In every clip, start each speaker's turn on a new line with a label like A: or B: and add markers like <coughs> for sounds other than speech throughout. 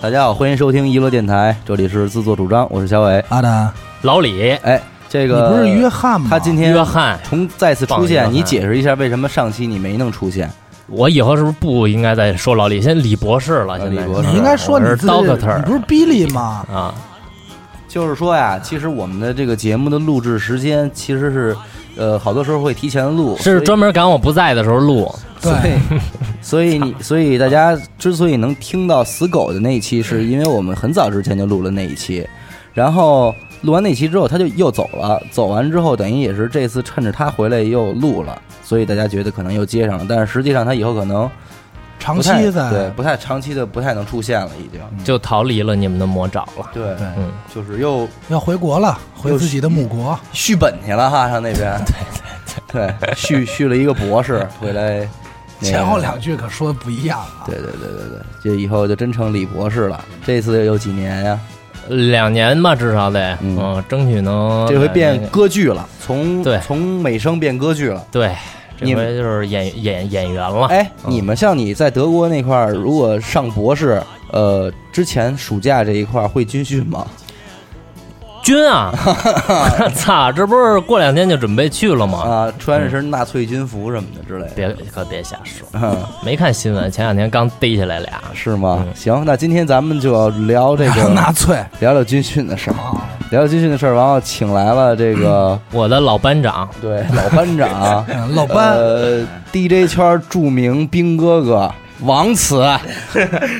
A: 大家好，欢迎收听娱乐电台，这里是自作主张，我是小伟。
B: 阿达，
C: 老李、
A: 哎，这
B: 你
A: 个
B: 不是约翰吗？
A: 他今天
C: 约翰，
A: 重再次出
C: 棒
A: 现，
C: 一个
A: 你解释一下为什么上期你没能出现？
C: 我以后是不是不应该再说老李？先李博士了，
A: 啊
C: 现在
A: 李博士
B: 你应该说你自己，
C: 我是 Doctor
B: 你不是 Billy
C: <laughs>
B: 吗？
C: 啊，
A: 就是说呀，其实我们的这个节目的录制时间其实是，呃，好多时候会提前录，
C: 是专门赶我不在的时候录。
A: 所以
B: 对，
A: <laughs> 所以你所以大家之所以能听到死狗的那一期，是因为我们很早之前就录了那一期，然后录完那期之后他就又走了，走完之后等于也是这次趁着他回来又录了，所以大家觉得可能又接上了，但是实际上他以后可能
B: 长
A: 不
B: 期
A: 太
B: 在
A: 对不太长期的不太能出现了，已经
C: 就逃离了你们的魔爪了。
A: 对
B: 对
C: 嗯，
A: 就是又
B: 要回国了，回自己的母国。
A: 续本去了哈，上那边
B: <laughs>
A: 对对对对续续了一个博士回来，那个
B: 前后两句可说不一样啊。
A: 对对对对对，这以后就真成李博士了。这次有几年呀、
C: 两年吧，至少得，
A: 嗯
C: 嗯，争取能
A: 这回
C: 把那
A: 变
C: 个
A: 歌剧了，从
C: 对
A: 从美声变歌剧了。
C: 对，这
A: 你们
C: 回就是演演演员了。
A: 哎，
C: 嗯
A: 你们像你在德国那块儿，如果上博士，呃，之前暑假这一块儿会军训吗？
C: 军
A: <laughs>
C: 啊， <laughs> 操，这不是过两天就准备去了吗？
A: 啊，穿着身纳粹军服什么的之类的，
C: 别可别瞎说，
A: 嗯，
C: 没看新闻，前两天刚逮起来俩。
A: 是吗？
C: 嗯
A: 行，那今天咱们就要聊这
B: <laughs> 纳
A: 个，
B: 粹
A: 聊聊军训的事儿，
B: 啊，，
A: 聊聊军训的事儿，然后请来了这个
C: 我的老班长，
A: 对老班长
B: 嗯老班
A: 呃，DJ 圈著名兵哥哥王慈，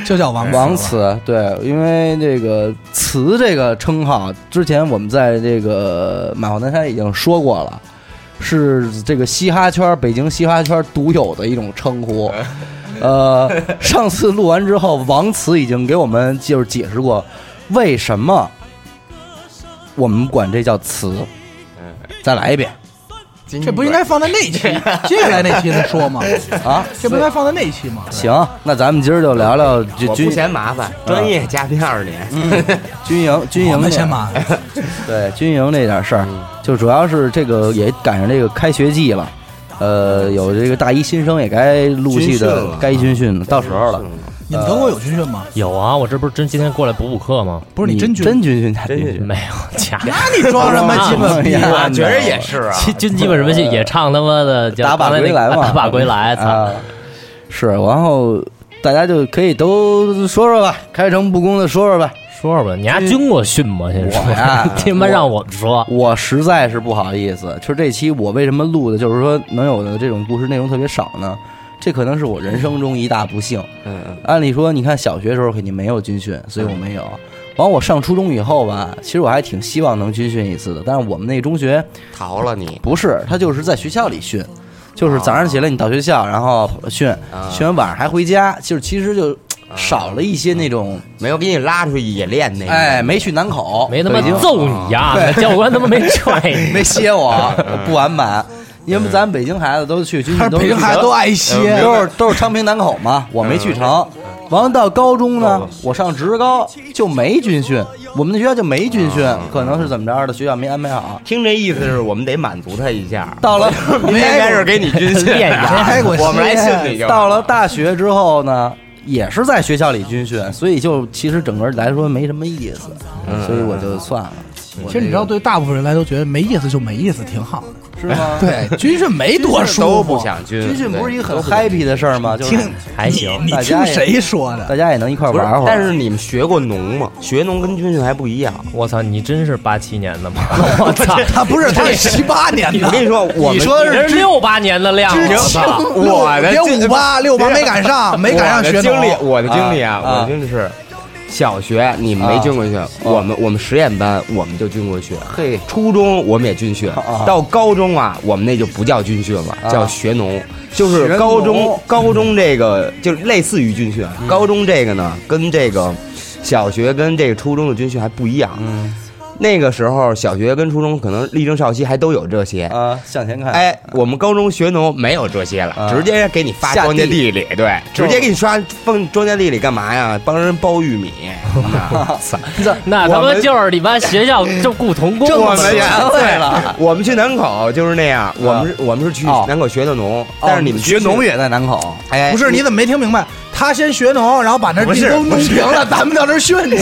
B: 就叫王
A: 王
B: 子
A: 慈，对，因为这个“慈”这个称号，之前我们在这个马化腾山已经说过了，是这个嘻哈圈、北京嘻哈圈独有的一种称
B: <laughs>
A: 呼。呃，上次录完之后，王慈已经给我们就是解释过，为什么我们管这叫“慈”。
B: 嗯
A: 再来一遍
B: 了，这不应该放在那期，接下来那期再说吗？ <laughs>
A: 啊！
B: 这不应该放在那期吗？
A: 行，那咱们今儿就聊聊这
D: 我
A: 军
D: 不嫌麻烦，专业嘉宾二十年，
A: 军营军
B: 我
A: 营
B: 们
A: 这
B: 先嘛，
A: 对军营这点事儿，
D: 嗯
A: 就主要是这个也赶上这个开学季了，呃，有这个大一新生也该陆续
D: 军训
A: 的
D: 了啊
A: 该军训了，到时候了。
B: 你们德国有军训吗？
C: 有啊，我这不是真今天过来补补课吗？
B: 不是你
A: 真
B: 军，
A: 真军训，真
D: 军训
C: 没有，假的。
B: <laughs> 那你装什么鸡巴
D: <laughs>
B: 逼啊？
D: 我觉着也是啊，
C: 就基本什么戏也唱他妈的叫
A: 打靶
C: 刚才那
A: 归来嘛，
C: <laughs> 打靶归来，操！
A: 啊！是，然后大家就可以都说说吧，开诚布公的说说吧。
C: 说说吧，你还军过训吗？先说
A: 我呀，
C: <laughs> 他妈让我说，
A: 我实在是不好意思，就是这期我为什么录的，就是说能有的这种故事内容特别少呢？这可能是我人生中一大不幸。
D: 嗯嗯，
A: 按理说，你看小学时候肯定没有军训，所以我没有。完，我上初中以后吧，其实我还挺希望能军训一次的，但是我们那中学
D: 逃了你，
A: 不是，他就是在学校里训，就是早上起来你到学校，然后训，训完晚上还回家，就是其实就少了一些那种，
D: 没有给你拉出去野练那个，
A: 哎，没去南口，
C: 没他妈
A: 北京啊
C: 揍你呀！教官他妈
A: <laughs>
C: 没踹你，
A: 没歇我，不完满。因为咱们北京孩子都去军
B: 还
A: 训，都
B: 是北
A: 是
B: 京
A: 去呃
B: 孩子都爱歇，
A: 都是都是昌平南口嘛，我没去成。完到高中呢，我上职高就没军训，我们那学校就没军训，可能是怎么着的，学校没安排好。
D: 听这意思是我们得满足他一下，
A: 到了
D: 应该是给你军训，啊
C: 练一下
B: 开过歇
D: 我们来训你就
A: 到了大学之后呢，也是在学校里军训，所以就其实整个来说没什么意思，所以我就算了。我
B: 其实你知道，对大部分人来都觉得没意思就没意思，挺好的。
A: 是
B: <laughs>
A: 吗？，
B: 对，军训没多舒服，
D: 都不想军，
A: 军训不是一个很
D: 对
A: happy 的事儿吗？就是
B: 听
C: 还行
B: 你
A: 大家
B: 听
A: 也
B: 谁说的？
A: 大家也能一块儿
D: 不是
A: 玩会儿。，
D: 但是你们学过农吗？学农跟军训还不一
C: <laughs>
D: 样。
C: <laughs> 我操，你真是八七年
A: <laughs>
C: 的吗？我操，
B: 他不是，他是七八年
D: 我跟
B: 的，
D: 你说，我们
C: 你这是六八年的量，啊我操！
D: 我的
B: 别
D: 经
B: 五八六八没赶上，
D: <laughs>
B: 没赶上
D: 我
B: 学
D: 的经历，
B: 农。
D: 我的经历啊，
A: 啊
D: 我的经历是。小学你们没军过训，我们我们实验班我们就军过训，
A: 嘿，
D: 初中我们也军训
A: 啊，
D: 到高中啊，我们那就不叫军训了，
A: 啊
D: 叫学农，就
A: 学
D: 是
A: 农
D: 高中高中这个就是类似于军训，啊
A: 嗯
D: 高中这个呢跟这个小学跟这个初中的军训还不一样，
A: 嗯
D: 那个时候小学跟初中可能力争少息还都有这些。
A: 啊，向前看，，
D: 哎，我们高中学农没有这些了，
A: 啊
D: 直接给你发
A: 下
D: 庄稼
A: 地
D: 地里，对，直接给你刷放庄稼地里干嘛呀？帮人包玉 <laughs> 米，
C: 那他妈
D: 我们
C: 就是你妈学校就雇童工
D: <laughs> 我
C: 嘛，
D: 们
A: 也
D: 呀，
A: 对了
D: 我们去南口就是那样，我们是我们是去
A: 哦
D: 南口学的农，但是你们
A: 学农
D: 业，
A: 也在南口，
D: 哎，
B: 不是，你怎么没听明白？他先学农，然后把那
D: 不
B: 地
D: 是
B: 都弄
D: 不是
B: 平了，咱们到那儿训 <laughs> 去。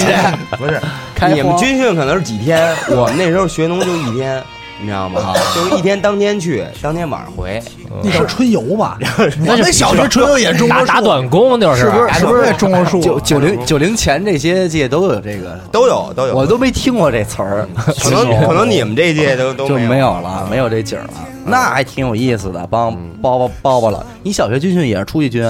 D: 不是，
A: 开荒
D: 你们军训可能是几 <laughs> 天，我们那时候学农就一天，你知道吗？就是一天当天去，当天晚上回。
B: 那叫春游
D: <laughs>
B: 吧？我们小学春游也种
C: 打
B: 过
C: 打
B: 树，
C: 短工就是
B: 是不是？是不是也种过树？
A: 九九零九零前这些届都有这个，
D: 都有都有，
A: 我都没听过这词儿，
D: 可
A: <laughs>
D: 能可能你们这一届都都
A: 就
D: 没嗯
A: 没有了，没有这景儿了。那还挺有意思的，帮包包包包了。你小学军训也是出去军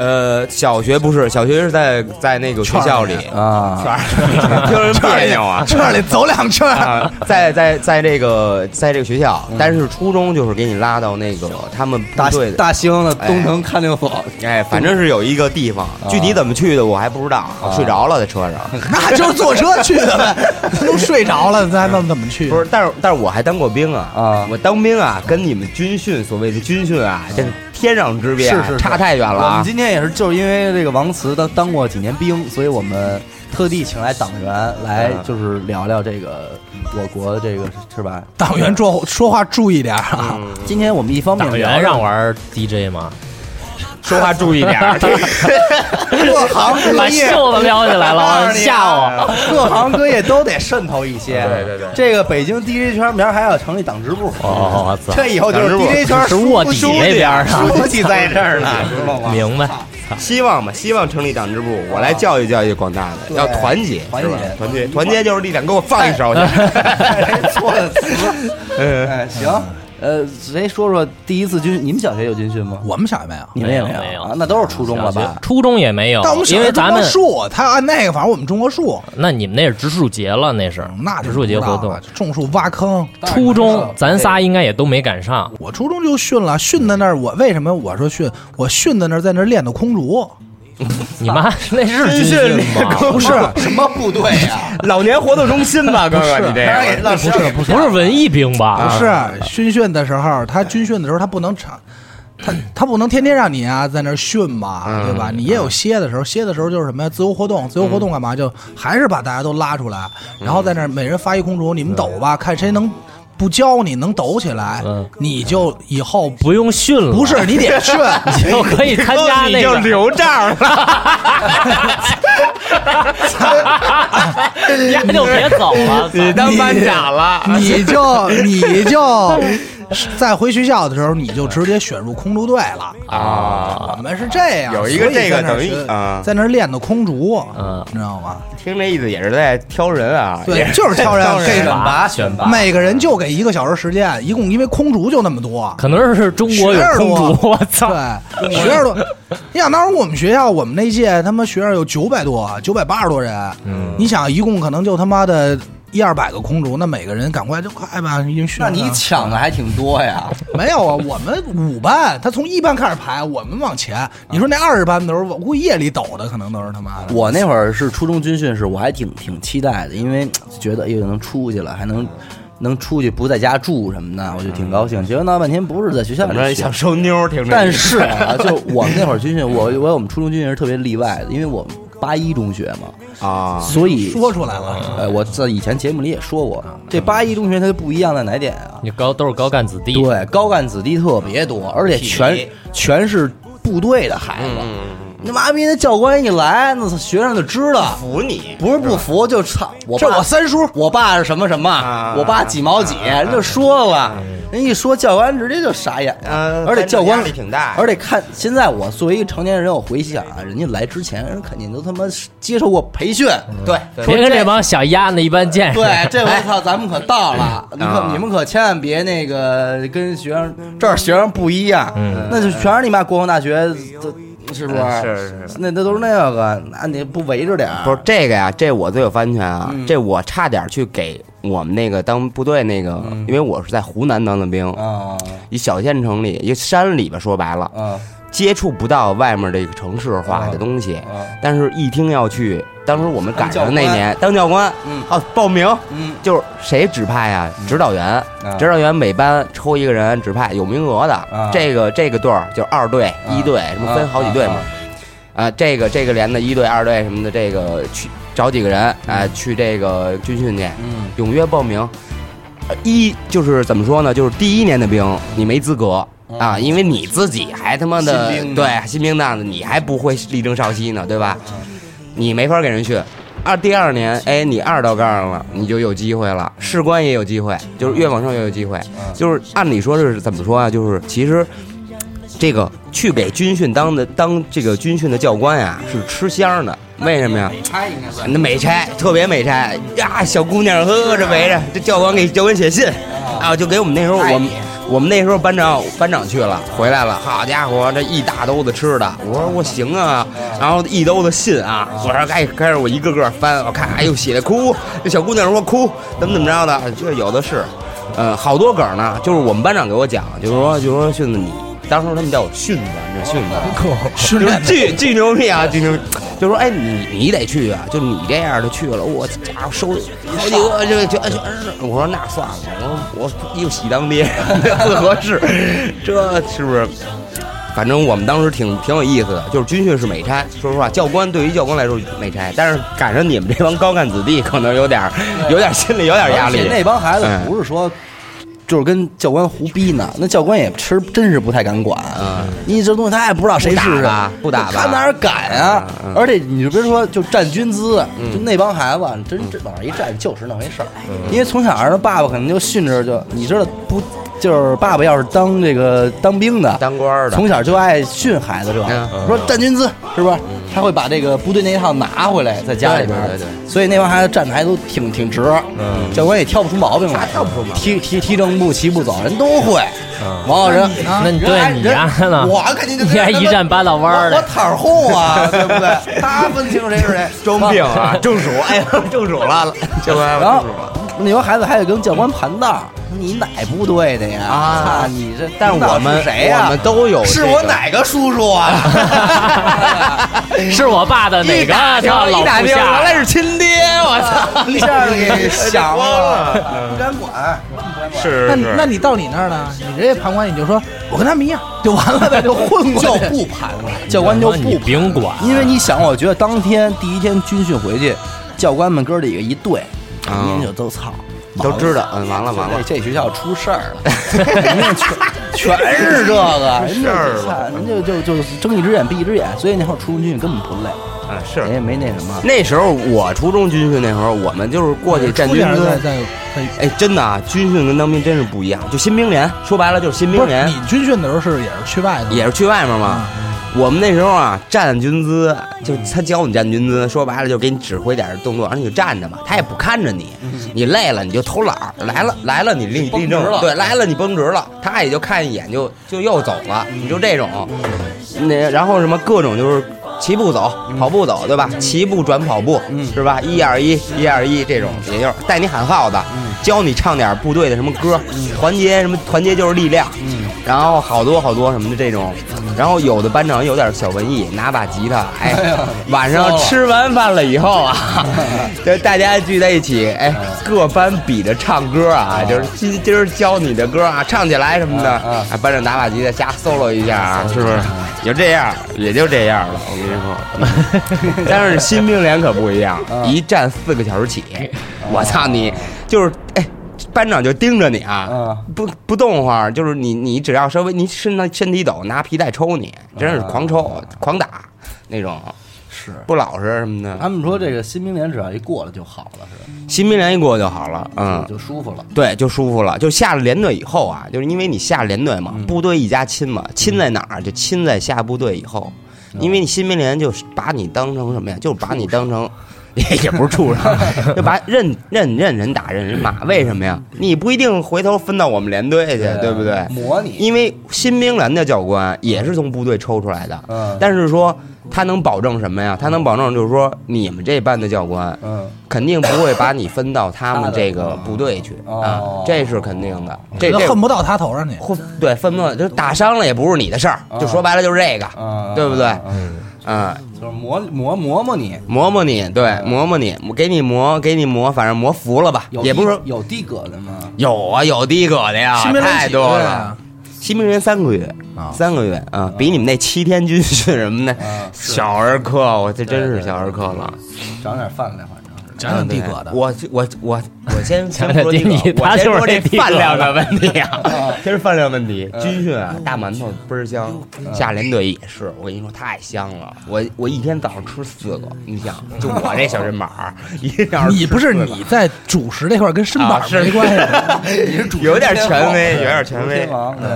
D: 呃，小学不是，小学是在在那个学校里，
A: 啊？ <laughs>
D: 听人别扭啊。
B: 圈里走两圈，
D: 啊，在在在这个在这个学校，但是初中就是给你拉到那个他们部
A: 大
D: 队的，
A: 大兴的东城看病所，
D: 哎，反正是有一个地方，
A: 啊
D: 具体怎么去的我还不知道，我睡着了在车上。
B: 那就是坐车去的
D: <laughs>
B: 呗，都睡着了，咱们怎么去？
D: 不是，但是但是我还当过兵啊！
A: 啊
D: 我当兵啊，跟你们军训所谓的军训啊，这是天壤之别啊，
A: 是是是
D: 差太远了
A: 我们
D: 啊！
A: 今天也是，就是因为这个王慈当当过几年兵，所以我们特地请来党员来，
D: 嗯
A: 就是聊聊这个我国这个是吧？
B: 党员说说话注意点儿啊！
D: 嗯
A: 今天我们一方面
C: 党
A: 聊
C: 员让玩 DJ 吗？
D: 说话注意
A: <laughs>
D: 点儿，
A: 各行各
C: 把
A: 业，哎啊
C: 袖子撩起来
A: <laughs>
C: <laughs> 了，吓我！
A: 各行各业都得渗透一
C: <laughs>
A: 些。
D: 对对对
A: 这个北京 DJ 圈明儿还要成立党支部。
C: 哦，我操！
A: 这以后
D: <laughs>
A: 就是
D: 党支部
A: DJ 圈
C: 是卧底
A: 书记
C: 那边儿啊
A: 书记在这儿
C: <laughs>
D: <laughs>
A: 呢，知道吗？
C: 明白，
D: 希望吧，希望成立党支部，我来教育教育广大的，
A: 对
D: 要团结，
A: 团
D: 是吧
A: 结
D: 团结，团结就是力量。给我放一
A: <laughs>
D: 首去，
A: 哎错的
C: <laughs>
A: 词，
C: 嗯
A: 哎，行，呃，谁说说第一次军？你们小学有军训吗？
B: 我们小学没有，
A: 你们也
C: 没有
A: 有啊
C: 没有？
A: 那都是初中了
C: 小学
A: 吧？
C: 初中也没有
B: 但我们，小
C: 因
B: 学
C: 为
B: 种
C: 咱
B: 过
C: 们
B: 树，他按那个，反正我们种过树，
C: 那你们那是植树节了，那是
B: 嗯那就
C: 植树节
B: 不知道
C: 活
B: 了
C: 动。
B: 种树挖坑。
C: 初中咱仨应该也都没赶上，
B: 我初中就训了，训在那儿。我为什么我说训？我训在那儿，在那儿练的空竹，
C: 你妈 <laughs> 那是军训
A: <laughs>
C: 吗？
D: <laughs>
B: 不是
A: 什么部队啊呀？
D: 老年活动中心吧，哥哥，你这
A: 让给
D: 个
A: 让不是
C: 不是文艺兵吧？
B: 不是军训的时候，他军训的时候他不能长，他他不能天天让你啊在那儿训吧，对吧？你也有歇的时候，歇的时候就是什么呀？自由活动，自由活动干嘛？就还是把大家都拉出来，然后在那儿每人发一空竹，你们抖吧，看谁能不教你能抖起来，你就以后不
C: 不用训了，
B: 不是你得训。
C: 就可以参加
D: 你
C: 那
D: 就
C: 个。
D: 留账了，
C: 你丫 <laughs> 就别走了，
D: 你当班长了。
B: 你就你就在回学校的时候，你就直接选入空竹队了啊！我们是这样，
D: 有一个
B: 所以
D: 这个
B: 在那儿
D: 等于
B: 学
D: 啊
B: 在那儿练的空竹，
C: 嗯
B: 你知道吗？
D: <laughs> 听这意思也是在挑人啊，
B: 对
D: 也是
B: 就是挑人
D: 在
B: 这
A: 选
B: 个
A: 拔选拔，
B: 每个人就给一个小时时间，一共因为空竹就那么多，
C: 可能是中国有空竹，我啊操！
B: 对，学啊生多。你想当时我们学校，我们那一届他妈学生有九百多，九百八十多人。嗯，你想一共可能就他妈的一二百个空竹，那每个人赶快就快吧，已经训
A: 那
B: 了。
A: 你抢的还挺多呀。
B: <laughs> 没有啊，我们五班，他从一班开始排，我们往前。你说那二十班的时候，我估计夜里抖的可能都是他妈的。
A: 我那会儿是初中军训时，我还挺挺期待的，因为觉得哎呦能出去了，还能能出去不在家住什么的，我就挺高兴。结果闹半天不是在学校
D: 怎么着
A: 里
D: 想
A: 学。
D: 收妞儿，听着。
A: 但是啊，就我们那会儿军训，我我我我们初中军训是特别例外的，因为我们八一中学嘛，
D: 啊，
A: 所以
B: 说出来了，
A: 呃，我在以前节目里也说过，这八一中学它就不一样在哪点啊？
C: 你高都是高干子弟，
A: 对，高干子弟特别多，而且全全是部队的孩子。那妈逼，那教官一来，那学生就知道，
D: 服你，
A: 不是不服就操我
B: 这
A: 爸
B: 我三叔，
A: 我爸是什么什么
D: 啊，
A: 我爸几毛几，人就说了，啊呃人一说教官直接就傻眼了
D: 嗯，
A: 而且教官
D: 压力挺大
A: 而且看现在我作为一个成年人，我回想啊，人家来之前，人肯定都他妈是接受过培训，
D: 对
A: 说
C: 别跟
A: 这
C: 这帮小丫子一般见识。
A: 对，这回操，咱们可到了，
D: 嗯
A: 你可
D: 啊
A: 你们可千万别那个跟学生这儿学生不一样，那就全是你妈国防大学，这是不
D: 嗯是是
A: 那那都是那个，那你不围着点儿
D: 不是这个呀，这我最有发言权啊！
A: 嗯
D: 这我差点去给我们那个当部队那个，因为我是在湖南当的兵，
A: 嗯啊
D: 一小县城里，一山里边，说白了，
A: 啊
D: 接触不到外面这个城市化的东西。
A: 啊！
D: 但是，一听要去，当时我们赶上那
A: 当教官
D: 年当教官，
A: 嗯
D: 哦，报名
A: 嗯
D: 就是谁指派呀？指导员
A: 啊，
D: 指导员每班抽一个人指派，有名额的。这个这个队儿就二队、一队，什么分好几队嘛
A: 啊。
D: 啊，这个这个连的一队、二队什么的，这个去找几个人啊，去这个军训去，
A: 嗯
D: 踊跃报名。呃一就是怎么说呢？就是第一年的兵，你没资格，啊，因为你自己还他妈的
A: 哦新兵呢
D: 对新兵蛋子，你还不会力争少息呢，对吧？
A: 嗯
D: 你没法给人训。二第二年，哎，你二到杠了，你就有机会了，士官也有机会，就是越往上越有机会。
A: 嗯
D: 就是按理说是怎么说啊？就是其实这个去给军训当的当这个军训的教官呀、是吃香的，为什么呀？
A: 拆应该算
D: 那美差特别美差呀，小姑娘呵着围着，这教官给教官写信啊，就给我们那时候我们我们那时候班长班长去了，回来了，好家伙，这一大兜子吃的，我说我行啊，然后一兜子信啊，我说哎，开始我一个个翻，我看哎呦写的哭，这小姑娘说哭，怎么怎么着的，这有的是，呃，好多梗呢，就是我们班长给我讲，就是说就是说训子你，当时他们叫我训子，你知道训子。
B: 训
D: 就是
B: 练的
D: <laughs> 巨巨牛逼啊，巨牛逼！就说哎，你你得去啊，就你这样的去了，我家伙收好几个，就哎就就，我说那算了，我说我又喜当爹 <laughs> 不合适，这是不是？反正我们当时挺挺有意思的，就是军训是美差，说实话，教官对于教官来说美差，但是赶上你们这帮高干子弟，可能有点儿有点儿心里有点儿压力。啊嗯
A: 那帮孩子
D: 哎
A: 不是说。就是跟教官胡逼呢，那教官也其实真是不太敢管。你这东西他也不知道谁是
D: 嗯不打
A: 谁，
D: 吧不打吧嗯
A: 他哪敢啊？而且你就别说就站军姿，就那帮孩子真真往那一站就是那么一事儿。
D: 嗯
A: 因为从小让爸爸可能就训着就，你知道不？就是爸爸要是当这个当兵的，
D: 当官儿的
A: 从小就爱训孩子这玩意儿
D: 嗯，
A: 说站军姿是不是？他会把这个部队那一套拿回来，在家里边儿，
D: 对对对嗯
A: 所以那帮孩子站的还都挺挺直，教官也挑不出毛病来，挑不出毛病，踢踢踢正步、齐步走，人都会。
D: 嗯
A: 王老人，
C: 那你
A: 人还
C: 对你丫呢？
A: 人我肯定就
C: 你 <laughs> 丫一站八道弯儿
A: 我我
C: 的，
A: 躺后啊，对不对？他分清谁是谁，
D: 装病啊，中暑，哎呀，中暑了，教官
A: 然
D: 中
A: 后
D: 暑了。
A: 那帮孩子还得跟教官盘道儿，你哪部队的呀？
D: 啊
A: 操你这，
D: 但是我们
A: 是谁呀？
D: 我们都有
A: 是
D: 这
A: 我
D: 个
A: 哪个叔叔啊？
D: <laughs>
C: 是我爸的哪个啊
D: 一打听
C: 操老
D: 一打
C: 部
D: 听，原
C: 下？
D: 来是亲爹，我操！
A: <laughs> 一下子给想
D: 了
A: 了，不敢管。
D: 是
B: 那你那你到你那儿呢？你直接旁观，你就说我跟他们一样就完了呗，就混过
A: 就
B: 去。<laughs>
A: 不盘了，教官就
C: 你
A: 不盘。
C: 甭
D: 啊
C: 管，
A: 因为你想，我觉得当天第一天军训回去，教官们哥几个一对，
D: 啊
A: 您就都操，
D: <laughs> 都知道，嗯，完了完了，
A: 这这学校出事儿了，
D: <laughs>
A: 人家全全是这个，人
D: 事儿
A: 家就操，人家就就就睁一只眼闭一只眼，所以那会儿出军训根本不累，
D: 嗯
A: 人。也没那什么。
D: 那时候我初中军训那时候，我们就是过去站
B: 出
D: 军
B: 去还是在
D: 姿。
B: 在在
D: 哎，真的啊，军训跟当兵真是不一样。就新兵连，说白了就是新
B: 不
D: 兵
B: 是
D: 连，
B: 你军训的时候是也是去外头吗，
D: 也是去外面嘛。我们那时候啊，站军姿，就他教你站军姿，说白了就给你指挥点动作，然后你就站着嘛，他也不看着你，你累了你就偷懒儿，来了来了你立立正
A: 嗯绷直了
D: 对，来了你绷直了，他也就看一眼就就又走了，
A: 嗯
D: 你就这种，那然后什么各种就是齐步走、跑步走，对吧？齐步转跑步，是吧？一二一，一二一这种，也就是带你喊号子，教你唱点部队的什么歌，团结什么团结就是力量，然后好多好多什么的这种，然后有的班长有点小文艺，拿把吉 <laughs> 他，嗯哎，晚上吃完饭了以后 <laughs> 啊，就大家聚在一起，哎，各班比着唱歌啊，就是今今儿教你的歌啊，唱起来什么的，
A: 嗯
D: 啊，班长拿把吉他瞎 solo 一下啊，是不是？就这样，也就这样了，
A: <laughs>
D: 我跟你说。但是新兵连可不一样，
A: 嗯
D: 一站四个小时起，我操你，就是哎。班长就盯着你啊
A: 嗯，
D: 不不动会儿，就是你你只要稍微你身上身体抖，拿皮带抽你，真是狂抽狂打那种，
A: 嗯是啊
D: 不老实什么的。
A: 他们说这个新兵连只啊要一过了就好了，是吧？
D: 新兵连一过就好了，嗯，
A: 就舒服了。
D: 对，就舒服了。就下了连队以后啊，就是因为你下了连队嘛，部队一家亲嘛，亲在哪儿？就亲在下部队以后，因为你新兵连就是把你当成什么呀？就是把你当成。也也不是畜生，就把任任任人打任人骂，为什么呀？你不一定回头分到我们连队去，对不对？
A: 模拟
D: 因为新兵连的教官也是从部队抽出来的，
A: 嗯
D: 但是说他能保证什么呀？他能保证就是说你们这班的教官，
A: 嗯，
D: 肯定不会把你分到他们这个部队去
A: <laughs>
D: 啊
A: 哦，嗯
D: 这是肯定的。这
B: 就
D: 这
B: 恨不到他头上去。
D: 会对分不到，就是打伤了也不是你的事儿，就说白了就是这个，
A: 嗯
D: 对不对？
A: 嗯
D: 嗯，
A: 就是磨磨磨磨你，
D: 磨磨你，对，磨磨你，给你磨，给你磨，反正磨服了吧，
A: 有
D: 也
A: 地
D: 不是
A: 有地格的吗？
D: 有啊，有的哥的呀，
B: 新兵连
D: 太
B: 几个
D: 多
B: 月
D: 了
B: 啊。
D: 新兵连三个月，三个月啊，比你们那七天军训什么的
A: 嗯啊是
D: 小儿科，我这真
A: 对
D: 是
A: 对
D: 小儿科了。
A: 长点饭量，反正是。
B: 讲讲嗯地哥的。
D: 我我我我
B: <laughs>
D: 先
C: 讲
D: 先
C: 讲
D: 说
C: 地
D: 这个
C: 你，
D: 我
C: 他
D: 先
C: 就是
D: 说
C: 那
D: 这
C: 地
D: 饭
C: 哥
D: 量
C: 的
D: 的问题
B: <laughs>
D: 啊，先是饭量问题。
B: 嗯
D: <laughs> 军训啊，大馒头倍儿香， <laughs> 夏联队也是，我跟你说太香了。我我一天早上吃四个，你想，就我这小身板儿，一天早上
B: 你不是
D: 吃四个
B: 你在主食这块儿跟身板
D: 啊
B: 儿
D: 是
B: 没关系，
D: <laughs> 有点权威，
B: 啊
D: 有点权威嗯
A: 天。王对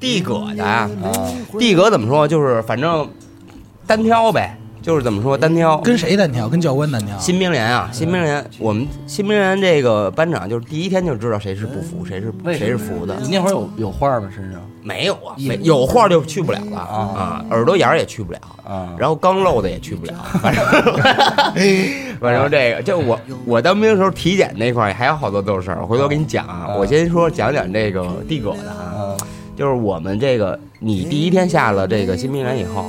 D: 地葛的啊，地葛怎么说？就是反正单挑呗，就是怎么说单挑。
B: 跟谁单挑？跟教官单挑？
D: 新兵连啊，
A: 嗯
D: 新兵连，我们新兵连这个班长就是第一天就知道谁是不服，谁是
A: 嗯为
D: 谁是服的。
A: 你那会儿有有画吗？身上
D: 没有啊，
A: 一
D: 没有话就去不了了
A: 嗯
D: 啊，耳朵眼儿也去不了
A: 啊
D: 然后刚漏的也去不
A: <laughs>
D: 了，反正
A: 哎
D: <laughs> 反正这个，就我我当兵的时候体检那块儿还有好多都是，回头给你讲
A: 嗯
D: 啊。我先说讲讲这个地葛的啊，就是我们这个你第一天下了这个新兵连以后，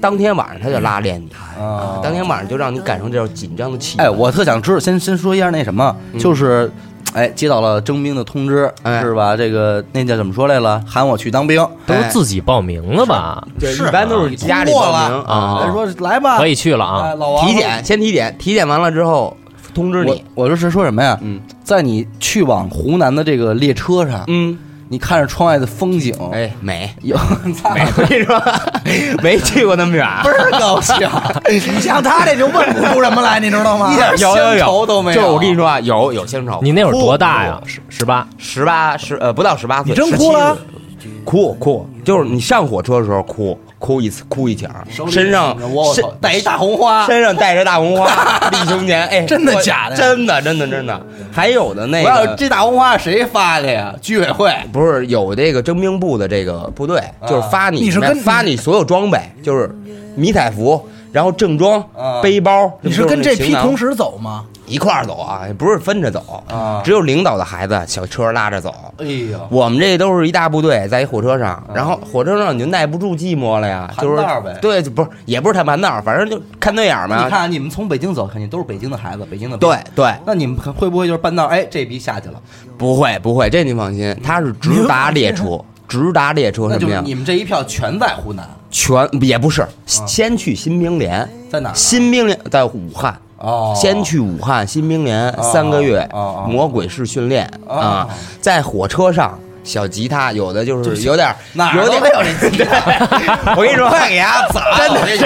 D: 当天晚上他就拉练你，
A: 啊
D: 当天晚上就让你感受这种紧张的气氛。
A: 哎，我特想知道，先先说一下那什么，就是，哎，接到了征兵的通知，
D: 嗯哎
A: 是吧？这个那叫怎么说来了？喊我去当兵，
C: 都是自己报名的吧？
D: 对
A: 啊
D: 一般都是家里
A: 通过
D: 报名
A: 了
C: 啊
A: 哎说来吧，
C: 可以去了
A: 哎，
C: 啊！
A: 老王
D: 体检先体检，体检完了之后通知
A: 我
D: 你，
A: 我就是说什么呀？
D: 嗯，
A: 在你去往湖南的这个列车上，
D: 嗯，
A: 你看着窗外的风景，
D: 哎，美。
A: 有 <laughs>
D: 没我跟你说，没去过那么远。
A: 倍儿高
D: <laughs>
A: 兴，
B: 你像他这就问不出什么来，你知道吗
A: 一？点
D: 有 <laughs> 有
A: 乡愁
D: 有
A: 都没
D: 就是
A: 有
D: 我跟你说啊，有有乡愁。
C: 你那会儿多大呀？十十八，
D: 十八十呃不到十八岁，
B: 你真
D: 17
B: 哭了
D: 岁？哭哭，就是你上火车的时候哭，哭一次，哭一景儿，身上
A: 我
D: 身
A: 带一大红花，
D: 身上带着大红花立胸前，哎，
B: 真的
D: 我
B: 假的呀
D: 真的真的真的。还有的那
A: 我要
D: 个
A: 这大红花谁发的呀？居委会
D: 不是有这个征兵部的这个部队，
A: 啊
D: 就是发你
B: 你是
D: 什么呀
B: 跟
D: 发你所有装备，就是迷彩服，然后正装
A: 啊、
D: 背包，
B: 你
D: 就是
B: 跟
D: 那
B: 这
D: 行
B: 批
D: 囊
B: 同时走吗？
D: 一块儿走啊，不是分着走
A: 啊
D: 只有领导的孩子小车拉着走。
A: 哎呦，
D: 我们这都是一大部队，在一火车上，然后火车上你就耐不住寂寞了呀，
A: 啊盘
D: 就是
A: 道儿呗
D: 对，不是也不是谈盘道儿，反正就看对眼儿
A: 你
D: 嘛。
A: 看你们从北京走，肯定都是北京的孩子，北京的
D: 对对，
A: 那你们会不会就是半道哎这逼下去了？
D: 不会不会，这您放心，他是直达列车，直达列车
A: 那
D: 什
A: 就
D: 么
A: 是
D: 呀？
A: 你啊们这一票全在湖南，
D: 全也不是，先去新兵连，
A: 在哪儿啊
D: 新兵连在武汉。
A: 哦
D: 先去武汉新兵连
A: 哦
D: 三个月
A: 哦哦
D: 魔鬼式训练
A: 哦
D: 啊，在火车上小吉他，有的就是有点
A: 哪儿
D: 有
A: 都
D: 点
A: 没有 <laughs> 这吉
D: 他， <laughs> 我跟你说，快给他砸
A: 了我跟你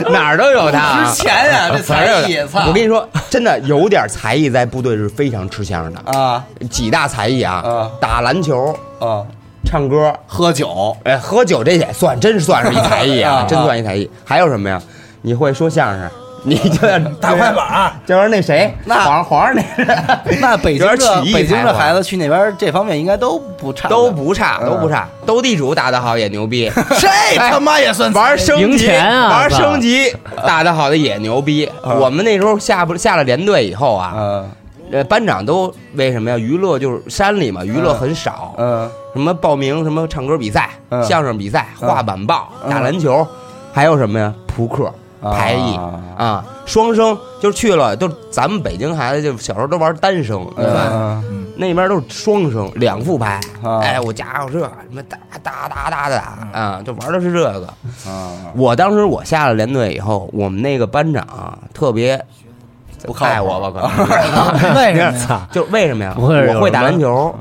A: 说 <laughs>
D: 哪儿都有他啊，
A: 之前呀这才
D: 哪儿都
A: 艺
D: 有
A: 操
D: 我跟你说，真的有点才艺在部队是非常吃香的，
A: 啊
D: 几大才艺啊
A: 啊，
D: 打篮球、
A: 啊，
D: 唱歌，
A: 喝酒
D: 哎，喝酒这也算，真是算是一才艺啊
A: 啊，
D: 真算一才艺。还有什么呀？你会说相声，你就要
B: 打快板，
D: 就是那谁，
A: <laughs> 那
D: 皇上皇上那人，
A: <laughs> 那北京
D: 有点
A: 的
D: 起义
A: 北京
D: 才
A: 的
D: 华
A: 孩子去那边这方面应该都不差，
D: 都不差，
A: 嗯哎
D: 都不差。斗地主打得好也
A: <laughs>
D: 牛逼，哎
B: 这他妈也算
D: 玩升
C: 赢
D: 级，
C: 钱啊
D: 玩
C: 操
D: 升级 <laughs> 打得好的也牛逼。我们那时候下不下了连队以后啊，
A: 嗯
D: 呃，班长都为什么呀？娱乐就是山里嘛，娱乐很少，
A: 嗯
D: 什么报名什么唱歌比赛、
A: 嗯
D: 相声比赛、
A: 嗯
D: 画板报、
A: 嗯
D: 打篮球，还有什么呀？扑克、
A: 啊
D: 牌艺啊，双生就是去了，都咱们北京孩子就小时候都玩单生，对吧？
A: 嗯
D: 那边都是双生两副牌，
A: 啊
D: 哎，我家伙这什么哒哒哒哒哒
B: 嗯
D: 啊，就玩的是这个。
A: 啊，
D: 我当时我下了连队以后，我们那个班长啊特别
A: 不靠谱
D: 爱我吧，可 <laughs>
B: 为什么呀？
D: 能就是为什么呀？
C: 不会是有
D: 我会打
C: 什么
D: 篮球，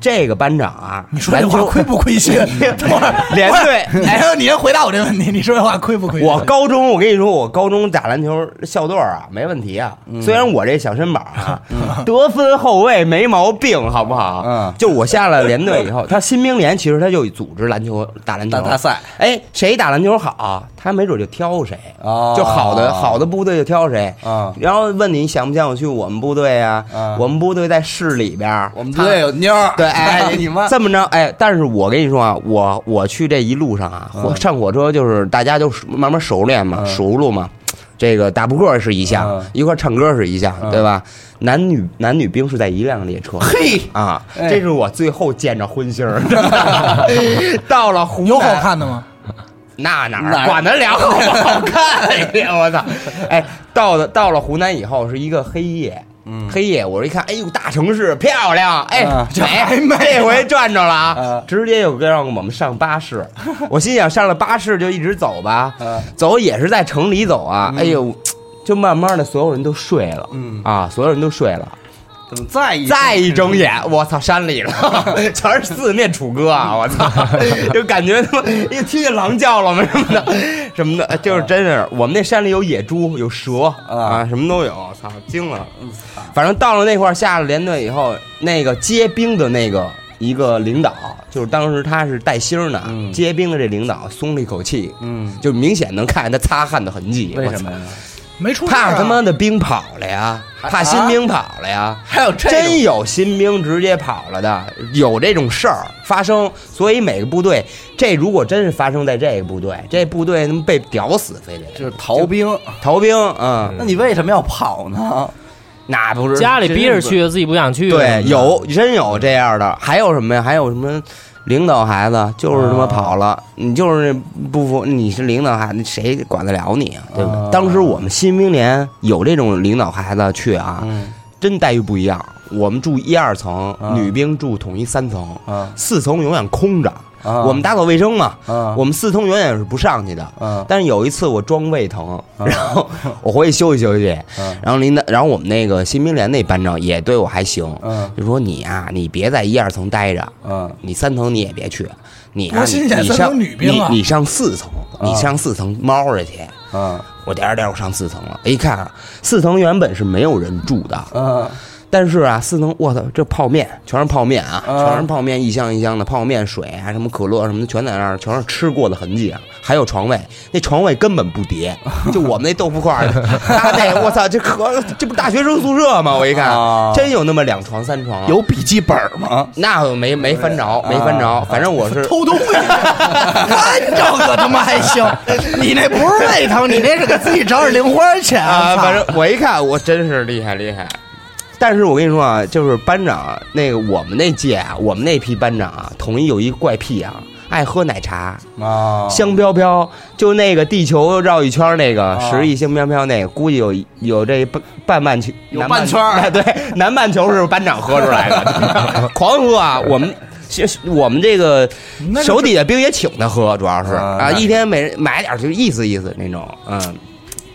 D: 这个班长啊，
B: 你说
D: 篮
B: 这话
D: 球 <laughs>
B: 亏不
A: <laughs>
B: 亏心？
A: 哎
B: 哎
D: 连队
B: 你先你先回答我这问题，你说这话亏不亏心？
D: 我高中，我跟你说，我高中打篮球校队儿啊，没问题啊。
A: 嗯
D: 虽然我这小身板儿啊， <laughs> 得分后卫没毛病，好不好？
A: 嗯
D: 就我下了连队以后，他新兵连其实他就组织篮球打篮球
A: 大大赛，
D: 哎，谁打篮球好，啊他没准就挑谁，
A: 哦
D: 就好的好的部队就挑谁。
A: 嗯
D: 然后问你想不想去我们部队啊？
A: 嗯
D: 我们部队在市里边儿，
A: 我们队有妞儿，，
D: 对，哎
A: 你们
D: 这么着，哎，但是我跟你说啊，我我去这一路上啊，火上火车就是大家就熟慢慢熟练嘛，
A: 嗯
D: 熟络嘛。这个打扑克是一项，
A: 嗯
D: 一块儿唱歌是一项，
A: 嗯
D: 对吧？男女男女兵是在一辆列车。
A: 嘿，
D: 啊，
A: 哎
D: 这是我最后见着荤腥
A: <laughs>
D: 儿，到了湖南
B: 有好看的吗？
D: 那哪
A: 哪
D: 儿
A: 儿
D: 管得了好不好看呀？
A: <laughs>
D: 我操！哎，到了到了湖南以后是一个黑夜，嗯，黑夜，我一看，哎呦，大城市漂亮，哎
A: 嗯，
D: 美，这回转着了啊
A: 嗯，
D: 直接又让我们上巴
A: <laughs>
D: 士，我心想上了巴士就一直走吧
A: 嗯，
D: 走也是在城里走啊，哎呦。就慢慢的所有人都睡了，
A: 嗯
D: 啊，所有人都睡了。
A: 等再一
D: 再一睁眼，我操，山里 <laughs> 了，全是四面楚歌啊！我操， <laughs> 就感觉他妈又听见狼叫了嘛什么的，什么的，就是真是我们那山里有野猪，有蛇啊，嗯什么都有，操，惊了。反正到了那块儿下了连队以后，那个接兵的那个一个领导，就是当时他是带星儿的，
A: 嗯
D: 接兵的这领导松了一口气，
A: 嗯，
D: 就明显能看见他擦汗的痕迹。
A: 为
D: 我
A: 什
D: 操
A: 么呀？
B: 没出事儿啊
D: 怕他妈的兵跑了呀，怕新兵跑了呀。
A: 啊还有
D: 真有新兵直接跑了的，有这种事儿发生，所以每个部队，这如果真是发生在这个部队，这部队他妈被屌死，非得
A: 就是逃兵，
D: 逃兵，嗯，
A: 那你为什么要跑呢？
D: 那不是
C: 家里逼着，去，自己不想去。啊
D: 对，
A: 嗯
D: 有真有这样的，还有什么呀？还有什么？领导孩子就是
A: 啊
D: 他妈跑了，你就是不服，你是领导孩子，谁管得了你啊？对吧？
A: 啊
D: 当时我们新兵连有这种领导孩子去啊，
A: 嗯
D: 真待遇不一样。我们住一二层，
A: 啊
D: 女兵住统一三层，
A: 啊
D: 四层永远空着。
A: 啊
D: 我们打扫卫生嘛，
A: 啊
D: 我们四层永远是不上去的。
A: 啊
D: 但是有一次我装胃疼，
B: 啊
D: 然后我回去休息休息
A: 啊，
D: 然后领导，然后我们那个新兵连那班长也对我还行
A: 嗯，
D: 就说你啊，你别在一二层待着，
A: 嗯
D: 你三层你也别去，你啊，
B: 我
D: 你
B: 心想
D: 你
B: 三
D: 上
B: 层女兵啊
D: 你你上四层，你
A: 啊
D: 上四层猫着去。
A: 啊
D: 我颠儿颠儿我上四层了，一看啊，四层原本是没有人住的，
A: 啊
D: 但是啊，四层，我操，这泡面全是泡面啊，
A: 啊
D: 全是泡面，一箱一箱的泡面水啊，什么可乐什么的，全在那儿，全是吃过的痕迹啊。还有床位，那床位根本不叠，就我们那豆腐块儿，他那我操，这可这不大学生宿舍吗？我一看，
A: 啊
D: 真有那么两床三床、啊，
A: 有笔记本吗？
D: 那我没没翻着，没翻着，反正我是
B: 偷东西，看着可他妈还
A: <laughs>
B: 行。你那不是胃疼，你那是给自己找点零花钱
D: 啊，
B: 操
D: 反正我一看，我真是厉害厉害。但是我跟你说啊，就是班长那个我们那届啊，我们那批班长啊，统一有一怪癖啊，爱喝奶茶，
A: 啊
D: 香飘飘，就那个地球绕一圈那个
A: 啊
D: 十亿星飘飘那个，估计有有这半半半球，
A: 有
D: 南
A: 半圈儿
D: <laughs> 哎对，南半球是班长喝出来
A: <laughs>
D: 的，狂喝啊！我们其实我们这个
B: 那就
D: 手底下兵也请他喝，主要是
A: 啊
D: 啊，
A: 那
D: 一天每人买点儿就意思意思那种，嗯，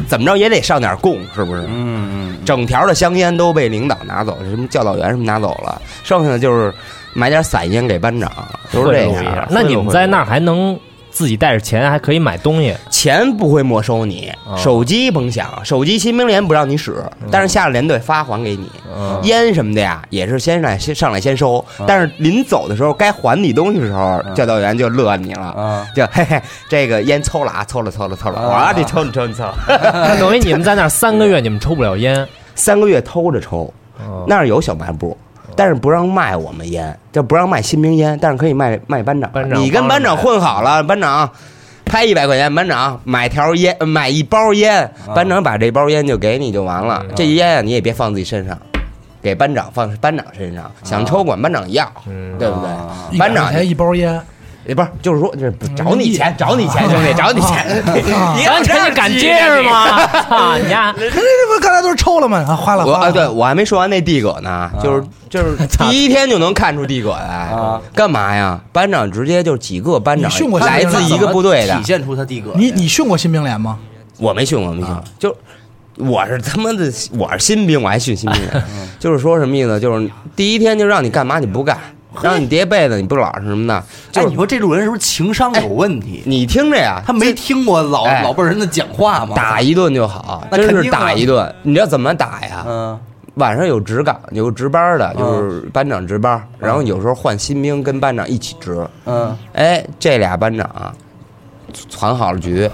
D: 怎么着也得上点儿供，是不是？
A: 嗯嗯
D: 整条的香烟都被领导拿走，什么教导员什么拿走了，剩下的就是买点散烟给班长，都是
C: 会
D: 这
C: 有不一
D: 样
C: 样。。那你们在那儿还能自己带着钱，还可以买东 <laughs> 西。
D: 钱不会没收你，
C: 哦
D: 手机甭想，手机新兵连不让你使，但是下了连队发还给你。
C: 嗯，
D: 烟什么的呀，也是先来先上来先收，但是临走的时候该还你东西的时候，教导员就乐你了。
A: 啊
D: 就嘿嘿，这个烟抽了啊，抽了抽了抽了，
A: 啊
D: 啊，你抽你抽你抽，
C: 等于你们在那儿三个月，你们抽不了烟。
D: 三个月偷着抽，
C: 嗯
D: 那儿有小卖部，但是不让卖我们烟，就不让卖新兵烟，但是可以卖卖班长。
C: 班长
D: 你跟班长混好了，班长拍一百块钱，班长买条烟，呃买一包烟，
C: 啊
D: 班长把这包烟就给你就完
C: 哎
D: 了。这烟啊，你也别放自己身上。给班长放班长身
C: 啊
D: 上，想抽管班长要，
C: 嗯
D: 对不
A: 啊
D: 对？班
B: 一
D: 长
B: 百块钱一包烟，
D: 也不是，就是说，这不找你钱，找你钱，兄
B: 啊
D: 弟，找你钱，
B: <laughs>
D: 你
C: 咱这
D: 这
C: 就敢接着？吗？操你家！
B: 可是这不刚才都是抽了吗？啊，花了
D: 我
B: 花
D: 啊，
B: 了。
D: 对我还没说完那地葛呢，就是就是
A: <laughs>
C: 操
D: 第一天就能看出地葛来
A: 啊，
D: 干嘛呀？班长直接就几个班长
B: 你训过
D: 来自一个部队的
A: 体，现出他地格。
B: 你你训过新兵连吗？
D: 我没训过，没训过
A: 啊，
D: 就我是他妈的我是新兵，我还训新兵，
A: 嗯
D: <laughs> 就是说什么意思？就是第一天就让你干嘛你
A: <laughs>
D: 不干，让你叠被子你不老实什么的，
A: 哎，
D: 就
A: 你
D: 是
A: 说这种人是不是情商有问题？
D: 你听着呀，
A: 他没听过老
D: 哎
A: 老辈人的讲话吗？
D: 打一顿就好，
A: 那肯
D: 真
A: 定啊
D: 是打一顿，你知道怎么打呀？
A: 嗯
D: 晚上有值岗，有值班的，就是班长值班，然后有时候换新兵跟班长一起值。
A: 嗯
D: 哎，这俩班长啊攒好
A: <laughs>
D: 了局，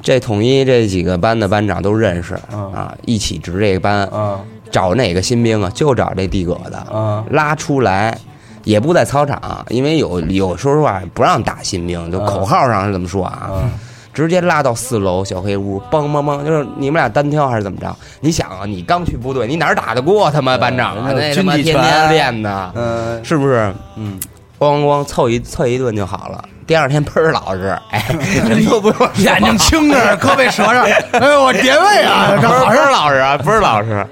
D: 这统一这几个班的班长都认识
A: 嗯
D: 啊，一起值这个班，
A: 嗯
D: 找哪个新兵啊，就找这地葛的，
A: 嗯
D: 拉出来。也不在操场，因为有有说实话不让打新兵，就
A: 嗯
D: 口号上是怎么说啊？
A: 嗯
D: 直接拉到四楼小黑屋，梆梆梆，就是你们俩单挑还是怎么着？你想啊，你刚去部队，你哪儿打得过他妈班长啊？
A: 人家有
D: 那他妈
A: 军
D: 天
A: 纪拳
D: 天练的，
A: 嗯
D: 是不是？
A: 嗯
D: 咣咣咣凑一凑一顿就好了。
E: 第二天喷儿老实，哎，人都不用
B: 眼睛青着，胳膊折上，哎呦，我叠位啊，
A: <laughs>
E: <laughs>
B: 这
E: 不是
B: 好
E: 不是
B: 像
E: 老师啊，不是老师。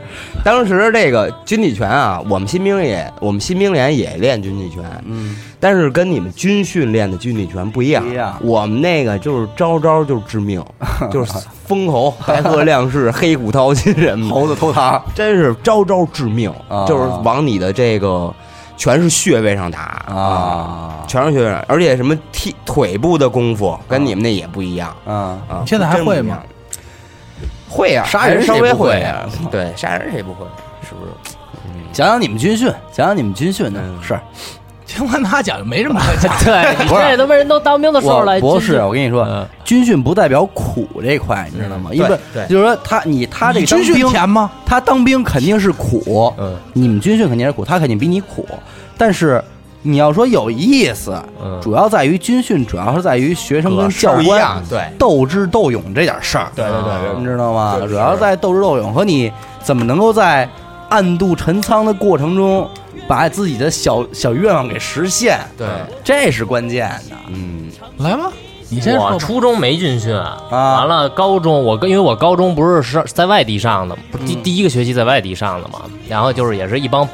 E: 当时这个军体拳啊，我们新兵也，我们新兵连也练军体拳，
A: 嗯，
E: 但是跟你们军训练的军体拳不一样。
A: 不一样
E: 我们那个就是招招就是致
A: <laughs>
E: 命，就是封喉、白鹤亮翅、黑虎掏心什么的，
A: 猴子偷糖，
E: 真是招招致命，
A: 啊
E: 就是往你的这个全是穴位上打
A: 啊
E: 全是穴位上，而且什么踢腿部的功夫跟你们那也不一样。
A: 嗯，
E: 啊
B: 你现在还会吗？
E: 会呀、啊，
A: 杀人
E: 还是稍
A: 谁
E: 微
A: 不会
E: 呀、
A: 啊
E: <laughs> 对，杀人谁不会？是不是？
A: 讲讲你们军训，讲讲你们军训的
E: 嗯
A: 事儿。
B: 听完他讲就没什么可讲。
C: 对，你
A: 不是
C: 这他妈人都当兵的时候了，
A: 我不
C: 真
A: 是，我跟你说
C: 嗯，
A: 军训不代表苦这块，你知道吗？因为
E: 对对
A: 就是说他你他这
B: 你
A: 个当
B: 军训
A: 兵，
B: 前吗？
A: 他当兵肯定是苦，
C: 嗯，
A: 你们军训肯定是苦，他肯定比你苦，但是。你要说有意思，
C: 嗯
A: 主要在于军训，主要是在于学生跟
C: 格
A: 教
E: 不一
A: 官
E: 样，对
A: 斗智斗勇这点事儿。啊
E: 对对对
A: 你
E: 对
A: 知道吗？
E: 是
A: 主要在斗智斗勇和你怎么能够在暗度陈仓的过程中，把自己的小小愿望给实现，
E: 对，
A: 这是关键的。
E: 嗯，
B: 来吧，你先
C: 我
B: 说吧。啊
C: 初中没军训，完了高中我跟因为我高中不是是在外地上的，不是
B: 嗯
C: 第第一个学期在外地上的嘛，然后就是也是一帮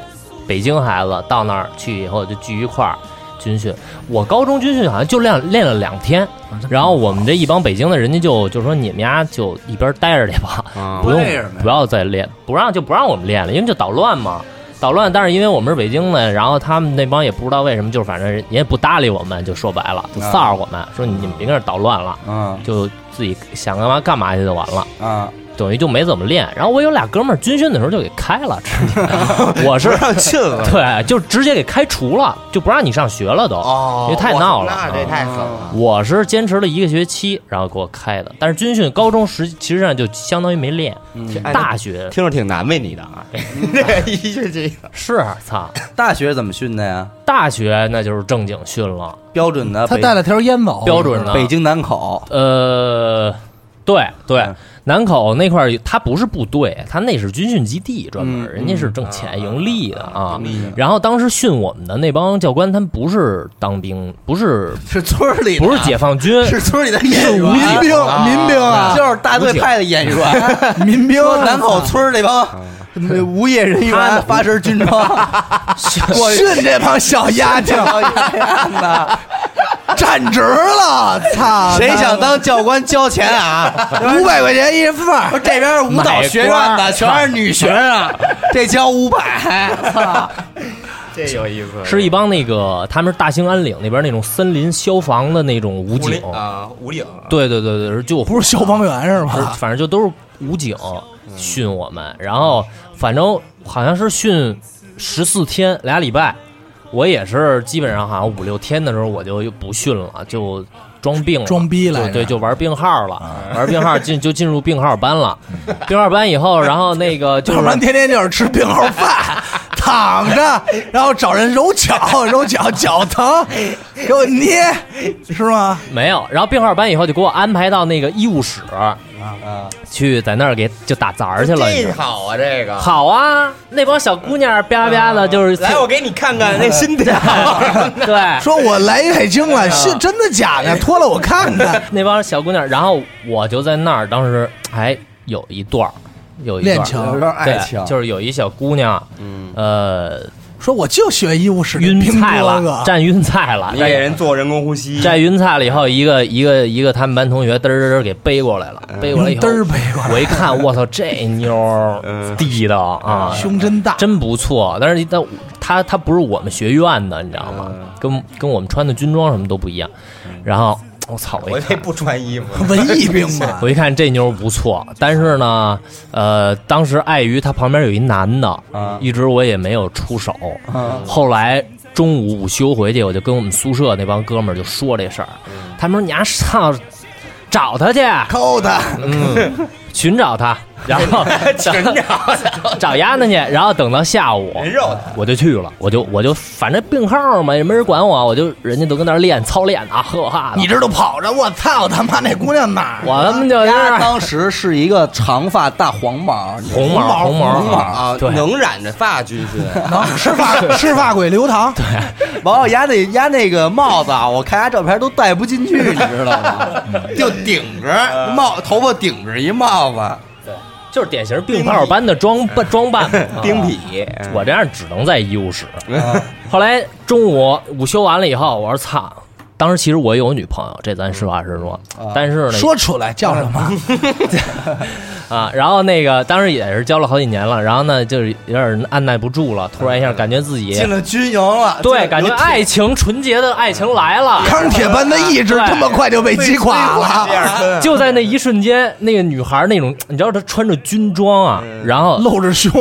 C: 北京孩子到那儿去以后就聚一块儿军训。我高中军训好像就练练了两天，
B: 啊
C: 然后我们这一帮北京的人家就就说你们家就一边待着去吧，
E: 啊
C: 不用
A: 为什么呀
C: 不要再练，不让就不让我们练了，因为就捣乱嘛。捣乱，但是因为我们是北京的，然后他们那帮也不知道为什么，就是反正人也不搭理我们，就说白了，就臊着我们，说你们别跟这儿捣乱了，
A: 嗯
C: 就自己想干嘛干嘛去就完了，
A: 啊，
C: 等于就没怎么练。然后我有俩哥们儿军训的时候就给开了，直接我是
E: 不让进 <laughs> 了
C: <laughs> 对，就直接给开除了，就不让你上学了都。
E: 哦，
C: 因为太闹了嗯
E: 哇那这太狠了。
C: 我是坚持了一个学期，然后给我开的。但是军训高中实其实上就相当于没练，
E: 哎
C: 大学
E: 听着挺难为你的啊，这一学期
C: 是操，
A: 大学怎么训的呀？
C: 大学那就是正经训了，
E: 哦
A: 标准的
B: 他
A: 北
B: 带了条烟走，
C: 标准的
A: 北京南
E: 啊
A: 口
C: 呃，对对
A: 嗯，
C: 南口那块儿它不是部队，它那是军训基地，专门
A: 嗯
C: 人家是挣钱盈利的啊
E: 啊盈利的。
C: 然后当时训我们的那帮教官，他们不是当兵，不是
A: 是村儿里的啊
E: <laughs>
C: 不是解放军，
A: 是村儿里的演员，
B: 民兵
E: 啊，
B: 民兵啊，
A: 就是大队派的演员。
B: 民兵
A: 说南口村儿那帮无业人员发身军装，过去
B: 训这帮小丫头站直了，操！
A: 谁想当教官交钱啊？
B: 五百块钱一份儿？
A: 说这边舞蹈学院的全是女学
E: 啊 <laughs>
A: 生，这交五百，操！
E: 这有意思
C: 是一帮那个他们是大兴安岭那边那种森林消防的那种武
E: 五
C: 警啊
E: 岭，啊，五岭
C: 对对对对，是救火
B: 不是消防员是
C: 不是
B: 吧？
C: 反正就都是武警训我们，然后反正好像是训十四天俩礼拜，我也是基本上好像五六天的时候我就又不训了，就装病了，
B: 装逼来
C: 就
B: 着啊
C: 对，就玩病号了，玩病号进就进入病号班了，
B: 嗯
C: 病号班以后，然后
B: <laughs>
C: 那个就
B: 要不然
C: 是。
B: 天天就是吃病号
C: <laughs>
B: 饭，躺着，然后找人揉脚，揉脚脚疼，
C: 哎
B: 给我捏，是吗？
C: 没有，然后病号班以后就给我安排到那个医务室，去在那儿给就打杂儿去了。你知
E: 啊这
C: 道吗
E: 好啊，这个
C: 好啊，那帮小姑娘吧吧的，就是
E: 来，我给你看看那心跳。 <laughs>
C: <laughs> 对，
B: 说我来月经
C: 哎
B: 了，是真的假的？脱了我看看。
C: 那帮小姑娘，然后我就在那儿，当时还有一段儿，有一段儿
B: 恋情有
A: 点
C: 对
A: 爱情
C: 就是哎有一小姑娘，嗯，呃，
B: 说我就喜欢医务室的
C: 晕
B: 兵
C: 菜
B: 哥哥
C: 了，，站晕菜了，
E: 你
C: 站
E: 给人做人工呼吸，
C: 站晕菜了以后，一个一个一个他们班同学嘚儿嘚儿嘚儿给背过来了，
E: 嗯
C: 背过来以后，
B: 嘚儿背过来
C: <laughs> 我一看，我操，这妞儿
E: 嗯
C: 地道啊，
B: 胸真大，
C: 真不错，但是他他他不是我们学院的，你知道吗？跟跟我们穿的军装什么都不一样。然后我操，我
E: 我
C: 一
E: 这
C: 看
E: 不穿衣服，
B: 文艺兵
C: <laughs>
B: 嘛
C: 我。一看这妞儿不错，但是呢，呃，当时碍于她旁边有一男的，
E: 啊
C: 一直我也没有出手。后来中午午休回去，我就跟我们宿舍那帮哥们儿就
E: 嗯
C: 说这事儿，他们说你丫上找他去，
B: 抠他，
C: 嗯寻
E: <laughs>
C: 找他，然后
E: 寻找哎
C: 找丫的去，然后等到下午，
E: 人肉他，
C: 我就去了，我就我就反正病号嘛，也没人管我，我就人家都跟那儿练操练呢啊，呵哈的，
B: 你这都跑着，我操他妈那姑娘哪儿？
C: 我他
E: <laughs>
C: 妈就是
A: 丫
C: <laughs>
A: 当时是一个长发大黄毛，你知道吗
C: 红毛
B: 红
C: 毛
B: 毛
C: 红
B: 红
C: 毛
B: 毛
E: 啊，
C: 对
E: 能染着发军训，
A: <laughs>
B: 能是
C: <laughs>
B: 发是发鬼留堂，
A: 完了，丫那丫那个帽子啊，我看丫照片都戴不进去，你知道
E: <laughs>
A: 吗？
E: 就顶着帽，头发顶着一帽子，
C: 就是典型病号般的装
A: 哎
C: 扮装扮嘛，
E: 钉痞。
C: 我这样只能在医务室。
A: 啊
C: 后来中午午休完了以后，我说操，当时其实我有女朋友，这咱实话实说，
A: 嗯啊
C: 但是呢，
B: 说出来叫什
C: <laughs>
B: 么？
C: 啊，然后那个当时也是交了好几年了，然后呢就是有点按耐不住了，突然一下感觉自己
A: 嗯进了军营了，
C: 对感觉爱情纯洁的爱情来了，
B: 钢铁般的意志
C: 对
B: 这么快就被击垮
C: <laughs>
B: 了，
A: 嗯
C: 就在那一瞬间，那个女孩那种你知道她穿着军装啊，
A: 嗯
C: 然后
B: 露着
C: <laughs>
B: 胸，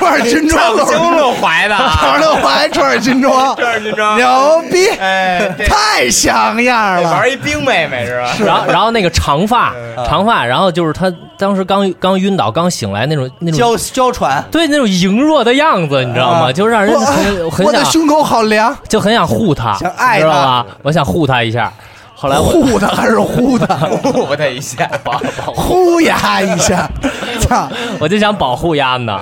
B: 穿着军装，露着胸
E: 露怀的啊，
B: 穿着怀，穿着军装，
E: 这你知道吗？
B: 牛逼，
E: 哎，这
B: 太像样了。
E: 玩一冰妹妹是吧？
C: <laughs> 然后然后那个长发长发，然后就是她当时刚刚晕倒刚醒来那种那种
A: 娇娇喘，
C: 对那种羸弱的样子，你知道吗？就让人很
B: 我啊
C: 很
B: 我的
C: 想
B: 胸口好凉，
C: 就很想护她，
A: 想爱
C: 你知道
A: 她
C: 吧？我想护她一下，后来我
B: 呼的还是呼的，
E: <laughs> 呼他一
C: <laughs>
E: 下，
B: 呼呀一下，操
C: 我就想保护丫呢。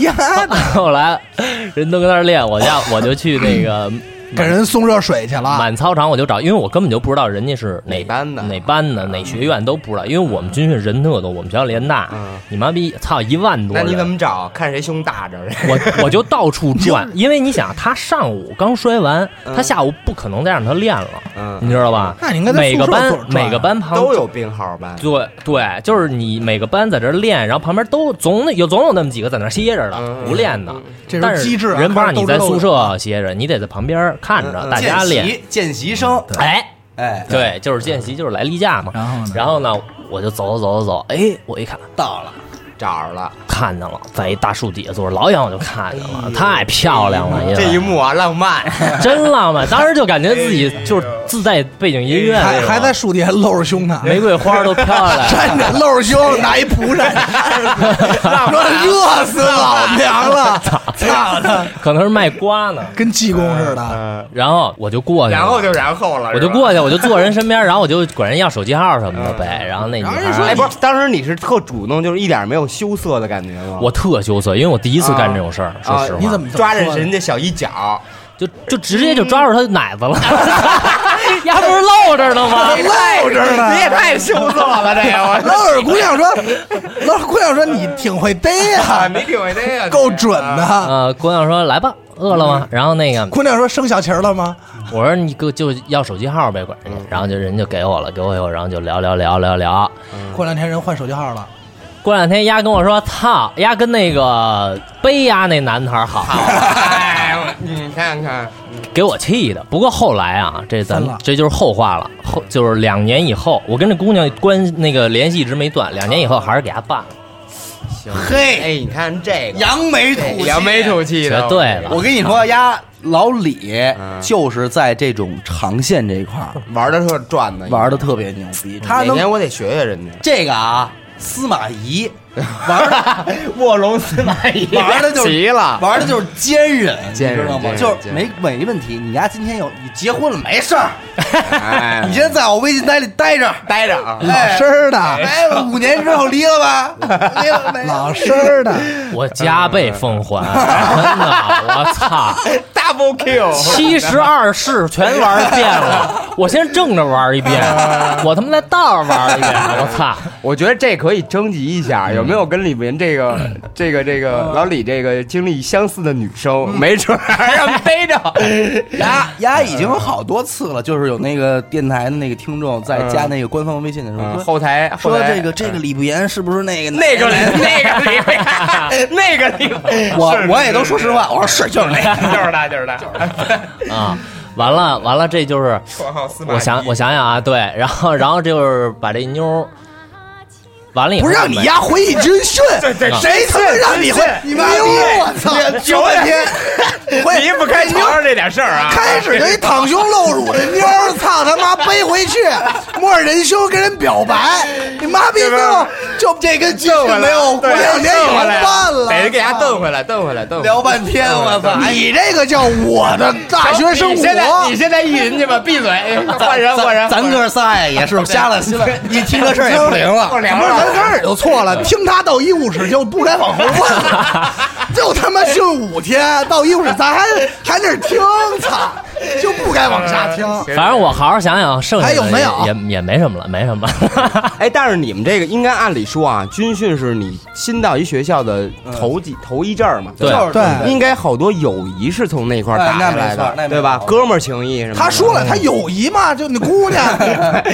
B: 呀的，
C: <laughs> 后来人都跟那儿练，我家我就去那个
B: 给人送热水去了。
C: 满操场，我就找，因为我根本就不知道人家是哪
E: 哪班的
C: 哪班的、哪学院都不知道，因为我们军训人特多，我们学校联大，你妈逼操一万多
E: 那
C: 人，
E: 你怎么找？看谁胸大着？
C: 我我就
E: <laughs>
C: 到处转，因为你想，他上午刚摔完，他下午不可能再让他练了，
E: 嗯
C: 你知道吧？
B: 那你应该在
C: 每个
B: 宿舍
C: 班
B: 坐着转
C: 每个班旁
E: 都有病号吧？
C: 对对，就是你每个班在这儿练，然后旁边都总得有总有那么几个在那儿歇着的，
E: 嗯
C: 不练的。
B: 这
C: 但
B: 是啊
C: 是
B: 机制啊
C: 人不让你在
B: 看
C: 宿
B: 着斗智
C: 舍歇着，你得在旁边看
E: 嗯
C: 着大
A: 见
C: 家练。
A: 习见习生，
C: 哎，
A: 哎，
C: 对，就是见习，就是来例假嘛。
B: 嗯然后呢
C: 然后呢，我就走走走走，哎，我一看
A: 到了，
E: 找着了，
C: 看见了，在一大树底下坐着，老远我就看见
B: 哎
C: 了，太漂亮了，因
E: 这一
C: 为
E: 幕啊，浪漫。
C: <laughs> 真浪漫，当时就感觉自己就是自带背景音乐那
B: 哎还
C: 种，
B: 还在树底下露着胸呢，
C: 玫瑰花都飘下来了。
B: 站着露着胸，拿一蒲
C: <laughs>
B: 扇，说热死老娘
C: <laughs>
B: 了，操他，
C: 可能是卖
B: <laughs>
C: 瓜呢，
B: 跟济公似的。
E: 嗯，
C: 然后我就过去了，
E: 然后就然后了，
C: 我就是
E: 吧
C: 过去，我就坐人身边，然后我就管人要手机号什么的呗。然后那
B: 嗯
C: 女
B: 然后人说
C: 孩
E: 哎，不是，当时你是特主动，就是一点没有羞涩的感觉吗？
C: 我特羞涩，因为我第一次干这种事儿，说
E: 啊
C: 实话，
B: 你怎么
E: 抓着人家小一角，
C: 就就直接就抓住她奶
B: <laughs>
C: 子了，丫不是露着呢吗？
B: 露着呢
E: 你？也太羞涩了，这个
B: 露着姑娘说，露着姑娘说你挺会逮
E: 哎我，
D: 哎
B: 呀，
E: 你挺会这个，
B: 够准的。
C: 呃，姑娘说来吧，饿了
B: 嗯
C: 吗？然后那个
B: 姑娘说生小旗儿了吗？
C: 我说你给我就要手机号呗，管人家，
B: 嗯
C: 然后就人就给我了，给我以后，然后就聊聊聊聊聊。
B: 过两天人换手机号了，
C: 过两天丫跟我说，操，丫跟那个背丫那男孩好，
B: 啊
E: 哎，我你看看，
C: <laughs> 给我气的。不过后来啊，这咱
B: 分
C: 们
B: 了
C: 这就是后话了，后就是两年以后，我跟这姑娘关那个联系一直没断，两年以后还是给她办了。
A: 嘿，
E: 哎，你看这个，
A: 扬眉吐气，
E: 扬眉。吐气的，
C: 绝对了
A: 我跟你说，丫老李
E: 嗯
A: 哎就是在这种长线这一块儿
E: 玩的特转的，
A: 玩的特别牛逼，他
E: 哪
A: 能
E: 天我得学学人家。
A: 这个啊，司马
E: <laughs>
A: 懿玩的
E: 卧龙司马 <laughs> 懿
A: 玩的就是
E: 急了，
A: 玩的就是坚忍，你
E: 坚
A: 知
E: 忍
A: 道吗？
E: 坚忍
A: 就是
E: 坚
A: 没
E: 忍
A: 没问题，你丫今天有你结婚了没事儿，
E: 哎 <laughs>
A: 你先在我微信单里 <laughs> 待着，
E: 待着啊，
B: 老
A: 哎
B: 师儿的，
A: 哎，五年之后离了
B: <laughs>
A: 吧？离了没？
B: 老师儿的，
C: <laughs> 我加倍
B: <laughs>
C: 奉还，真的，我操，
E: ，double kill，
C: 七十二式全玩遍了。 <laughs> 我先正着玩
B: <laughs>
C: 一遍，我他妈再倒着玩一遍，我操！
E: 我觉得这可以征集一下，有没有跟里面这个、这个、这个老李这个经历相似的女生，没准儿还让背着。
A: 丫丫已经有好多次了，就是有那个电台的那个听众在加那个官方微信的时
E: 嗯
A: 候说
E: 后台后
A: 说
E: 台
A: 这个这个李不言是不是那个
D: <laughs>
E: 那个里那个里面那个里面，
A: 我我也都说实话，我说是就是那
D: <laughs>
A: 个。
E: 就是他就是他，
C: 啊，完了完了，这就是
E: <laughs> 绰号司马懿。
C: 我想我想想啊，对，然后然后就是把这妞儿完了以后
B: 不让你丫回忆军训，
D: 对
B: 谁他妈让你回？你妈逼！我操！
D: 九
B: 半天， <laughs>
D: 离不开床上这点事儿啊。
B: 开始就一躺胸露乳的妞儿，操他妈背回去，摸着人胸跟人表白，你妈逼最后就这跟军训没有过
D: 对
B: 两年以
D: 瞪
B: 后
D: 回来
B: 办了，啊
D: 得给他瞪回来，瞪回来，瞪回来。
E: 聊半天，我操！
B: 你这个叫我的大学生
D: 你现在
B: 活
D: 你，现在意淫去吧，闭嘴，换人换人。
A: 咱哥仨呀也是瞎了心了，一听这事儿也不灵了。
D: 不
B: 什
D: 聊
B: 么咱
D: 了，
B: 根儿就错了，听他到医务室就不该往后问了，就他妈训五天到医务室，咱还还那儿听，操，就不该往下听。
C: 反正我好好想想，剩下的
B: 还有没有
C: 也也也没什么了， <laughs> 没什么。
E: 哎，但是你们这个应该按理说啊，军训是你新到一学校的头几、头一阵儿嘛，
C: 对
E: 就是
B: 对
E: 应该好多友谊是从那块儿打
A: 哎那
E: 下
A: 没
E: 来
A: 错那
E: 的，
A: 没
E: 对吧？
A: 错
E: 哥们儿情谊什么的？
B: 他说了，他友谊嘛，就你姑娘，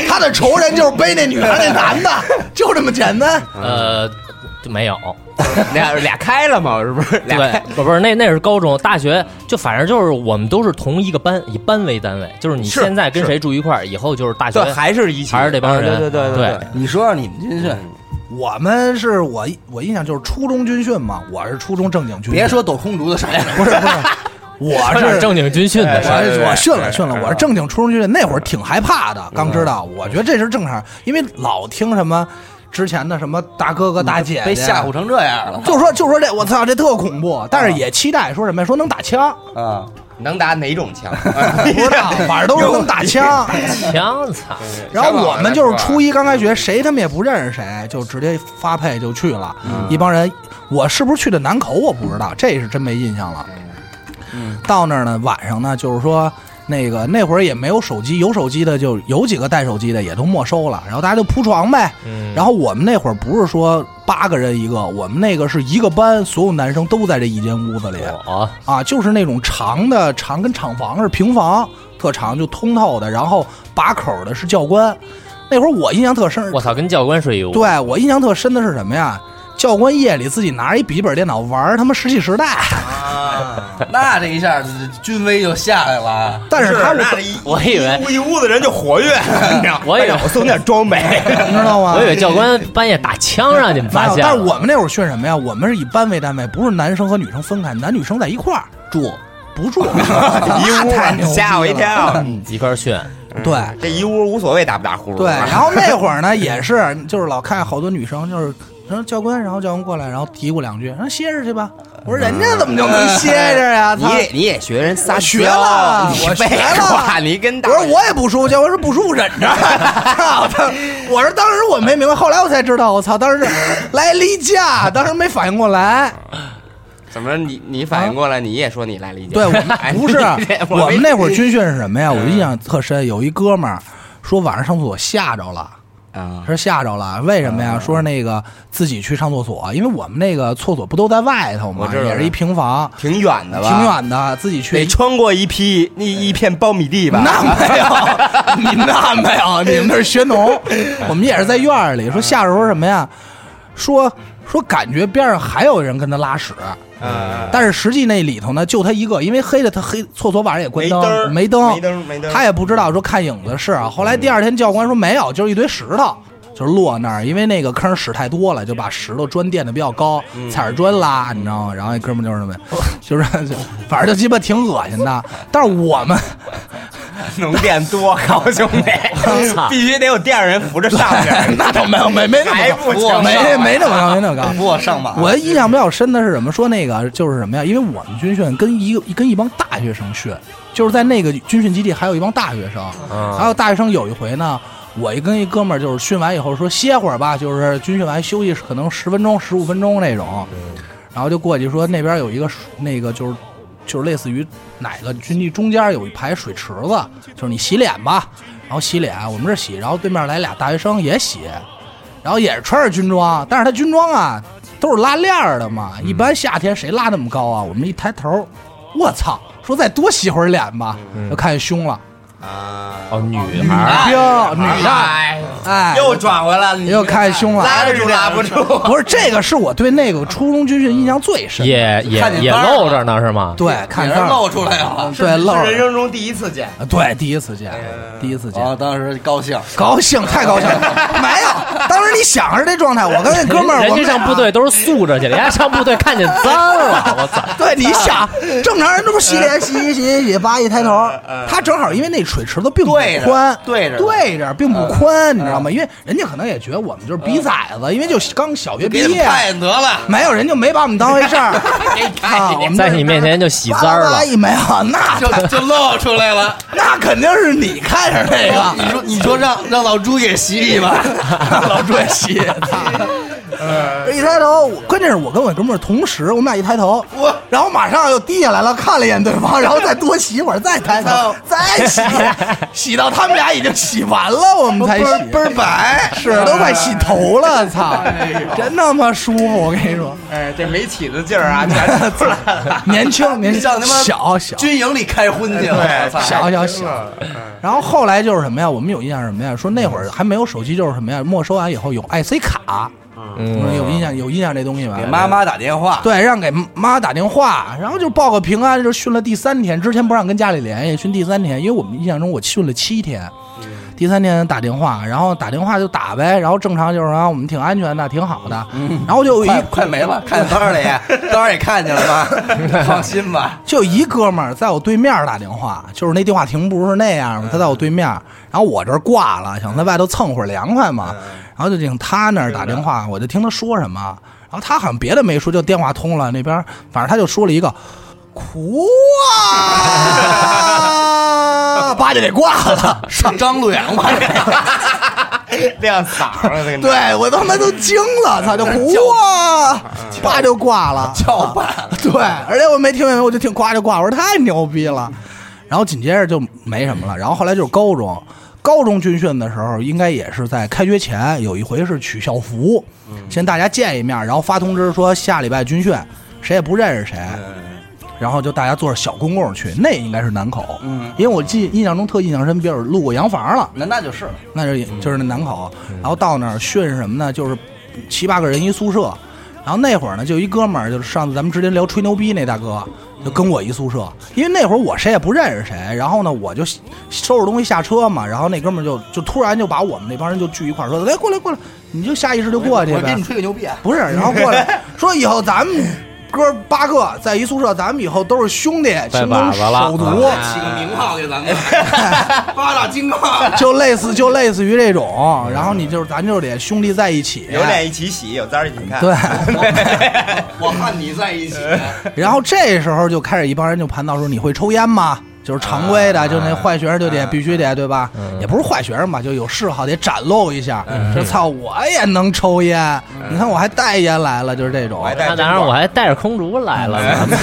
B: 他的仇人就是背那女的那男的，就这么简单。
C: 呃，就没有，
E: <laughs> 俩俩开了嘛，是不是？俩
C: 对
E: 开，
C: 不不是那那是高中，大学就反正就是我们都是同一个班，以班为单位，就是你
E: 是
C: 现在跟谁住一块儿，以后就是大学
E: 对，还是一起，
C: 还是这帮人
E: 啊对对对
C: 对
A: 你说说你们军训，
B: 我们是我我印象就是初中军训嘛，我是初中正经军训，
A: 别说抖空竹的事儿，
B: 不是不是，
C: <laughs>
B: 我
C: 穿点
B: 是。
C: 正经军训的
B: 我
C: 事儿。
B: 是
D: 对
B: 哎我训了
D: 对
B: 训了，
D: 对
B: 我是正经初中军训，那会儿挺害怕的，刚知道，我觉得这是正常，因为老听什么之前的什么大哥哥大姐姐
A: 嗯
B: 啊
A: 被吓唬成这样了
B: 就说就说这我操这特恐怖，但是也期待说什么呀？说能打枪，
A: 啊！
E: 能打哪种枪？
B: 不知道反正都是能打枪，
C: 枪啊操！
B: 然后我们就是初一刚开学，谁他们也不认识谁，就直接发配就去了。一帮人，我是不是去的南口我不知道，这是真没印象了。到那儿呢，晚上呢，就是说那个那会儿也没有手机，有手机的就有几个带手机的也都没收了，然后大家就铺床呗。然后我们那会儿不是说八个人一个，我们那个是一个班，所有男生都在这一间屋子里。
C: 我
B: 啊，就是那种长的，长跟厂房似的平房，特长就通透的，然后把口的是教官。那会儿我印象特深，
C: 我操，跟教官睡一屋。
B: 对我印象特深的是什么呀？教官夜里自己拿着一笔记本电脑玩儿他妈《石器时代》，
A: 那这一下军威就下来了。
B: 但是他我
C: 我以为
D: 一屋子人就活跃，你知道吗？
C: 哎我以
B: 哎
C: 为
D: 我送点装备，
E: <laughs>
B: 你知道吗？
C: <laughs> 我以为教官半夜打枪让你们
B: 没
C: 发
B: 有
C: 现了。
B: 哎但是我们那会儿训什么呀？我们是以班为单位，不是男生和女生分开，男女生在一块儿住，不
D: <laughs>
B: 住
D: 一屋啊
B: <laughs> 太牛逼
D: 吓我一
E: <laughs>
B: 了
D: 跳。
C: 一块儿训，
B: 对，
D: 这一屋无所谓打不打呼噜。
E: <laughs>
B: 对，然后那会儿呢，也是 <laughs> 就是老看好多女生，就是然后教官，然后教官过来，然后嘀咕两句，让歇着去吧。我说
E: 嗯
B: 人家怎么就能歇着呀？
E: 你
B: 操
E: 也你也学人撒
B: 我学
E: 娇
B: 了
E: 你
B: 我学
E: 废话，
B: 了
E: 你跟
B: 我
E: 大
B: 说我也不舒服，教官说不舒服忍着。 <laughs> 操他！我说当时我没明白，后来我才知道，我操，当时是来例
E: <laughs>
B: 假，当时没反应过来。
E: 怎么你你反应过来，你也说你来理解？
B: 啊对，我
E: 哎
B: 们不是
E: <laughs> 你这
B: 我
E: 没嗯
B: 们那会儿军训是什么呀？我印象特深，有一哥们儿说晚上上厕所吓着了。
E: 啊，
B: 说吓着了，为什么呀？说那个自己去上厕所，因为我们那个厕所不都在外头
E: 我
B: 吗？
E: 知道
B: 也是一平房，
E: 挺远的吧？
B: 挺，远的，自己
E: 得
B: 去。
E: 穿过一批那一片苞米地吧？
B: 那没有， <laughs> 你那没有，你们那是学农，我们也是在院儿里。说吓着说什么呀？说说感觉边上还有人跟他拉屎，
D: 嗯，
B: 但是实际那里头呢，就他一个，因为黑的他黑，厕所晚上也关
D: 没灯儿
B: 灯，没
D: 没灯儿没灯儿
B: 他也不知道说看影子是啊。后来第二天教官说没有，就是一堆石头，就是落那儿，因为那个坑屎太多了，就把石头砖垫的比较高，
D: 嗯
B: 踩着砖拉，你知道吗？然后那哥们儿就是那么， <laughs> 就是就反正就鸡巴挺恶心的。但是我们
D: 能练多高，兄弟
B: <laughs>
C: 操，
D: 必须得有第二人扶着上去。
B: 那倒没有，没没那
D: 还
B: 么
D: 不
B: 高，
D: 行
B: 没没那么高，没那么高。
A: 不，我上马。
B: 我印象比较深的是什么？说那个就是什么呀？因为我们军训跟一个跟一帮大学生训，就是在那个军训基地还有一帮大学生，还有大学生有一回呢，我一跟一哥们儿就是训完以后说歇会儿吧，就是军训完休息可能十分钟十五分钟那种，然后就过去说那边有一个那个就是就是类似于哪个军地中间有一排水池子，就是你洗脸吧，然后洗脸，我们这洗，然后对面来俩大学生也洗，然后也是穿着军装，但是他军装啊都是拉链儿的嘛，一般夏天谁拉那么高啊？我们一抬头，我操，说再多洗会儿脸吧，就看见胸了，
E: 啊，
C: 嗯哦，女
B: 女
C: 孩儿
B: 兵，女的，
E: 哎，
B: 哎，
E: 又转回来了，你
B: 又看胸了。
E: 拉得住拉不住。
B: 不是这个，是我对那个初中军训印象最深。
C: 也
E: 看见
C: 也也
E: 班儿
C: 露着呢是吗？
B: 对，看
E: 也
B: 范
E: 是
B: 儿
E: 露出来了，
B: 对露
D: 是人
B: 着，
D: 生中第一次见，哎哦
B: 对，第一次见，第一次见。
A: 啊，当时高兴，
B: 高兴，太高兴了！没有，当时你想是这状态，我跟那哥们儿，
C: 人
B: 我
C: 家
B: 们
C: 上部队都是素着去了，人家上部队看见脏了，我操！
B: 对，你
C: <laughs>
B: 想，正常人都不洗脸洗洗洗洗，叭一抬头，嗯他正好因为那水池子并不
D: 嗯对着
B: 宽，
D: 对着嗯
B: 对着并不宽，你知道吗？因为人家可能也觉得我们就是逼崽子，因为就刚小学
E: 给
B: 毕
E: 你
B: 业，
E: 看见得了，
B: 没有人就没把我们当回事
D: <laughs>
B: 儿啊，我们
C: 在你面前就洗脏儿了
B: 哎，，没有，那
E: 就就露出来了。
B: <laughs> 那肯定是你看上那个，
A: 哦你说你说让让老朱给洗洗吧，
B: <laughs> 老追戏。
A: <laughs> 呃
B: 一抬头，我关键是我跟我哥们儿同时，我们俩一抬头，我然后马上又低下来了，看了一眼对方，然后再多洗一会儿，再抬
A: 哦
B: 头，
A: <laughs>
B: 再洗，洗到他们俩已经洗完了，我
A: 哦
B: 们才洗，倍儿
E: <laughs>
B: 白，是都快洗头了，操，
A: 哎
B: 真他妈舒服，我跟你
A: <laughs>
B: 说，
D: 哎，这没起子劲儿啊，全出来
B: <laughs>
D: 了。
B: 年轻年轻，
A: 像他妈
B: 小小
A: 军营里开荤去
E: 哎
A: 了，
D: 对
A: 我操
B: 小小小。然后后来就是什么呀？我们有印象是什么呀？说那会儿还没有手机，就是什么呀？没收啊完以后有 IC 卡，嗯，有印象有印象这东西吧？
A: 给妈妈打电话，
B: 对，让给妈打电话，然后就报个平安，就训了第三天，之前不让跟家里联系，训第三天，因为我们印象中我训了七天，
A: 嗯
B: 第三天打电话，然后打电话就打呗，然后正常就是啊，我们挺安全的，挺好的，然后
A: 嗯
B: 就有
A: 快
B: 一
A: 快没了，看班里，当然也看见了吧，放心吧，
B: 就有一哥们儿在我对面打电话，就是那电话亭不是那样吗？
A: 嗯
B: 他在我对面，然后我这儿挂了，想在外头蹭会儿凉快嘛，
A: 嗯
B: 然后就听他那儿打电话，我就听他说什么，然后他好像别的没说，就电话通了那边，反正他就说了一个苦
A: <laughs>
B: 啊，叭就给挂了。
A: 是张路阳吧？
D: <laughs> 亮嗓儿了，这个
B: 对我他妈都惊 <laughs> 了，操！就哭啊，叭就挂了， <laughs> 叫板。对，而且我没听明白，我就听呱就挂，我说太牛逼了。然后紧接着就没什么了，然后后来就是高中，高中军训的时候，应该也是在开学前有一回是取校服，先大家见一面，然后发通知说下礼拜军训，谁也不认识谁。然后就大家坐着小公共去，那应该是南口，嗯，因为我记印象中特印象深，比尔路过洋房了，
A: 那那就是了，
B: 那就是
A: 嗯
B: 就是那南口，然后到那儿训是什么呢？就是七八个人一宿舍，然后那会儿呢，就一哥们儿，就是上次咱们之前聊吹牛逼那大哥，就跟我一宿舍，因为那会儿我谁也不认识谁，然后呢，我就收拾东西下车嘛，然后那哥们儿就就突然就把我们那帮人就聚一块儿说，来过来过来，你就下意识就过去
A: 我给
B: 呗
A: 你，吹个牛逼啊！
B: 不是，然后过
A: <laughs>
B: 来说以后咱们。哥八个在一宿舍，咱们以后都是兄弟，
C: 拜
B: 情
C: 把
B: 同
C: 子了
B: 手足。
A: 起个名号给咱 <laughs> 们，八大金
D: <laughs>
A: 刚，
B: 就类似就类似于这种，然后你就是咱就得兄弟在一起，
D: 有脸一起洗，有脏一起看。
B: 对， <laughs>
A: 我和你在 <laughs> 一起，啊
B: 然后这时候就开始一帮人就盘到说你会抽烟吗？就是常规
D: 啊
B: 的，就那坏学生就得必须得对吧？
D: 嗯
B: 也不是坏学生吧，就有嗜好得展露一下。说操，我也能抽烟，你看我还带烟来了，就是这种
D: 嗯我。还带
C: 那
D: 针
C: 当然我
D: 管
C: 还带着空竹来了
B: 哎
C: 呢。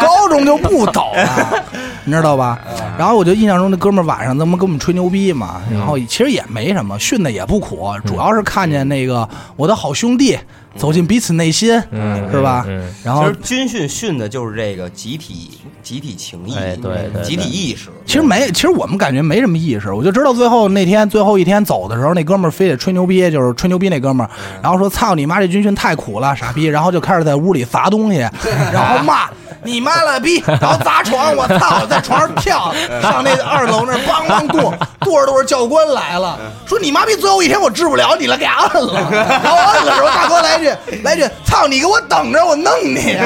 B: <laughs> 高中就不懂
C: <laughs>
B: 了，你知道吧？
C: 啊
B: 然后我就印象中那哥们儿晚上他妈跟我们吹牛逼嘛，
C: 嗯
B: 然后其实也没什么，训的也不苦，主要是看见那个我的好兄弟走进彼此内心，是吧
C: 嗯嗯？
B: 然
D: 其
B: 后
D: 实军训训的就是这个集体集体情谊，
C: 哎对对
D: 集体意识。
B: 其实没，其实我们感觉没什么意识，我就知道最后那天最后一天走的时候，那哥们儿非得吹牛逼，就是吹牛逼那哥们儿，然后说操你妈这军训太苦了，傻逼，然后就开始在屋里砸东西，然后骂你妈了逼，然后砸床，我操，在床上跳，上那二楼那
D: <laughs>
B: 儿梆梆跺，跺着跺着教官来了，说你妈逼最后一天我治不了你了，给摁
D: <laughs>
B: 了，然后摁的时候大哥来一句来一句操你给我等着我弄你，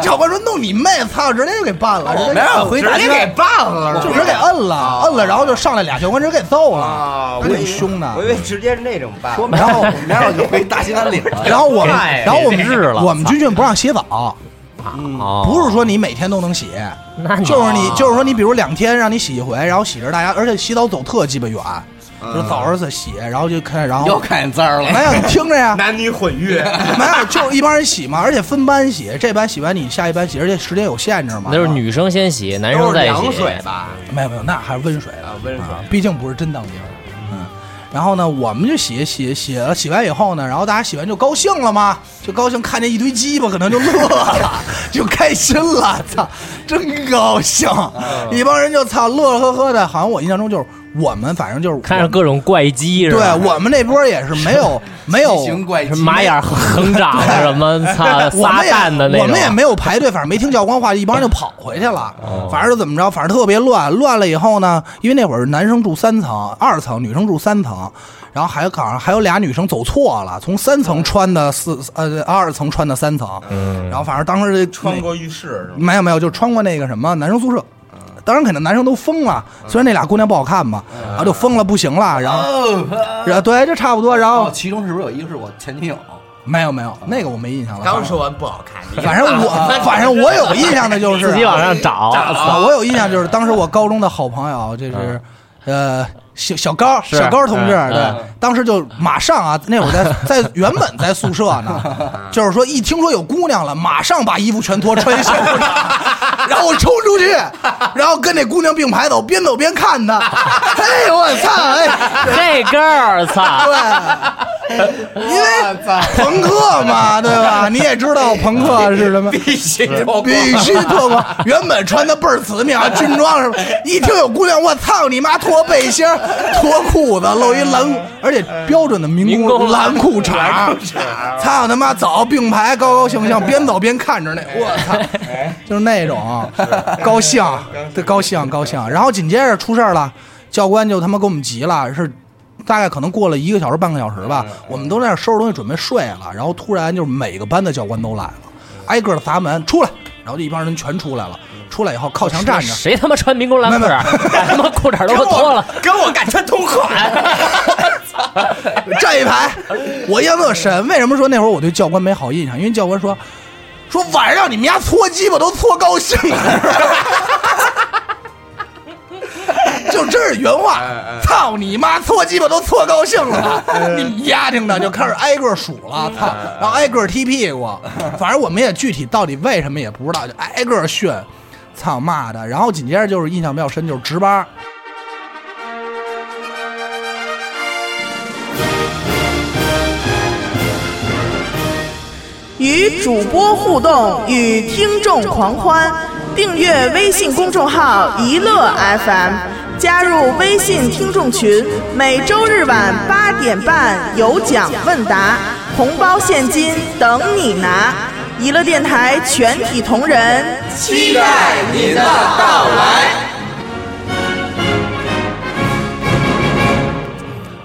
B: 教官说弄你妹，操直接就给办了，直接
A: 让回答
D: 哦直接给办了，
B: 就直接给摁了，摁了，然后就上来俩教官直接给揍了，
D: 啊！
B: 就
D: 我以
B: 挺
D: 为
B: 凶
D: 我以
B: 的。
D: 为直接是那种办。
B: 然
D: <laughs>
B: 后，
A: 然后就回大兴安岭了。
B: 然后我们，
C: 给
B: 然后我们
C: 给日了
B: 我们军训不让洗澡，
C: 哦，
B: 嗯不是说你每天都能洗，
C: 那你
B: 就是你就是说你比如两天让你洗一回，然后洗着大家，而且洗澡走特鸡巴远，就是早上再洗，然后就开，然
A: 又
B: 后
A: 看见字儿了，
B: 没有你听着呀，
D: 男女混浴，
B: 没有就是一帮人洗嘛，而且分班洗，这班洗完你下一班洗，而且时间有限制嘛。
C: 那就是女生先洗，
D: <laughs>
C: 男生再洗。
D: 都是凉水吧？
B: 没有没有，那还是温水的
D: 啊，温水
B: 啊毕竟不是真当兵。嗯，然后呢，我们就洗洗洗了，洗完以后呢，然后大家洗完就高兴了嘛，就高兴看见一堆鸡巴，可能就乐
D: <laughs>
B: 了，就开心
D: 啊
B: 了，操，真高兴！一帮人就操乐乐呵呵的，好像我印象中就是我们反正就是
C: 看着各啊种怪鸡是
B: 对
C: 吧？
B: 我们那波也是没
D: <laughs>
B: 有没有，
A: 奇形怪
C: 什
A: 迹
C: 么马眼横长的什么，擦
B: <laughs> 我
C: 啊撒
B: 们
C: 旦的那
B: 也
C: 种，
B: 我们也没有排队，反正没听教官话，一帮人就跑回去了。
C: 哦
B: 反正就怎么着，反正特别乱。乱了以后呢，因为那会儿男生住三层，二层女生住三层，然后还有好像还有俩女生走错了，从三层穿的四呃二层穿的三层，
C: 嗯
B: 然后反正当时这
D: 穿过浴室是吗？
B: 没有没有，就穿过那个什么男生宿舍。当然，肯定男生都疯了。
C: 嗯
B: 虽然那俩姑娘不好看吧，然后就疯了，不行了。然后，
C: 哦
B: 然后对，就差不多。然后
A: 哦，其中是不是有一个是我前女友？
B: 没有没有，那个我没印象了。
D: 刚说完不好看，你
B: <laughs> 反正
C: <laughs>
B: 我反正我有印象的就是
C: 自己往上找。
B: 啊，我有印象就是当时我高中的好朋友，这是呃小小高
C: 啊是
B: 小高同志，
C: 嗯
B: 对
C: 嗯，
B: 当时就马上啊，那会儿在在原本在宿舍
C: <laughs>
B: 呢，就是说一听说有姑娘了，马上把衣服全脱，穿一小裤衩。 <laughs> 然后我冲出去，然后跟那姑娘并排走，边走边看她。 <laughs> 哎，我操！哎，
C: 这歌儿，
B: <laughs>
C: 操！
B: 对，因为朋克嘛，对吧？你也知道朋克是什么，
D: 必须脱光
B: 必须脱光。原本穿的倍儿慈面啊，军装什么，一听有姑娘，我操你妈！脱背心儿，脱裤子，露一蓝，而且标准的民
C: 民
B: 工
C: 工
B: 蓝裤衩儿，操他妈！早并排，高高兴兴，边走边看着那，我操，就是那种高兴，对，高兴高兴。然后紧接着出事儿了，教官就他妈给我们急了，是。大概可能过了一个小时、半个小时吧，我们都在那儿收拾东西准备睡了，然后突然就是每个班的教官都来了，挨个的砸门出来，然后就一帮人全出来了，出来以后靠墙站着，
C: 谁他妈穿民工蓝裤衩儿？哎把他妈裤衩儿都给我脱了！
D: 跟我敢穿同款，
B: 站一排，我印象特深。为什么说那会儿我对教官没好印象？因为教官说说晚上让你们家搓鸡巴都搓高兴了。 <laughs> 就这是原
D: 哎
B: 话，操你妈！搓鸡巴都搓高兴了，
D: 哎
B: 你们丫听的就开始挨个数了，
D: 嗯
B: 操，然后挨个踢屁股，反正我们也具体到底为什么也不知道，就挨个训，操骂的。然后紧接着就是印象比较深，就是值班儿，
F: 与主播互动，与听众狂欢。订阅微信公众号“一乐 FM”，加入微信听众群，每周日晚八点半有奖问答，红包现金等你拿。一乐电台全体同仁期待您的到来。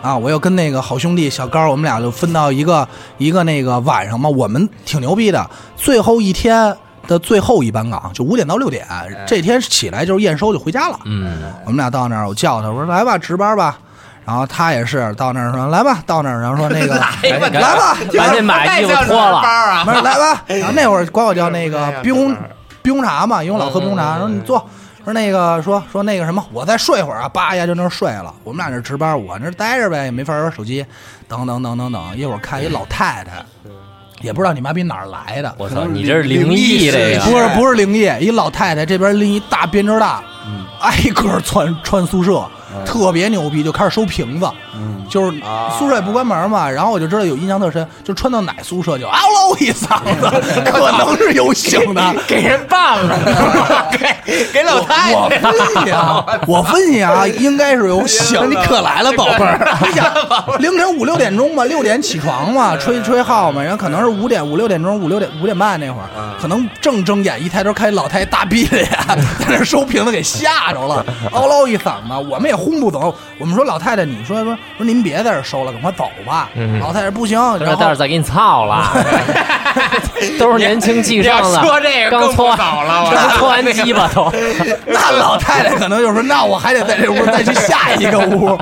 B: 啊，我又跟那个好兄弟小高，我们俩就分到一个一个那个晚上嘛，我们挺牛逼的，最后一天的最后一班岗，就五点到六点，
C: 哎
B: 这天起来就是验收就回家了。 <laughs> 嗯，我们俩到那儿，我叫他，我说来吧，值班吧。然后他也是到那儿说来吧，到那儿，然后说
C: <laughs>
B: 那个来吧，来吧，
C: 哎赶紧把哎衣服脱了。
D: 啊
B: 不是来吧。然后那会儿管我叫那个冰红冰红茶嘛，因为我老喝冰红茶。说你坐，说那个说说那个什么，我再睡会儿啊，叭一下就那儿睡了。我们俩这值班，我那儿待着呗，也没法玩手机，等等等等等。一会儿看一老太太，也不知道你妈逼哪儿来的，
C: 我操，你这是灵异这个
B: 不是不是灵异，一老太太这边拎一大编织袋，挨个儿穿穿宿舍，特别牛逼，就开始收瓶子，就是宿舍也不关门嘛。然后我就知道有印象特深，就穿到哪宿舍就嗷喽一嗓子，可能是有醒的。
C: <laughs> 给人办
B: <laughs>
C: 了，给给老太
B: 我分析 <laughs> 啊，我分析啊，应该是有醒。你可来了，宝贝 <laughs> 儿。嗯哎呀，凌晨五六点钟吧，六点起床嘛，吹吹号嘛，然后可能是五点五六点钟，五六点五点半那会儿，可能正睁眼一抬头，看一老太太大逼着眼， <laughs> 在那收瓶子给吓着了，嗷唠一嗓子，我们也轰不走。我们说老太太，你说说说您别在这儿收了，赶快走吧。嗯老太太不行，
C: 他说
B: 然
C: 待会儿
B: 后
C: 再给你操了，
B: <laughs>
C: 都是年轻气盛的，
D: 说这个
C: 刚搓完，
D: 更不好了我
C: 刚搓
B: <laughs>
C: 完鸡巴都，
B: 那老太太可能就说，那我还得在这屋再去下一个
A: <laughs>
B: 屋。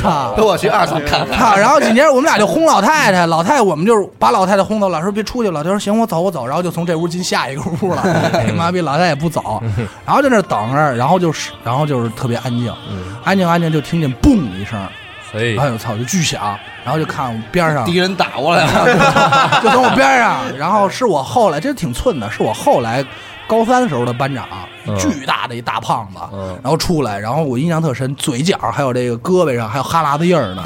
B: 操！
A: 陪我去二层看看。
B: 操！然后紧接着我们俩就轰老太太，老太太我们就是把老太太轰走了，说别出去了。她说行，我走我走，然后就从这屋进下一个
A: <laughs>
B: 屋了。他妈逼，老太太也不走，然后在那儿等着，然后就是然后就是特别安静，
A: 嗯
B: 安静安静就听见嘣一声，哎呦操，就巨响，然后就看我边上
A: 敌人打过来了，
B: <laughs> 就从我边上，然后是我后来，这挺寸的，是我后来高三时候的班长，
A: 嗯
B: 巨大的一大胖子，然后出来，然后我印象特深，嘴角还有这个胳膊上还有哈喇子印
A: <laughs>
B: 儿呢，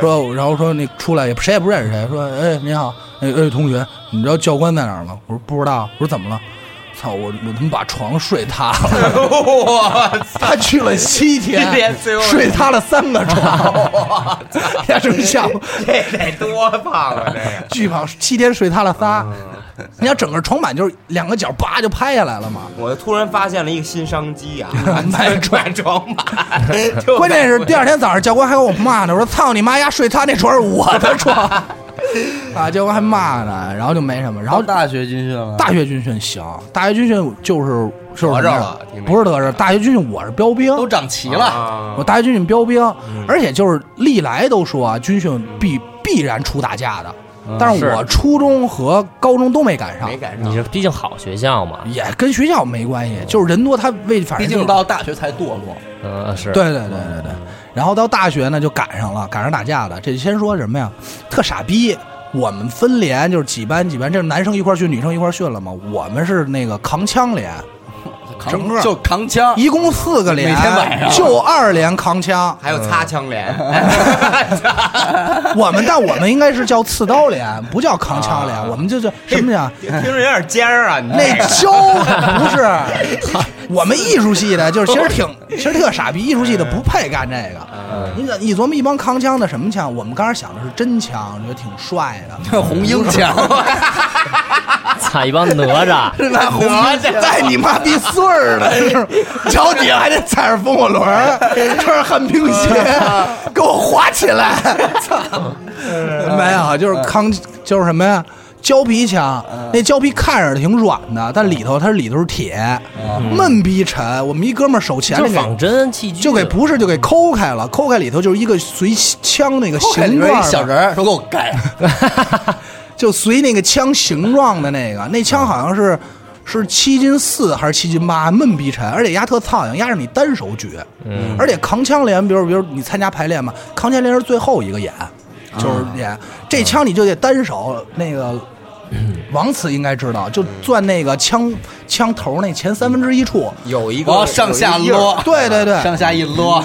B: 说，然后说那出来也谁也不认识谁，说哎你好，哎哎同学，你知道教官在哪儿吗？我说不知道，我说怎么了？操我我他妈把床睡塌
E: <laughs>
B: 了，他去了七天，
D: 天最后
B: 睡塌了三个床， <laughs> 呀，这么像
D: 这得多胖啊！这个
B: 巨胖，七天睡塌了仨，你要整个床板就是两个角叭就拍下来了嘛，
D: 我突然发现了一个新商
E: <laughs>
D: 机啊，
B: 买
D: 转 <laughs> 床板，就
B: 关键是第二天早上教官还跟我骂呢，我说操你妈呀，睡他那床是我的床，
D: <laughs>
B: 啊，教官还骂呢，然后就没什么，然后
A: 上大学军训了，
B: 大学军训行，大学军训就是就是什么呀
D: 得着了听没
B: 不是得着，大学军训我是标兵，
A: 都长齐了，
D: 啊
B: 我大学军训标兵，而且就是历来都说啊，军训必必然出打架的，但是
C: 是
B: 我初中和高中都没赶上
D: 没。赶
C: 你
D: 上。
C: 这毕竟好学校嘛，
B: 也跟学校没关系，就是人多，他为反
A: 毕
B: 正就
A: 竟
B: 是
A: 到大学才堕落。
C: 嗯是，
B: 对对对对对。然后到大学呢，就赶上了，赶上打架了。这先说什么呀？特傻逼。我们分连就是几班几班，这男生一块儿训，女生一块儿训了嘛。我们是那个扛枪连，
A: 扛
B: 整个
A: 就扛枪，
B: 一共四个连，
A: 每天晚上
B: 就二连扛枪。
D: 还有擦枪脸，
E: 嗯
B: 我们但我们应该是叫刺刀连，不叫扛枪连，我们就叫什么呀？
D: <laughs> 听着有点尖儿啊！你
B: 那胶啊不是，我们艺术系的，就是其实挺，其实特傻逼，艺术系的不配干这个。你怎你琢磨一帮扛枪的什么枪？我们刚开始想的是真枪，觉得挺帅的。
A: 红缨 <laughs> 枪，
C: <laughs> 操一帮哪
B: <laughs>
C: 吒，
A: <laughs>
B: 那红带你妈逼穗儿
A: 哎
B: 的，是吧脚底下还得踩着风火轮儿，穿着旱冰鞋，
A: 哎
B: 给我滑起来！操，
A: 哎
B: 没有，就是扛，就是什么呀？胶皮枪，
A: 哎
B: 那胶皮看着挺软的，但里头它里头是铁，
A: 嗯
B: 闷逼沉。我们一哥们儿手前
C: 就
B: 那
C: 是
B: 个
C: 仿真器具，
B: 就给不是就给抠开了，抠开里头就是一个随枪那个形状
A: 一
B: 的，
A: 小人儿，说给我盖，
B: 就随那个枪形状的那个，那枪好像是是七斤四还是七斤八，闷逼沉，而且压特苍蝇，压着你单手举，嗯，而且扛枪连，比如比如你参加排练嘛，扛枪连是最后一个演，
C: 啊
B: 就是演、这枪你就得单手那
C: <clears throat>
B: 个。王慈应该知道，
C: 嗯
B: 就攥那个枪枪头那前三分之一处，
D: 有一
A: 我要
D: 个
A: 上下
D: 有一个印儿
A: <laughs>
C: 啊
A: 摞，
B: 对对对，
A: 上下一摞，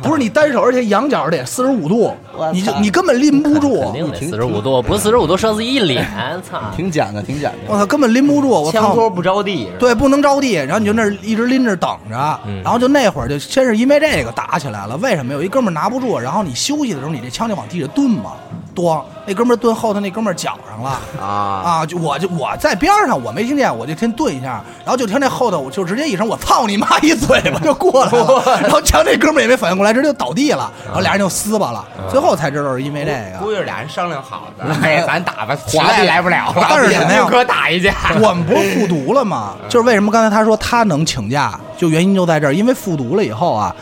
B: 不是你单手，而且仰角得四十五度
A: 我，
B: 你就
A: 操
B: 你根本拎不
C: 肯
B: 住。
C: 定得四十五度，不是四十
B: <laughs>
C: 五度射自己脸，操！
A: <laughs> 挺讲究，挺讲究。
B: 我操，根本拎不住，我
D: 枪
B: 操
D: 托！不着地，
B: 对，不能着地，然后你就那儿一直拎着等着，然后就那会儿就先是因为这个打起来了。为什么？有一哥们儿拿不住，然后你休息的时候，你这枪就往地下蹲嘛，咣，那哥们儿蹲后头那哥们儿脚上了。
D: 啊，
B: 啊！就我就我在边上，我没听见，我就先顿一下，然后就听那后头，我就直接一声“我操你妈”，一嘴巴就过来了，然后强这哥们儿也没反应过来，直接就倒地了，然后俩人就撕巴了，最后才知道是因为这
E: 哎
B: 个。
D: 估计是俩人商量好的，哎，咱打吧，实在来不了了，
B: 但
D: <laughs>
B: 是怎么样
D: 宁可打一架。
B: <laughs> 我们不是复读了吗？
C: <laughs>
B: 就是为什么刚才他说他能请假，就原因就在这儿，因为复读了以后啊，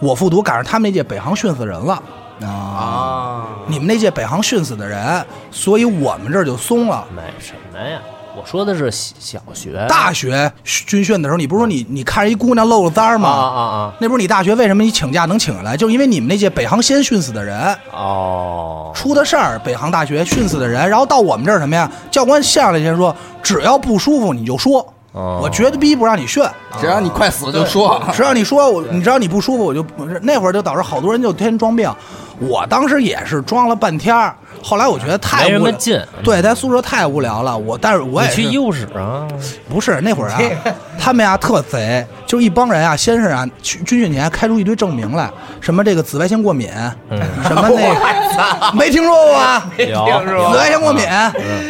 B: 我复读赶上他们那届北航训死人了。
D: 啊，
B: 你们那届北航训死的人，所以我们这儿就松了。
C: 买什么呀？我说的是小小学，
B: 大学军训的时候，你不是说你你看着一姑娘露了簪儿
C: 啊啊
B: 吗？
C: 啊！
B: 那不是你大学为什么你请假能请下来？就是因为你们那届北航先训死的人
C: 哦，
B: 出的事儿，北航大学训死的人，然后到我们这儿什么呀？教官下来先说，只要不舒服你就说，
C: 哦
B: 我绝对逼不让你训。
A: 只要你快死就
D: <laughs>
A: 说，
C: 啊
B: 只要你说我，你知道你不舒服，我就不是那会儿就导致好多人就天天装病。我当时也是装了半天儿，后来我觉得太
C: 没什
B: 无
C: 么
B: 聊
C: 劲
B: 对，在宿舍太无聊了。我但是我
C: 你
B: 也
C: 去
B: 是
C: 医务室啊？
B: 不是那会儿啊，他们呀、特贼，就是一帮人啊，先是啊去军训前开出一堆证明来，什么这个紫外线过敏，
C: 嗯
B: 什么
C: <laughs>
B: 那个没听说过啊吧？
C: 有
B: 紫外线过敏，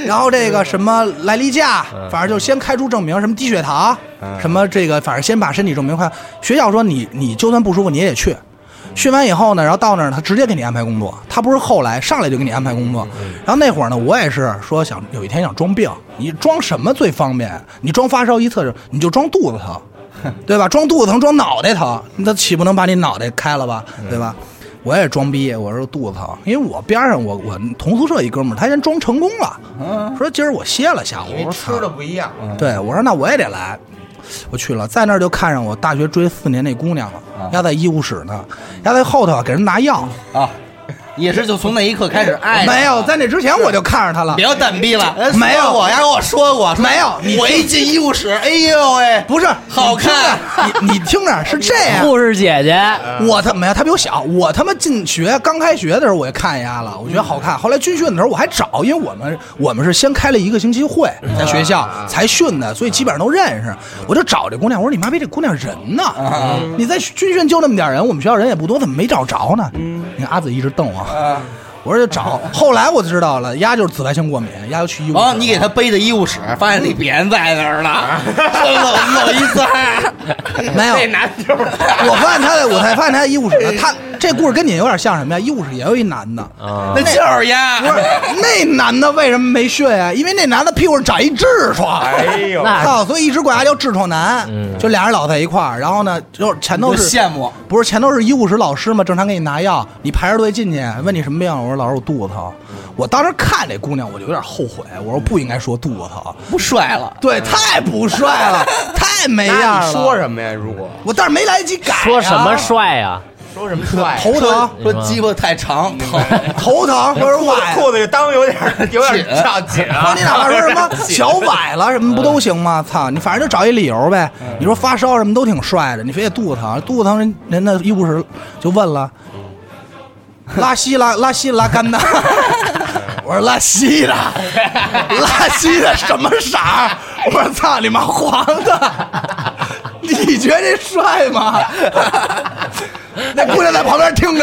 B: 然后这个什么来例假，反正就先开出证明，什么低血糖，什么这个，反正先把身体证明看。学校说你你就算不舒服你也得去，训完以后呢，然后到那儿他直接给你安排工作，他不是后来上来就给你安排工作。然后那会儿呢，我也是说想有一天想装病，你装什么最方便？你装发烧一测试，你就装肚子疼。对吧？装肚子疼，装脑袋疼，那岂不能把你脑袋开了吧？
A: 嗯
B: 对吧？我也装逼，我说肚子疼，因为我边上我我同宿舍一哥们儿，他先装成功
A: 嗯
B: 了，说今儿我歇了下午，我
D: 因为
B: 说
D: 吃的
B: 操，
D: 不一样，
B: 对我说那我也得来，我去了，在那儿就看上我大学追四年那姑娘了，压在医务室呢，压在后头啊给人拿药，
A: 啊，也是就从那一刻开始爱上。
B: 没有，在那之前我就看上他了。
A: 哎别蛋逼 <laughs> 了，人
B: 没有
A: 说我呀，跟我说过，说
B: 没有你
A: 我一进医务室，哎呦 <laughs> 喂，
B: 不是
A: 好看，
B: 你你听着是这
A: <laughs>
B: 样，
C: 护士姐姐，
B: 我他没有，他比我小。我他妈进学刚开学的时候我就看一下了，我觉得好看。后来军训的时候我还找，因为我们我们是先开了一个星期会，在学校才训的，所以基本上都认识。我就找这姑娘，我说你妈逼这姑娘人呢？你在军训就那么点人，我们学校人也不多，怎么没找着呢？你看阿紫一直瞪我，我说就找。后来我就知道了，丫就是紫外线过敏，丫就去医务室
A: 然后
B: 了。
A: 你给他背到医务室，发现李别人在那儿了，搂搂一在，
B: 没有
A: 这男的，
B: 我发现他在，我才发现他在医务室。他这故事跟你有点像什么呀？医务室也有一男的，
C: 啊
A: 那就是呀
B: 不，是那男的为什么没训啊？因为那男的屁股上长一痔疮，
C: 哎
D: 呦
C: 那嗯
B: 操，所以一直管他叫痔疮男。就俩人老在一块儿，然后呢，就是前头
A: 我
B: 是
A: 羡慕。
B: 不是前头是医务室老师嘛，正常给你拿药，你排着队进去，问你什么病，我说老师我肚子疼。我当时看这姑娘，我就有点后悔，我说不应该说肚子疼，
A: 不帅了，
B: 对，太不帅
A: <laughs>
B: 了，太没样
E: 那
B: 了。
E: 你说什么呀？如果
B: 我但是没来得及改、啊，
C: 说什么帅啊呀？
E: 说什么帅
D: 啊
B: 头疼
A: 说。说鸡巴太长，疼， <laughs>
B: 头
C: <laughs>
B: 疼，或者
E: <laughs>
B: 崴，
D: 裤子这裆有点有点上紧
B: 说
D: 啊
B: 你哪怕说什
C: <laughs>
B: 么
E: <laughs>
B: 小崴了什么不都行吗？
C: 嗯
B: 操，你反正就找一理由呗。你说发烧什么都挺帅的，你非得肚子疼，肚子疼人人那医务室就问了，
C: 嗯
B: 拉稀拉拉稀拉
C: <laughs>
B: 干的。我说拉稀的，拉稀的什么色儿？我说操你妈黄的，你觉得这帅吗？那姑娘在旁边听着，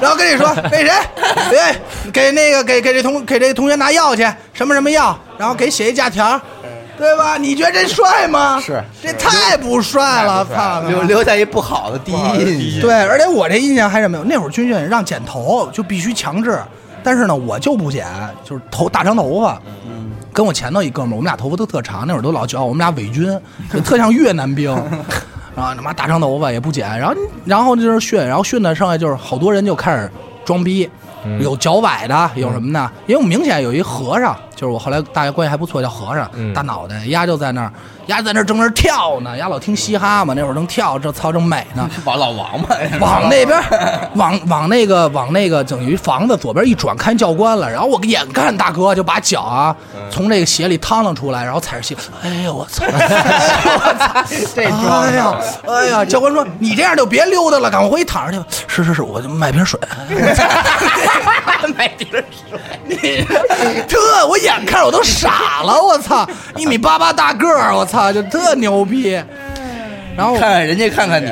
B: 然后跟你说那谁，哎，给那个给给这同给这同学拿药去，什么什么药，然后给写一价条，对吧？你觉得这帅吗？
A: 是
B: 这太不帅了，啊操！
A: 留留下一不好哎的第 <laughs> 一印象。
B: 对，而且我这印象还是什么？那会儿军训让剪头就必须强制，但是呢，我就不剪，就是头大长头发。
A: 嗯
B: 跟我前头一哥们儿，我们俩头发都特长，那会儿都老叫我们俩伪军，就特像越南
A: <laughs>
B: 兵。然后他妈大长头发也不剪，然后然后就是训，然后训的上来就是好多人就开始装逼，
A: 嗯
B: 有脚崴的，有什么的，因为我们明显有一和尚，就是我后来大家关系还不错，叫和尚，
A: 嗯
B: 大脑袋，丫就在那儿，丫在那儿正那儿跳呢，丫老听嘻哈嘛，那会儿正跳，这操正美呢，
A: 把老王八
B: 往那边，往往那个往那个等于房子左边一转，看教官了。然后我眼看大哥就把脚啊从这个鞋里趟了出来，然后踩着鞋，哎呦我操！哎呦我操！这哎呀哎呀！教官说你这样就别溜达了，赶快回去躺着去吧。是是是，我就买瓶水。
C: 没地儿
B: 特我眼看着我都傻了，我操！一米八八大个儿，我操，就特牛逼。然后我
A: 看看人家，看看你，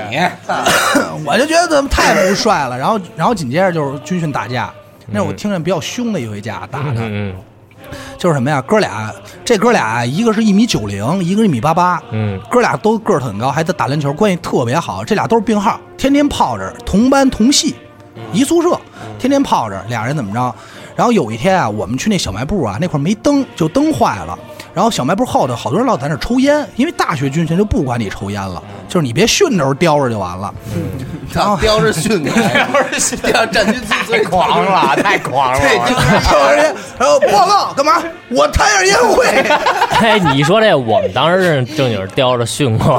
B: <coughs> 我就觉得他太不帅了。然后，然后紧接着就是军训打架，那是我听见比较凶的一回架打的，
C: 嗯嗯
B: 就是什么呀？哥俩，这哥俩一个是一米九零，一个是一米八八，
C: 嗯，
B: 哥俩都个儿很高，还在打篮球，关系特别好。这俩都是病号，天天泡着，同班同系，
C: 嗯
B: 一宿舍，天天泡着。俩人怎么着？然后有一天啊，我们去那小卖部啊，那块儿没灯，就灯坏了。然后小卖部后头好多人老在那儿抽烟，因为大学军训就不管你抽烟了，
C: 嗯
B: 就是你别训的时候叼着就完了。
A: 他叼
E: <laughs>
A: 着训你，叼着训，占据自最狂了，太狂
B: <laughs>
D: <laughs>
A: 了，这就是
B: 抽根烟， <laughs> 然后报告干嘛？我摊上烟灰。
C: <laughs> 哎，你说这，我们当时是正经叼着
B: <laughs>
C: 训过，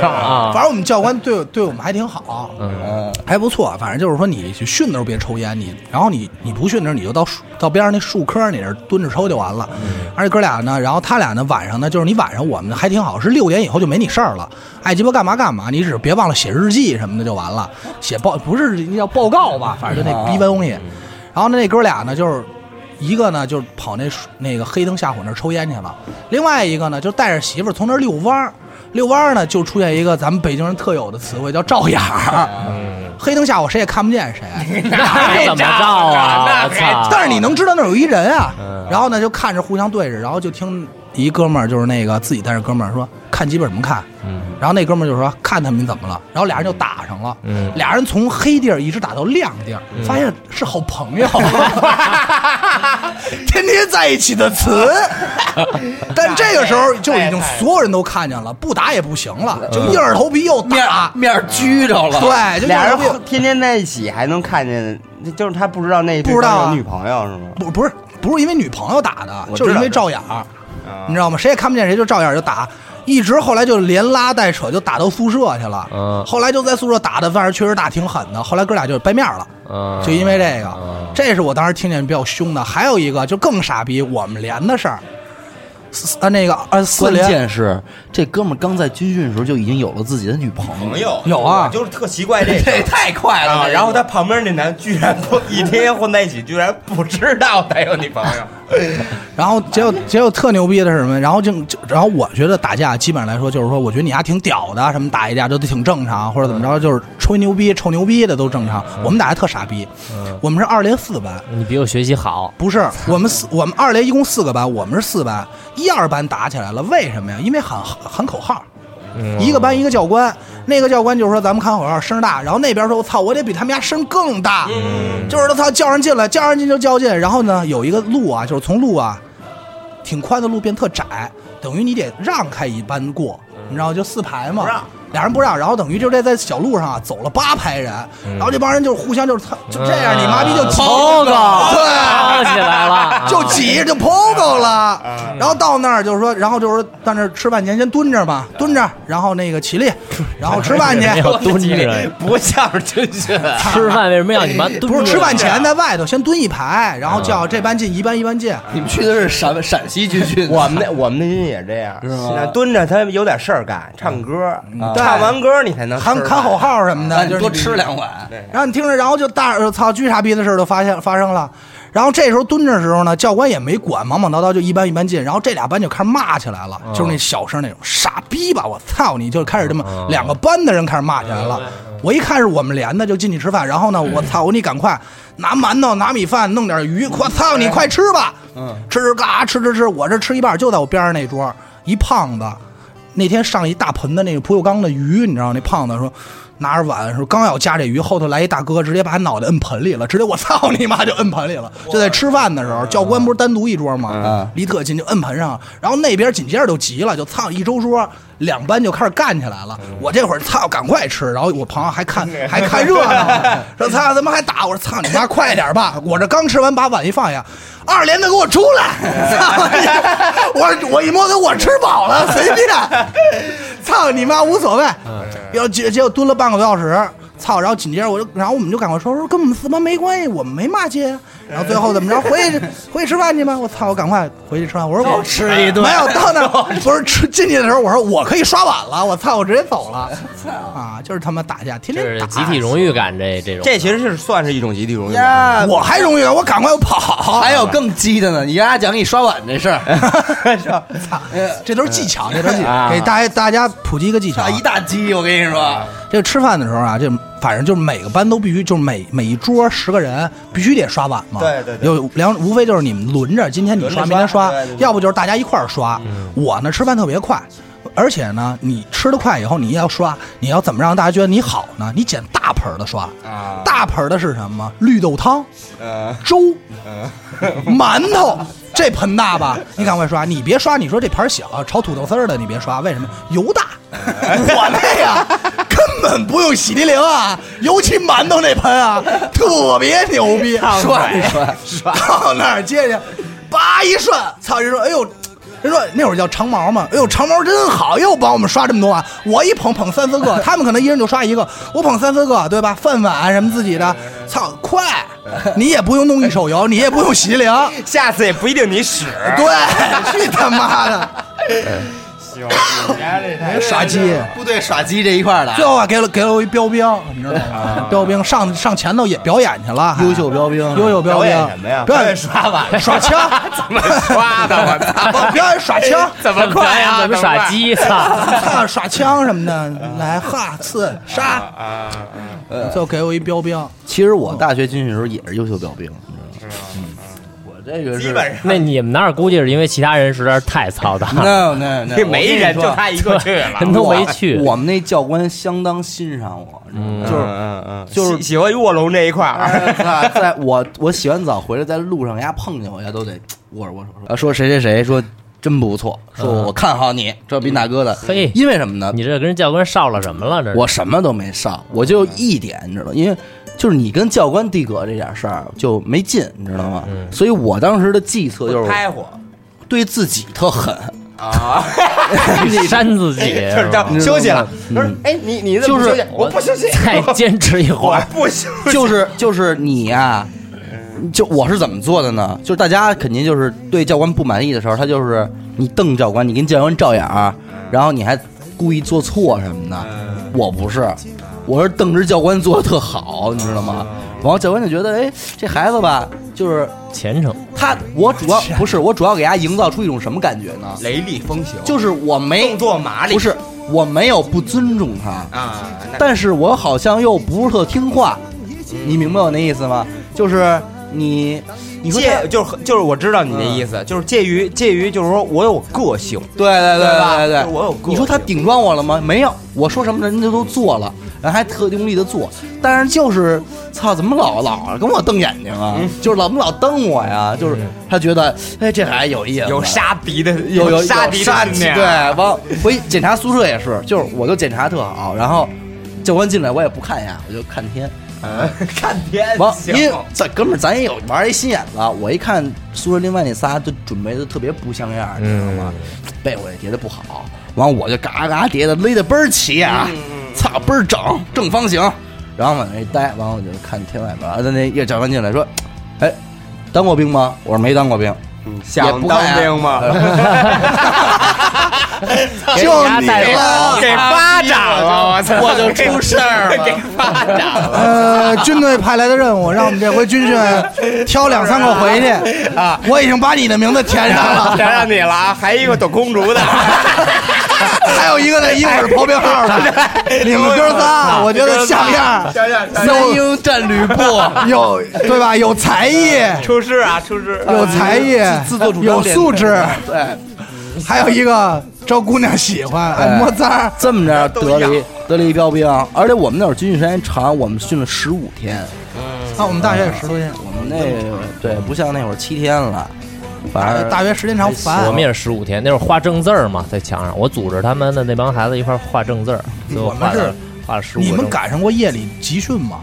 C: 操啊！
B: 反正我们教官对对我们还挺好，
A: 嗯
B: 还不错。反正就是说，你去训的时候别抽烟，你然后你你不训的时候，你就到树到边上那树坑你那儿蹲着抽就完了。而且哥俩呢，然后他俩呢晚上呢，就是你晚上我们还挺好，是六点以后就没你事儿了，爱鸡巴干嘛干嘛，你只是别忘了写日记什么的就完了，写报不是那叫报告吧，反正就那逼歪东西。然后呢，那哥俩呢就是。一个呢，就是跑那树那个黑灯瞎火那儿抽烟去了；另外一个呢，就带着媳妇儿从那儿遛弯儿。遛弯儿呢，就出现一个咱们北京人特有的词汇，叫“照眼儿”。黑灯瞎火，谁也看不见谁，
C: 那还怎么照
B: <laughs>
C: 啊？我操！
B: 但是你能知道那儿有一人啊。然后呢，就看着互相对着，然后就听一哥们儿就是那个自己带着哥们儿说：“看鸡巴什么看？”然后那哥们儿就说：“看他们怎么了？”然后俩人就打上了。俩人从黑地儿一直打到亮地儿，发现是好朋友。天天在一起的词。但这个时候就已经所有人都看见了，不打也不行了，就硬着头皮又
A: 面
B: 打。
A: 面儿拘着了，
B: 对，就硬
E: 俩
B: 着头
E: 人
B: 皮
E: 天天在一起还能看见，就是他不知道那
B: 不知道啊
E: 有女朋友是吗？
B: 不不是不是因为女朋友打的，
E: 我知道
B: 就是因为照眼儿，你知道吗？谁也看不见谁就照眼儿就打。一直后来就连拉带扯就打到宿舍去了。
C: 嗯
B: 后来就在宿舍打的，反正确实打挺狠的。后来哥俩就掰面了，
C: 嗯，
B: 就因为这个
C: 嗯，
B: 这是我当时听见比较凶的。还有一个就更傻逼，我们连的事儿，四啊那个啊四
A: 关
B: 连
A: 键是这哥们儿刚在军训的时候就已经有了自己的女朋友
D: 朋，友
B: 有啊
D: 我就是特奇怪
E: <laughs>
D: 这
E: 这也
D: 个。
E: 太快了
D: 啊！
E: 这个
D: 然后他旁边那男居然不一天天混在一起，居然不知道他有女朋友。
B: 然后结果结果特牛逼的是什么？然后就就然后我觉得打架基本上来说就是说，我觉得你还挺屌的，什么打一架都挺正常，或者怎么着，就是吹牛逼、臭牛逼的都正常。我们打的特傻逼，我们是二连四班。
C: 你比我学习好，
B: 不是，我们四我们二连一共四个班，我们是四班，一二班打起来了，为什么呀？因为喊喊口号，一个班一个教官，那个教官就是说咱们喊口号声大，然后那边说我操，我得比他们家声更大，嗯就是他操叫上劲了，叫上劲就较劲，然后呢有一个路啊，就是从路啊挺宽的路变特窄，等于你得让开一班过，你知道就四排嘛。俩嗯人不让，然后等于就这在小路上啊走了八排人，然后这帮人就是互相就是操就这样，你妈逼就急
C: 抛高，
B: 对，
C: 抛啊起来
A: 啊
C: 了，
B: <laughs>
C: 啊
B: 就挤着就 POGO 了。然后到那儿就是说，然后就是说到那儿吃饭前先蹲着
A: 啊
B: 吧，蹲着，然后那个
A: <laughs>
B: 起立，然后吃饭去。
C: <laughs> 要蹲着。
E: 不像是军训，
C: 吃饭为什么要你妈蹲着？
B: 不是吃饭前在外头先蹲一排，然后叫这班进一班一班进。
A: 你们去啊的是陕陕西军
D: <laughs>
A: 训，
E: <laughs>
A: 啊
E: 我
A: <laughs>
E: 们那我们那军也这样，那蹲着他有点事儿干，唱歌，
D: 嗯
E: 唱完歌你才能吃
B: 喊喊口号什么的，就是
A: 啊多
B: 你
A: 吃两碗。
B: 然后你听着，然后就大呃操巨傻逼的事儿就发现发生了。然后这时候蹲着的时候呢，教官也没管，忙忙叨叨就一班一班进。然后这俩班就开始骂起来了，就是那小声那种傻逼吧，我操你！就开始这么、两个班的人开始骂起来了。我一看是我们连的，就进去吃饭。然后呢，我操你，赶快拿馒头拿米饭弄点鱼，我操你，快吃吧！嗯，吃吃嘎吃吃吃，我这吃一半，就在我边上那桌一胖子。那天上了一大盆的那个不锈钢的鱼，你知道那胖子说，拿着碗说刚要夹这鱼，后头来一大哥，直接把脑袋摁盆里了，直接我操你妈就摁盆里了。就在吃饭的时候，教官不是单独一桌吗
A: 嗯？
B: 离特近就摁盆上，然后那边紧接着就急了，就操一周桌，两班就开始干起来了。我这会儿操赶快吃，然后我朋友还看还看热闹，说操他妈还打我，说操你妈快点吧，我这刚吃完把碗一放下。二连的给我出来！操你！我我一摸嘴，我吃饱了，随便。操你妈，无所谓。要结结果蹲了半个多小时，操！然后紧接着我就，然后我们就赶快说说跟我们四班没关系，我们没骂街。然后最后怎么着，回去回去吃饭去吧。我操！我赶快回去吃饭。我说我吃一顿，没有到那儿不是吃进去的时候，我说我可以刷碗了。我操！我直接走了。啊，就是他妈打架，天
C: 这
B: 天
C: 是
B: 打
C: 集体。荣誉感，这这种
D: 这其实是算是一种集体荣誉。
A: 呀，
B: 我还容易，我赶快我跑。
A: 还有更鸡的呢，你丫讲你刷碗这事儿，
B: 操，啊这都是技巧，这都是技巧，给大家大家普及一个技巧啊
A: 啊打。一大鸡，我跟你说，
B: 这个吃饭的时候啊，这反正就是每个班都必须，就是每每一桌十个人必须得刷碗嘛。
D: 对对对
B: 有两无非就是你们轮着，今天你刷，
D: 轮着刷
B: 明天刷
D: 对对，对
B: 要不就是大家一块儿刷。我呢吃饭特别快。而且呢，你吃的快以后，你要刷，你要怎么让大家觉得你好呢？你捡大盆儿的刷，
D: 啊
B: 大盆儿的是什么？绿豆汤、
D: 呃，
B: 粥、 <laughs> 馒头，这盆大吧？你赶快刷，你别刷，你说这盘小，炒土豆丝儿的你别刷，为什么？油大，我那呀根本不用洗涤灵啊，尤其馒头那盆啊，特别牛逼，
A: 涮一涮，
B: <laughs> 到那儿接去，叭一涮，操！人说，哎呦，人说那会儿叫长毛嘛，哎呦，长毛真好，又帮我们刷这么多碗。我一捧捧三
A: <laughs>
B: 四个，他们可能一人就刷一个，我捧三四个，对吧？饭碗什么自己的，操，快！你也不用弄一手油，你也不用
A: <laughs>
B: 洗灵，
E: 下次也不一定你使。
B: 对，去他妈的！耍鸡，
A: 部队耍鸡这一块儿的
B: 最，后啊，给了给了我一标兵，你知道吗？标兵上上前头也表演去了，还
A: 优秀标兵，
B: 优秀标兵，啊
D: 表演什么呀
B: 表演刷碗，耍枪，哦
E: 怎么刷的？我操！
B: 表演耍枪，
E: 怎么快啊？
C: 怎么耍鸡？操！
B: 看耍枪什么的，来哈刺杀，
D: 啊，
B: 最后给我一标兵，
A: 其实我大学军训的时候也是优秀标兵，你知道吗？嗯，我这个是
D: 基本上
C: 那你们那儿估计是因为其他人实在是太操
A: <laughs>
C: 蛋了，
A: no no no，
E: 这没人，就
A: 我跟你说啊
E: 他一个去了。
C: 人都没去。
A: 我们那教官相当欣赏我，你知道吗就是
D: 嗯嗯，
A: 就是
E: 喜喜欢卧龙这一
A: <laughs>
E: 块儿。
A: 啊，在我我洗完澡回来，在路上人家碰见我，人家都得握着我手说嗯啊，说谁谁谁说真不错，说我看好你，这比大哥的。
C: 嗯嘿
A: 因为什么呢？
C: 你这跟人教官少了什么了？这是
A: 我什么都没上，我就一点，你知道，因为就是你跟教官递葛这点事儿就没嗯劲，你知道吗？所以我当时的计策就是
E: 开火
A: 对自己特狠。
E: 啊，
C: 去扇自己，
D: <laughs> 就是
C: <laughs>
D: 叫
A: 嗯
D: 休息了。
A: 嗯
D: 不是，哎，你你怎
C: 就
D: 么不休息
C: 是？
D: <laughs> 我不休息，
C: 再坚持一会
D: 我
C: 儿。
D: 不休
A: <laughs>
D: 息。
A: 就是就是你呀、就我是怎么做的呢？就是大家肯定就是对教官不满意的时候，他就是你瞪教官，你跟教官照眼儿，
D: 嗯
A: 然后你还故意做错什么的。我不是，我是瞪着教官做的特好，你知道
D: 哦
A: 吗？然后教官就觉得，哎，这孩子吧，就是
C: 虔诚，
A: 他，我
D: <laughs>
A: 主要不是我主要给他营造出一种什么感觉呢？
D: 雷厉风行，
A: 就是我没
D: 动作麻利，
A: 不是我没有不尊重他，
D: 啊，那
A: 但是我好像又不是特听话，
D: 嗯
A: 你明白我那意思吗？就是你，你说他嗯
D: 介就是就是我知道你的意思，就是介于介于就是说我有个性，
A: 对对对
D: 吧
A: 对对
D: 就是我有个
A: 你说他顶撞我了吗？没有，我说什么人家都做了，然后还特用力的做，但是就是操，怎么老老跟我瞪眼睛啊？
D: 嗯
A: 就是老怎么老瞪我呀？就是他觉得，哎，这孩子有意思，
D: 有杀敌的
A: 有有
D: 杀敌的啊
A: 敌
D: 信念，
A: 对，完回检查宿舍也是，就是我就检查特好，然后教官进来我也不看呀，我就看天。
D: 看天
A: 完，
D: 行
A: 因为咱哥们儿咱也有玩一心眼子，啊我一看宿舍另外那仨就准备的特别不像样儿，你知道吗？被我也叠的不好，完我就嘎嘎叠的勒的倍儿齐啊，
B: 嗯
A: 操倍儿整正方形，然后往那一待，完我就看天外边儿，那那教官进来说，哎，当过兵吗？我说没当过兵。也
E: 想
A: 不啊看呀
E: 当兵
A: <laughs>
E: 吗？
A: 就你
C: 带
A: 了，
D: 给巴掌了，我操！
A: 我就出事儿了。
B: 呃，军队派来的任务，让我们这回军训挑两三个回去啊！我已经把你的名字填上了，
D: 全让你了啊， <laughs> 还一个抖空竹的，
B: 还有一个呢，一会儿刨冰号的，你们哥仨，我觉得像样，
D: 想想想
A: 三英战吕布，
B: 有对吧？有才艺，
D: 出事啊，出事！
B: 有才艺，有素质，
A: 对，
B: 还有一个招姑娘喜欢，哎摸渣儿。
A: 这么着得
D: 都
A: 了
D: 一
A: 一得了一标兵，而且我们那会儿军训时间长，我们训了十五天，
B: 那我们大学也十多天，
A: 我们那对不像那会儿七天了，反正
B: 大学时间长烦。
C: 我们也是十五天，那会儿画正字儿嘛，在墙上，我组织他们的那帮孩子一块儿画正字儿，最后
B: 我们
C: 画
B: 是
C: 了画了十五。
B: 你们赶上过夜里集训吗？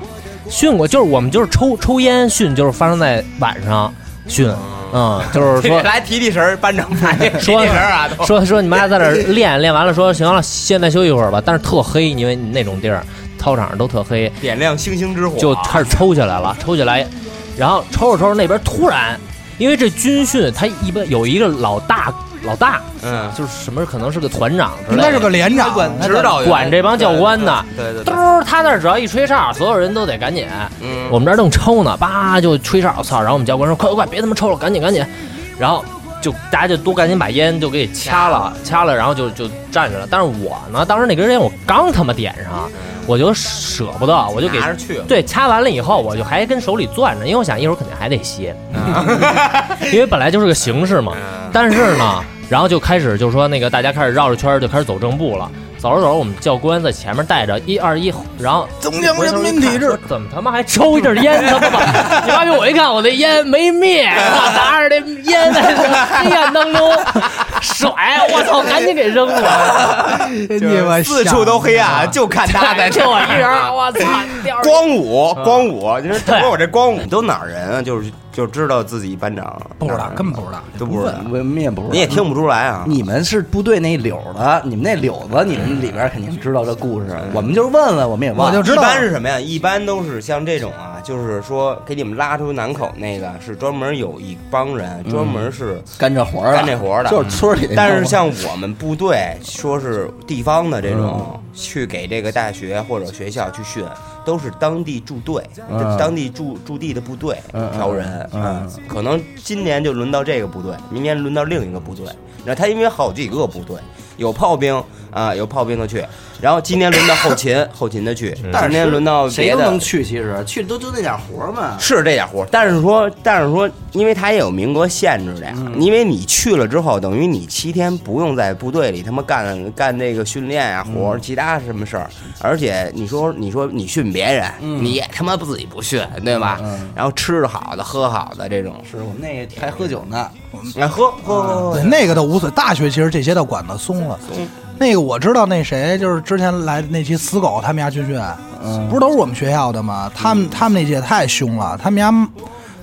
C: 训过，就是我们就是抽抽烟训，就是发生在晚上训，嗯，就是说
D: 来提提神儿，班长来 <laughs> 提
C: 说
D: 提神儿啊，都
C: 说说你妈在那儿练练完了，说行了，现在休息一会儿吧。但是特黑，因为那种地儿操场上都特黑，
D: 点亮星星之火，啊
C: 就开始抽起来了，抽起来，然后抽着抽着那边突然，因为这军训他一般有一个老大，老大
D: 嗯，
C: 就是什么可能是个团长之
B: 应
C: 类
B: 该是
C: 的。
B: 个连长，
A: 啊
D: 指导员
C: 管这帮教官呢
D: 对对对
C: 嘟
D: 对，，
C: 他那儿只要一吹哨，所有人都得赶紧。
D: 嗯，
C: 我们这儿正抽呢，叭就吹哨，操！然后我们教官说：“快快快，别他妈抽了，赶紧赶紧！”然后就大家就都赶紧把烟就给掐了，掐了，然后就就站着了。但是我呢，当时那根烟我刚他妈点上，我就舍不得，我就给
D: 嗯拿着去了
C: 对掐完了以后，我就还跟手里攥着，因为我想一会儿肯定还得歇，<laughs>
D: 嗯
C: 因为本来就是个形式嘛。但是呢，然后就开始就说那个大家开始绕着圈儿就开始走正步了。走着走着，我们教官在前面带着一二一，然后
B: 中央人民体制，
C: 怎么他妈还抽一阵烟？他妈！你妈逼！我一看我那烟没灭，我拿着那烟在黑暗当中甩，我操！赶紧给扔了，
B: 你
D: 就是
B: 们
D: 四处都黑
B: 啊
D: 暗，就看 <laughs> 他在这
C: 就我
D: 儿嗯
C: 一人，我操！掉着
D: 光武，光武，你说整个我这光武，你都哪儿人啊？就是就知道自己班长
B: 不知道，根本
D: 不
B: 不知道。
D: 都不知道，
A: 我们也不是
D: 你也听不出来啊。
A: 你们是部队那柳儿的，你们那柳子，你们里边肯定知道这故事。我们就是问问，我们也忘
B: 我就
A: 了。
B: 知道
D: 嗯一般是什么呀？一般都是像这种啊，就是说给你们拉出南口那个，是专门有一帮人，专门是
A: 干这活儿了，
D: 干这活儿的嗯
A: 就是村里那种。
D: 但是像我们部队，说是地方的这
A: 嗯
D: 种，去给这个大学或者学校去训，都是当地驻队，
A: 嗯
D: 当地驻驻地的部队
A: 嗯
D: 挑人。啊
A: 嗯嗯，
D: 可能今年就轮到这个部队，明年轮到另一个部队。然后他因为好几个部队，有炮兵啊、有炮兵的去，然后今年轮到后勤，后勤的去，今年轮到
A: 嗯谁
D: 别
A: 都
D: 的
A: 能。去，其实去都就那点活儿嘛。
D: 是这点活，但是说，但是说，因为他也有名额限制的呀，因为你去了之后，等于你七天不用在部队里他妈干干那个训练啊活儿，其他什么事儿，而且你说你说你训别人，你也他妈不自己不训，对吧？然后吃着好的，喝好的这种，
A: 是我们那还喝酒呢，
D: 啊，喝喝喝
B: 对
D: 喝，
B: 那个都无所谓，大学其实这些倒管的松了。那个我知道，那谁就是之前来那期死狗他们家军训，不是都是我们学校的吗？他们他们那届太凶了，他们家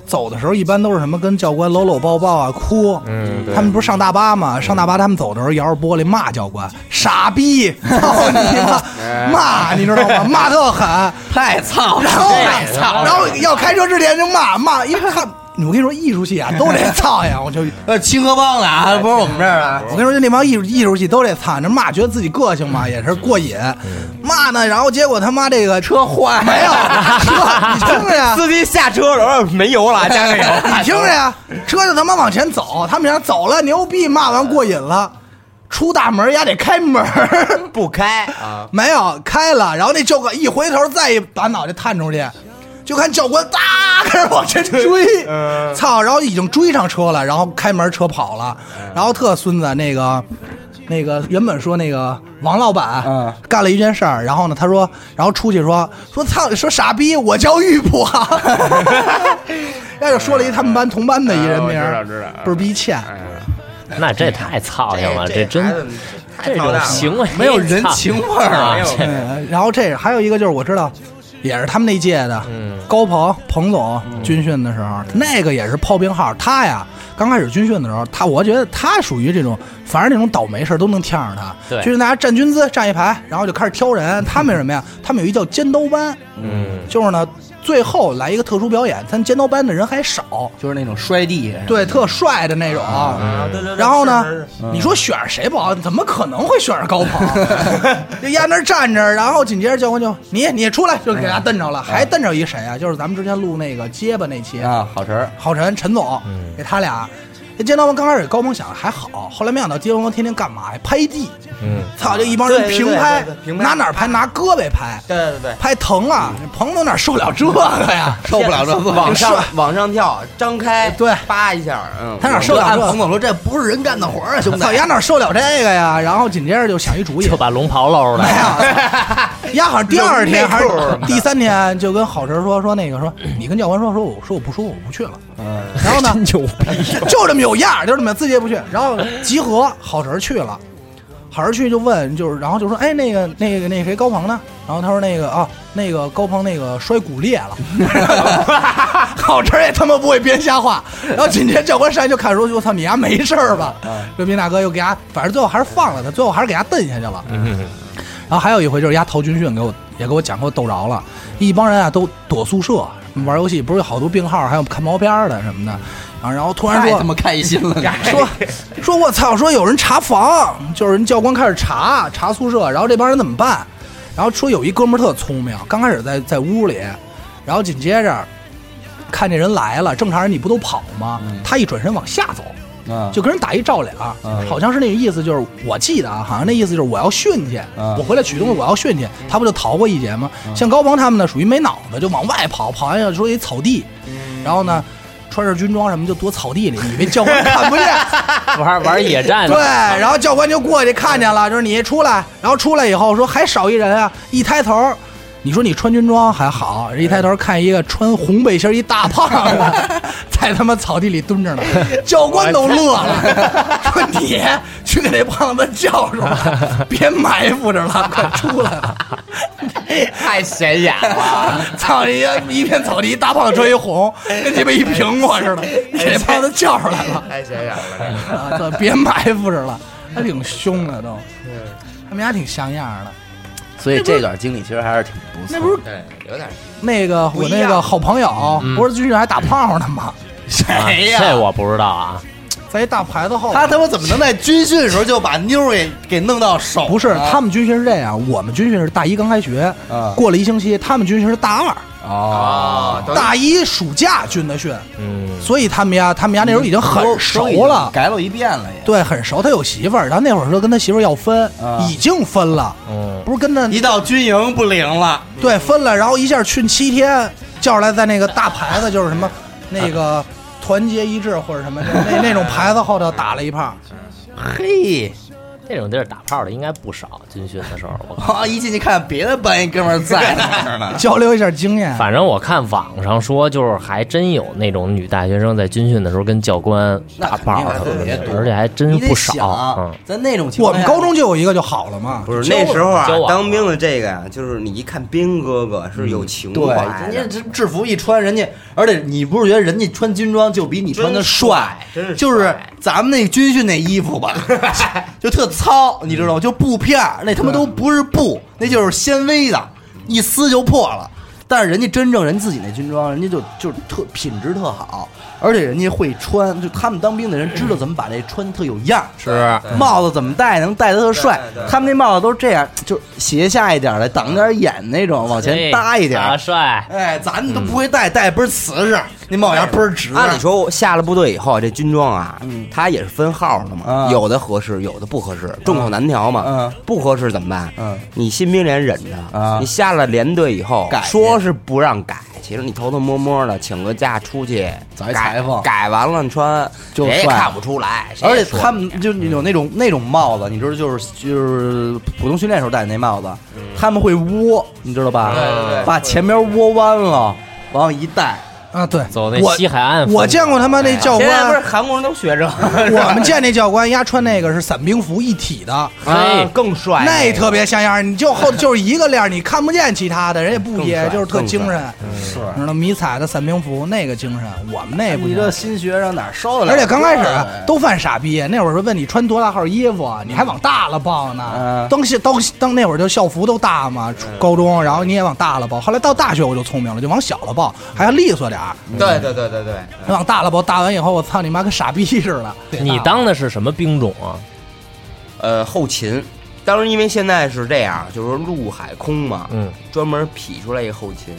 B: 走的时候一般都是什么跟教官搂搂抱抱啊，哭。
C: 嗯，对
B: 他们不是上大巴吗？上大巴他们走的时候摇着玻璃骂教官傻逼，操你妈，骂你知道吗？骂特狠，
A: 太操
B: 然后
C: 太操了
B: 然后要开车之前就骂骂，因为看我跟你说艺术系啊都得操呀，我就
A: 呃，清河帮的啊，不是我们这儿啊。
B: 我跟你说，就那帮艺术艺术系都得惨着骂，觉得自己个性嘛也是过瘾，骂呢，然后结果他妈这个车坏没有
D: <laughs>
B: 车，你听着呀，
D: 司机下车的时候没油了，加个油。
B: <laughs> 你听着
D: <laughs>
B: 呀，车就他妈往前走，他们想走了牛逼，骂完过瘾了，出大门丫得开门儿，
D: 不开啊，
B: 没有开了，然后那教官一回头，再一把脑袋探出去。就看教官哒开始往前追，嗯操！然后已经追上车了，然后开门车跑了，然后特孙子那个，那个原本说那个王老板、
A: 嗯
B: 干了一件事儿，然后呢他说，然后出去说说操说傻逼，我叫玉普啊， <laughs> 然后就说了一他们班同班的一人名
D: 嗯我知道
B: 儿，
D: 知道
B: 倍儿逼欠，
C: 那这太操心了，这
D: 孩子
C: 真这
D: 太操蛋
C: 种
D: 了
C: 行为
A: 没有人情味儿啊
C: 啊！
A: <laughs>
C: 这
B: 嗯，然后这还有一个就是我知道，也是他们那届的，
A: 嗯
B: 高鹏彭总军训的时候，那个也是炮兵号。他呀，刚开始军训的时候，他我觉得他属于这种，反正这种倒霉事儿都能挑上他。
C: 对
B: 就是大家站军姿站一排，然后就开始挑人。
A: 嗯
B: 他们有什么呀？他们有一叫尖刀班，
C: 嗯，
B: 就是呢，最后来一个特殊表演，他们尖刀班的人还少，
A: 就是那种摔地，
B: 对，特帅的那种。
A: 嗯
D: 啊对对对
B: 然后呢
D: 是是是，
B: 你说选谁不好？怎么可能会选着高鹏？ <laughs> 就压那儿站着，然后紧接着教官就你你出来，就给
D: 嗯
B: 他瞪着了，还瞪着一谁啊？就是咱们之前录那个结巴那期，
D: 嗯
A: 啊，好词
D: <laughs>
A: 儿，
B: 郝晨陈总给他俩。那尖刀王刚开始高鹏想还好，后来没想到尖刀王天天干嘛呀？拍地，
C: 嗯，
B: 操，就一帮人
D: 对对
B: 平
D: 对
B: 拍
D: 对对，平拍嗯
B: 拿哪儿拍？拿胳膊拍，
D: 对对对，嗯
B: 拍疼啊！彭总哪受不了这个呀？啊
A: 受不了
B: <laughs>
A: 这个
D: 往
B: 帅
D: 上往上跳，张开，
B: 对
D: 扒一下，嗯，
B: 他哪受
A: 说
B: 得了
A: 按
B: 这
A: 彭总说，这不是人干的活儿啊，兄弟
B: 操，。丫哪受了这个呀？然后紧接着就想一主意
C: 就，把龙袍露出
B: 没
C: 来， <laughs>
B: 有，丫好像第二天还是第三天就跟郝晨说说那个说你跟教官说说我说我不舒服我不去了，
C: 嗯
B: 然后呢
C: 牛逼！
B: <laughs> 就这么有样儿就这么自己也不去，然后集合郝晨去了，郝晨去就问就是然后就说哎那个那个那谁高鹏呢？然后他说那个啊那个高鹏那个摔骨裂了， <laughs> 郝晨也他妈不会编瞎话，然后紧接着教官上来就看说我操你丫没事儿吧？这斌大哥又给他反正最后还是放了他，最后还是给他蹬下去了。
C: 嗯
B: 然后还有一回就是丫逃军训给我也给我讲给我逗着了，一帮人啊都躲宿舍玩游戏，不是有好多病号，还有看毛片儿的什么的，啊然后然后突然
A: 太
B: 说
A: 他妈开心了，
B: <laughs> 说说我操，说有人查房，就是人教官开始查查宿舍，然后这帮人怎么办？然后说有一哥们儿特聪明，刚开始在在屋里，然后紧接着看这人来了，正常人你不都跑吗？
A: 嗯
B: 他一转身往下走，
A: 啊
B: 就跟人打一照脸儿，好像是那个意思，就是我记得啊，好像那意思就是我要训去，
A: 啊
B: 我回来取东西我要训
A: 嗯
B: 去，他不就逃过一劫吗？像高鹏他们呢，属于没脑子，就往外跑，跑完要说一草地，
A: <laughs>
B: 然后呢。穿着军装什么就躲草地里，以为教官看不见，
C: <laughs> 玩玩野战
B: 对，然后教官就过去看见了，就是你出来，然后出来以后说还少一人啊，一抬头。你说你穿军装还好，一抬头看一个穿红背心一大胖
D: <laughs>
B: 子，在他妈草地里蹲着呢，教官都乐了，说你去给那胖子叫出
D: <laughs>
B: 来，别埋伏着了，快出来吧！
D: 太显眼了。
B: 操你妈！一片草地，一大胖子穿一红，跟鸡巴一苹果
D: <laughs>
B: 似的，你给那胖子叫出来了。
D: 太显眼了，
B: 啊，对，别埋伏着了，还挺凶的都。他们家挺像样儿的。
A: 所以这段经历其实还是挺不错。
B: 那不是
D: 对，有点
B: 那个我那个好朋友，不是军训还打炮呢吗？
C: 啊这我不知道啊，
B: 在一大牌子后头。
A: 他他妈怎么能在军训的时候就把妞儿给给弄到手呢？
B: 不是，他们军训是这样，我们军训是大一刚开学
A: 啊，
B: 过了一星期，他们军训是大二，
D: 啊
A: 哦，
B: 大一暑假军的训，
C: 嗯，
B: 所以他们家他们家那时候已经很熟了，
A: 改了一遍了也。 <laughs>
B: 对，很熟。他有媳妇儿，然后那会儿说跟他媳妇儿要分
A: 啊，
B: 已经分了，
C: 嗯
B: 不是跟他
A: 一到军营不灵了，
B: 对，分了，然后一下训七天，叫出来在那个大牌子，就是什
A: 啊
B: 么那个团结一致或者什么那那那种牌子后头打了一炮，
A: 嘿，
C: 那种地儿打炮的应该不少，军训的时候我看。
A: 啊，一进去看别的班一哥们儿在那儿
B: <laughs>
A: 呢，
B: 交流一下经验。
C: 反正我看网上说，就是还真有那种女大学生在军训的时候跟教官打
A: 那肯
C: 炮
A: 定还
C: 什么
A: 特别
C: 的
A: 多，
C: 而且还真
A: 你得
C: 不
A: 想
C: 少。嗯
A: 啊，，在那种情
B: 我
A: 况下
B: 们高中就有一个就好了嘛，
D: 不是那时候啊
C: 交，往
D: 当兵的这个呀，就是你一看兵哥哥是有情
A: 对，
D: 怀
A: 人
D: 的
A: 家，这制服一穿，人家而且你不是觉得人家穿军装就比你穿的帅，
D: 真是帅
A: 就是咱们那军训那衣服吧，就特糙，你知道吗？就布片儿，那他妈都不是布，那就是纤维的，一撕就破了。但是人家真正人自己那军装，人家就就特品质特好，而且人家会穿，就他们当兵的人知道怎么把这穿特有样儿，
E: 是
A: 帽子怎么戴能戴得特帅
E: 对对。对
A: 他们那帽子都是这样，就斜下一点儿的，挡点眼那种，往前搭一点儿
C: 哎。打帅，
A: 哎，咱们都不会戴，戴倍儿瓷实，那帽檐倍儿直。啊嗯
D: 按理说我下了部队以后，这军装啊，它也是分号的嘛
A: 啊，
D: 有的合适，有的不合适，众口难调嘛
A: 嗯。
D: 不合适怎么办？
A: 嗯
D: 你新兵连忍
A: 啊
D: 着，你下了连队以后
A: 改，去
D: 说是不让改，其实你偷偷摸摸的请个假出去
A: 找一裁
D: 改
A: 缝
D: 改完了你穿，
A: 就
D: 谁也
A: 帅
D: 看不出来。谁也
A: 而且
D: 说
A: 他们就有那种那种帽子，你知道，就是就是普通训练时候戴的那帽子，他们会窝，你知道吧？
E: 对对
A: 把前面窝弯了，往上一戴，
B: 啊，对，
C: 走那
B: 我
C: 西海岸风格。
B: 我见过他妈那教
D: 现在不是
B: 官，
D: 韩国人都学
A: <laughs>
D: 这，
B: 我们见那教官，丫穿那个是伞兵服一体的，
D: 啊
C: 嘿，
D: 更帅
B: 那特别像样儿，你就后就是一个链儿，你看不见其他的，人也不
D: 更
B: 掖，
D: 帅
B: 就是特精神，
A: 是
B: 你知道迷彩的伞兵服那个精神，我们那不
A: 你
B: 行。
A: 这新学生哪儿受得了？
B: 而且刚开始
A: 哎对
B: 都犯傻逼，那会儿说问你穿多大号衣服
D: 嗯
B: 啊，你还往大了报呢
A: 嗯。
B: 当时当当那会儿就校服都大嘛，
D: 嗯
B: 初高中，然后你也往大了报。后来到大学我就聪明了，就往小了报，
D: 嗯
B: 还要利索点儿。
E: 对对对对对，
B: 往大了报，大完以后我操你妈跟傻逼似的。
C: 你当的是什么兵种啊？
D: 呃后勤。当时因为现在是这样，就是陆海空嘛，
C: 嗯，
D: 专门劈出来一个后勤，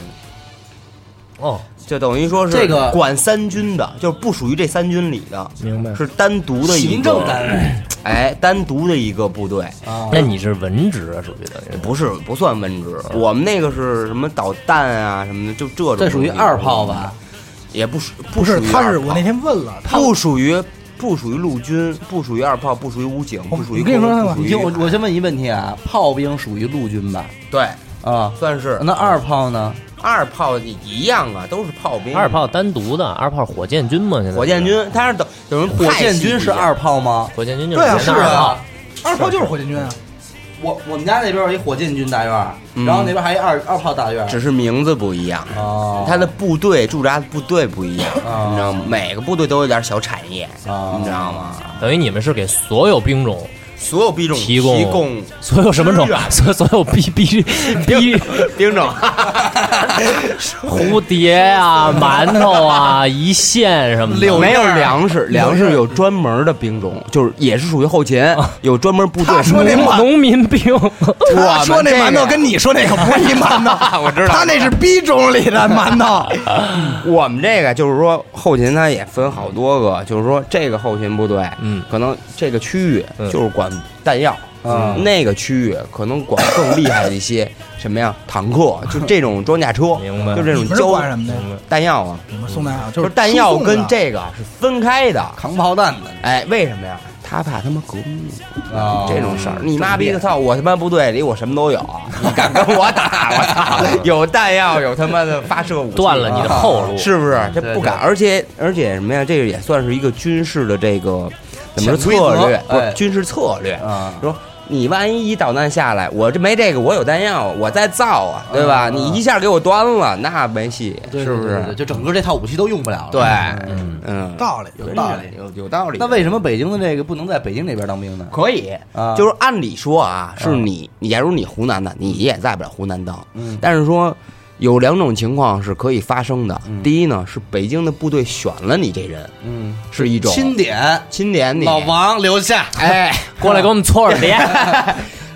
C: 哦，
D: 就等于说是
A: 这个
D: 管三军的，就是不属于这三军里的，
C: 明白
D: 是单独的一个
A: 行政单，位
D: <clears throat> 哎，单独的一个部队，
A: 啊，
C: 那你是文职啊，属于等于。
D: 不是不算文职。我们那个是什么导弹啊什么的，就这种
A: 这属于二炮吧？
D: 也不属
B: 不
D: 不
B: 是，
D: 属于
B: 他
D: 二
B: 是
D: 炮
B: 我那天问了，他
D: 不属于不属于陆军，不属于二炮，不属于武警，
B: 我
D: 不属于
B: 我哦跟你说
D: 空军不属于
A: 你听我，我先问一问题啊，炮兵属于陆军吧？
D: 对，
A: 啊，
D: 算是
A: 那二炮呢？
D: 二炮一样啊，都是炮兵。
C: 二炮单独的，二炮火箭军嘛，现在
D: 火箭，军，他是等等于
A: 火箭军是二炮吗？
C: 火箭军就是
B: 对啊，
C: 火
B: 是
C: 箭二炮
B: 啊，，二炮就是火箭军啊。
A: 我我们家那边有一火箭军大院儿，
D: 嗯
A: 然后那边还有一二二炮大院儿。
D: 只是名字不一样。
A: 哦，
D: 他的部队驻扎的部队不一样，
A: 啊
D: 你知道吗？每个部队都有点小产业，
A: 啊
D: 你知道吗？
C: 等于你们是给所有兵种
D: 所有兵种
C: 提供
D: 供提供
C: 所有什么种
D: 支援，
C: 所所有逼逼逼
D: 兵种，
C: <laughs> 蝴蝶啊、馒头啊、一线什么的，
D: 没有粮食，粮食有专门的兵种，就是也是属于后勤，有专门部队。
B: 他说那
C: 农
B: 馒
C: 农民 <laughs> 兵，
B: 他说那
D: 这个
B: 馒头跟你说那
D: <laughs>
B: 个不是一馒头，
D: 我知道
B: 他那是逼种里的馒头。
D: <laughs> 我们这个就是说后勤，它也分好多个，就是说这个后勤部队，
C: 嗯
D: 可能这个区域
C: 嗯
D: 就是管弹药，
A: 嗯
D: 那个区域可能管更厉害的一些什么呀，坦克，就这种装甲车，
C: <laughs> 明白
D: 就这
B: 你们
D: 种
B: 是
D: 交
B: 管什么的？
D: 弹药啊，
B: 你们送弹药就
D: 就是是弹药
B: 输送的啊
D: 跟这个是分开的。
A: 扛炮弹的
D: 哎，为什么呀？他怕他妈革命
A: 啊，
D: 嗯这种事儿，你妈逼的操！我他妈部队里我什么都有，你敢跟我打？我
C: <laughs>
D: 操！有弹药，有他妈的发射武器，
C: 断了你的后路，
D: 是不是？这
A: 嗯对
D: 不敢，而且而且什么呀？这个也算是一个军事的这个怎么说
A: 潜规则
D: 策略？不
A: 哎
D: 是军事策略。
A: 啊，
D: 说你万一一导弹下来，我这没这个，我有弹药，我再造啊，对吧？
A: 嗯嗯
D: 你一下给我端了，那没戏，
A: 对
D: 是不
A: 对对
D: 是
A: 对？就整个这套武器都用不了了。
D: 对，
A: 嗯
D: 嗯，
B: 道理。
D: 有
A: 道
D: 道
A: 理
D: 理，有有道理。
A: 那为什么北京的这个不能在北京那边当兵呢？
D: 可以
A: 啊
D: 就是按理说啊，是
A: 嗯
D: 你，你假如你湖南的，你也在不了湖南当，但是说有两种情况是可以发生的。第一呢，是北京的部队选了你这人，
A: 嗯，
D: 是一种
A: 钦点，
D: 钦点你。
A: 老王留下。
D: 哎，
C: 过来给我们搓耳碟，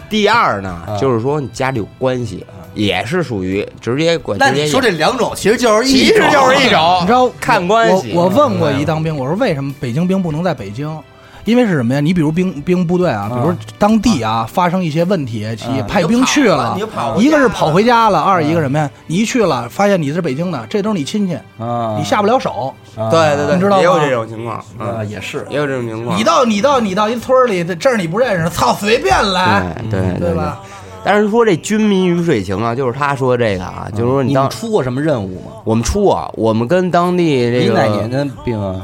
D: 第二
A: 啊
D: 呢，就是说你家里有关系，啊也是属于直接管。
A: 那你
D: 直接
A: 说这两种其实就是一种，
D: 就是一种，
B: 你知道
D: 哦看关系嗯
B: 我我问过一当兵，我说为什么北京兵不能在北京？因为是什么呀？你比如兵兵部队啊，比
D: 嗯
B: 如当地啊发生一些问题，你派兵去了
D: 你就嗯跑，回家嗯
B: 一个是跑回家了，二一个什么呀？你一去了，发现你是北京的，这都是你亲戚，
D: 嗯
A: 啊，
B: 你下不了手。
D: 对对对，
B: 你知道吗
D: 也有这种情况，
A: 啊
D: 嗯，
A: 也是，
D: 也有这种情况。
B: 你到你到你到一村儿里，这这儿你不认识，操，随便来，
A: 啊
D: 对对
B: 对吧？？
D: 但是说这军民鱼水情啊，就是他说这个啊，就是说
A: 你
D: 当
A: 们出过什么任务吗？
D: 我们出啊，我们跟当地这
A: 你
D: 个
A: 哪年的兵啊？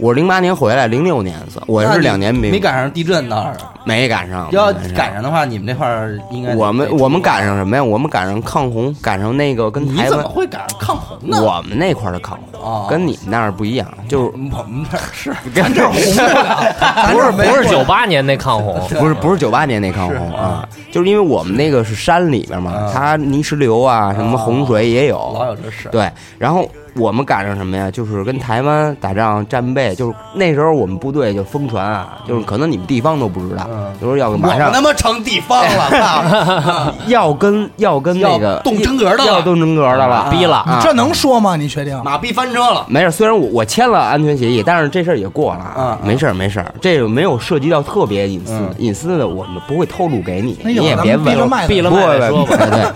D: 我是零八年回来，零六年算，我
A: 那
D: 是
A: 你
D: 两年兵，
A: 没赶上地震那儿。
D: 没赶上。
A: 要
D: 没
A: 赶上的话，你们那块儿应该
D: 我们
A: 得
D: 我们赶上什么呀？我们赶上抗洪，赶上那个跟
A: 你
D: 台
A: 怎
D: 湾
A: 么，会赶上抗洪呢？
D: 我们那块儿的抗洪、
A: 哦
D: 跟你们那儿
A: <laughs>
D: 不一样，就是
A: 我们这儿是
D: 跟这洪
A: 啊
B: 咱这没
C: <laughs> 不是九八年那抗洪，
D: <laughs> 不是不是九八年那抗洪啊，就是因为我们那个是山里边嘛
A: 嗯，
D: 它泥石流啊，什么洪水也有。
A: 老有这事，
D: 对，然后我们赶上什么呀？就是跟台湾打仗战备，就是那时候我们部队就疯传啊，就是可能你们地方都不知道，
A: 嗯
D: 就是要马上
A: 我他妈成地方
D: <laughs>
A: 了，啊操！
D: 要跟要跟那
A: 要
D: 个
A: 动真格的了嗯
D: 要动真格的了，
C: 逼了
D: 啊
B: 这能说吗？你确定？
A: 马逼翻车
D: <laughs>
A: 了，
D: 没事，虽然我我签了安全协议，但是这事儿也过了
A: 啊
D: 没事儿没事儿，这个没有涉及到特别隐私、
A: 嗯
D: 隐私的，我们不会透露给你，
B: 那
D: 你
B: 有
D: 也别
B: 咱
D: 问
B: 们闭着麦
C: 闭了
D: 不
C: 麦
D: 会
C: 再说
D: 不会
C: 吧。
D: 对对，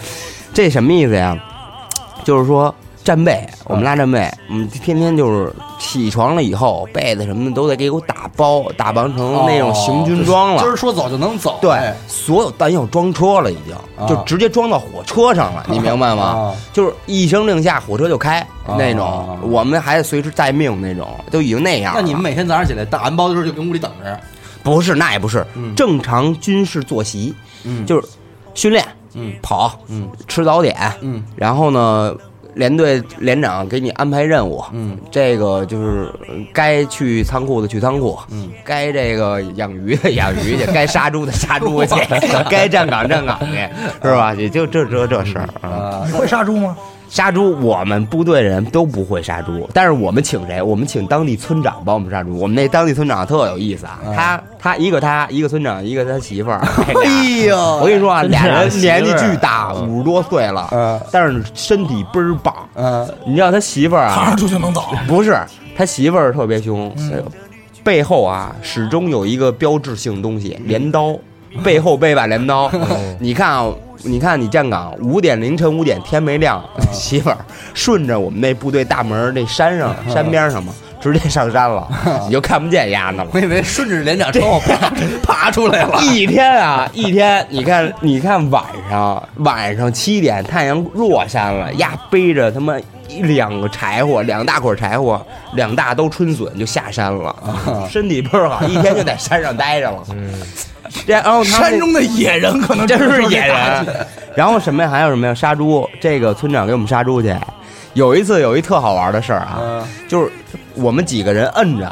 D: 这什么意思呀？就是说战备，我们拉战备，我们天天就是起床了以后，被子什么的都得给我打包，打包成那种行军装了。
A: 哦今儿说走就能走，哎
D: 对，所有弹药装车了，已
A: 啊
D: 经就直接装到火车上了，你明白吗
A: 啊？
D: 就是一声令下，火车就开
A: 啊
D: 那
A: 啊
D: 种，我们还随时待命那种，都已经那样了。
A: 那你们每天早上起来打完包的时候就跟屋里等着，
D: 不是那也不是
A: 嗯
D: 正常军事作息，就是训练，
A: 嗯
D: 跑，
A: 嗯，
D: 吃早点，
A: 嗯，
D: 然后呢，连队连长给你安排任务，嗯，这个就是呃该去仓库的去仓库，嗯，该这个养鱼的养鱼 <laughs> 去，该杀猪的杀猪 <laughs> 去，该站岗站岗去， <laughs> 是吧？也就这这这事儿啊。
A: 啊
B: 你会杀猪吗？
D: 杀猪，我们部队人都不会杀猪，但是我们请谁？我们请当地村长帮我们杀猪。我们那当地村长特有意思啊，他他一个他一个村长，一个他媳妇 <laughs> 儿。哎呦，我跟你说啊，俩人年纪巨大，
C: 嗯
D: 五十多岁了，
A: 嗯
D: 但是身体倍儿棒。
A: 嗯，
D: 你知道他媳妇儿
B: 扛
D: 啊
B: 着？猪就能走。
D: 不是，他媳妇儿特别凶，背后啊始终有一个标志性东西，镰刀，背后背把镰刀。你看啊，你看你站岗五点凌晨五点天没亮，媳妇儿顺着我们那部队大门儿那山上山边儿上嘛，直接上山了，你就看不见丫的了
A: 我。以为顺着连长车后爬 <laughs> 爬出来了，
D: 一天啊，一天，你看，你看晚上，晚上七点太阳落山了，呀，背着他妈一两个柴火，两大捆柴火，两大兜春笋就下山了，身体倍儿好，一天就在山上待着了。然后他们
B: 山中的野人可能
D: 这
B: 真
D: 是野人。 <laughs> 然后什么呀？还有什么呀？杀猪，这个村长给我们杀猪去。有一次有一特好玩的事儿啊，
B: 嗯
D: 就是我们几个人摁着，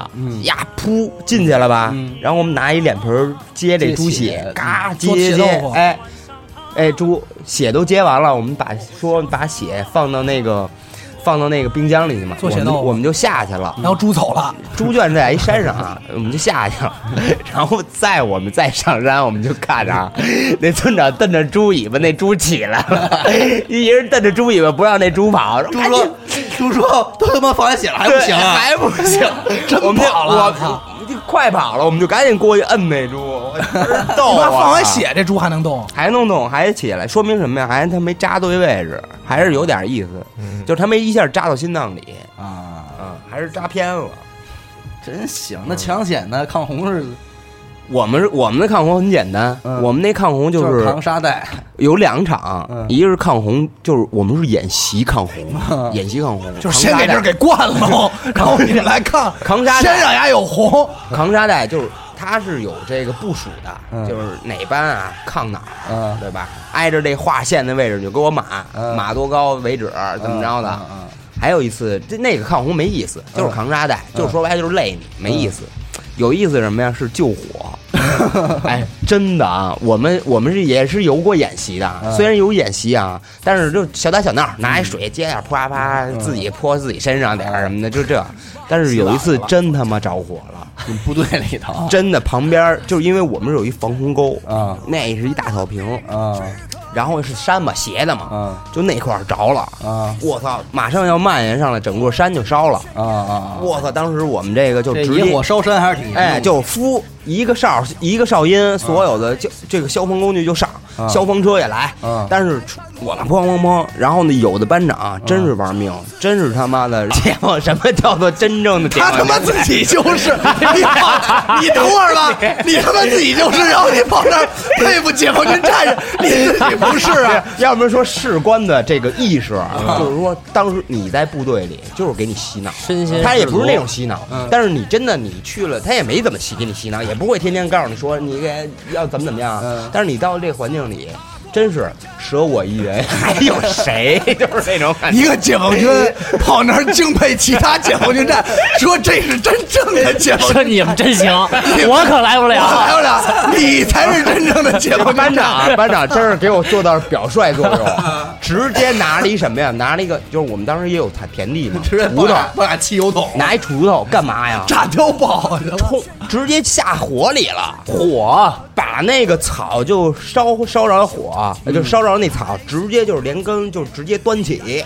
D: 呀噗进去了吧，然后我们拿一脸盆儿接这猪
A: 接血
D: 嘎
B: 做嗯
D: 接
B: 血
D: 接
B: 豆，腐
D: 哎哎猪血都接完了，我们把说把血放到那个放到那个冰箱里去嘛，
B: 做血
D: 我们
B: 豆
D: 就
B: 腐嗯
D: 我们就下去了，
B: 然后猪走了，
D: 猪圈在一山上啊，我们就
B: <laughs>
D: 下去了，然后再我们再上山，我们就看着啊，那村长瞪着猪尾巴，那猪起来了，一人瞪着猪尾巴不让那猪跑，
A: 猪说猪说都他妈放完血了还不行
D: 对
A: 啊，
D: 还不行，
B: <laughs>
D: 我们就
B: 跑了
D: 我
B: 我操
D: 就快跑了，我们就赶紧过去摁
B: <laughs>
D: 那猪，我真逗
B: 你妈
D: 啊！
B: 放完血，这猪还能动？
D: 还能动，还起来，说明什么呀？还他没扎对位置，还是有点意思，
B: 嗯
D: 就是他没一下扎到心脏里，
A: 啊，
D: 啊，还是扎偏了。
A: 真行，那抢险呢？抗洪是
D: 我们是我们的抗洪很简单，
A: 嗯
D: 我们那抗洪就是
A: 扛沙袋，
D: 有两场，
A: 嗯
D: 一个是抗洪，就是我们是演习抗洪，演习抗洪，
B: 嗯就是先给这儿给灌
D: <laughs>
B: 了，哦然后你们来看，
D: 扛沙
B: 先
D: 袋
B: 让牙有红，
D: 扛沙袋，就是它是有这个部署的，
A: 嗯
D: 就是哪班啊抗哪儿，
A: 嗯
D: 对吧？挨着这划线的位置就给我码、
A: 嗯
D: 码多高为止，怎么着的？
A: 嗯嗯嗯
D: 还有一次，这那个抗洪没意思，就是扛沙袋，就是说白了就是累你，没意思。有意思是什么呀？是救火。哎，真的啊，我们我们是也是有过演习的，虽然有演习啊，但是就小打小闹，拿一水接点啪啪，自己泼自己身上点儿什么的，就这。但是有一次真他妈着火了。
A: 你们部队里头
D: 真的，旁边就是因为我们是有一防洪沟
A: 啊
D: 那是一大草坪，
A: 啊，
D: 然后是山嘛，斜的嘛，
A: 啊
D: 就那块儿着了，
A: 啊
D: 我操，马上要蔓延上来，整座山就烧了。
A: 啊啊！
D: 我操！当时我们这个就
A: 这
D: 直
A: 野
D: 接
A: 火烧身还是挺
D: 哎，就夫一个哨一个哨音，所有的就这个消防工具就上，
A: 啊
D: 消防车也来
A: 啊，
D: 但是出我们砰砰砰，然后呢，有的班长啊真是玩命，真是他妈
A: 啊
D: 的解放，什么叫做真正的解
B: 他
D: 放
B: 他妈自己
D: <laughs>
B: 就是，你跑你等会儿吧，你他妈自己就是，然后你跑那儿佩服解放军战士，你自己不是啊？
D: <laughs> 要不然说士官的这个意识，啊
A: 啊
D: 就是说，当时你在部队里就是给你洗脑，
C: 身先
D: 他也不
C: 士
D: 是
C: 卒
D: 那种洗脑，但是你真的你去了，他也没怎么洗给你洗脑，也不会天天告诉你说你给要怎么怎么样。啊但是你到这环境里，真是舍我一人，还有谁？ <laughs> 就是那种感觉。
B: 一个解放军
D: 哎
B: 跑那儿敬佩其他解放军战，说这是真正的解放
C: <laughs> 说
B: 军，
C: 你们真 <laughs> 行，我可来不 <laughs>
B: 还
C: 了。
B: 有俩，你才是真正的解放军
D: 啊
B: 战
D: 班
B: 士。
D: 长，啊班长真是给我做到表率作用， <laughs> 直接拿了一什么呀？拿了一个，就是我们当时也有田田地 <laughs> 嘛，
B: 直接
D: 锄头，
B: 放俩汽油桶，
D: 拿一锄头干嘛呀？
B: 炸碉堡去了。
D: 冲，直接下火里了，
C: 火
D: 把那个草就烧烧着火，就烧着那草，直接就是连根就直接端起，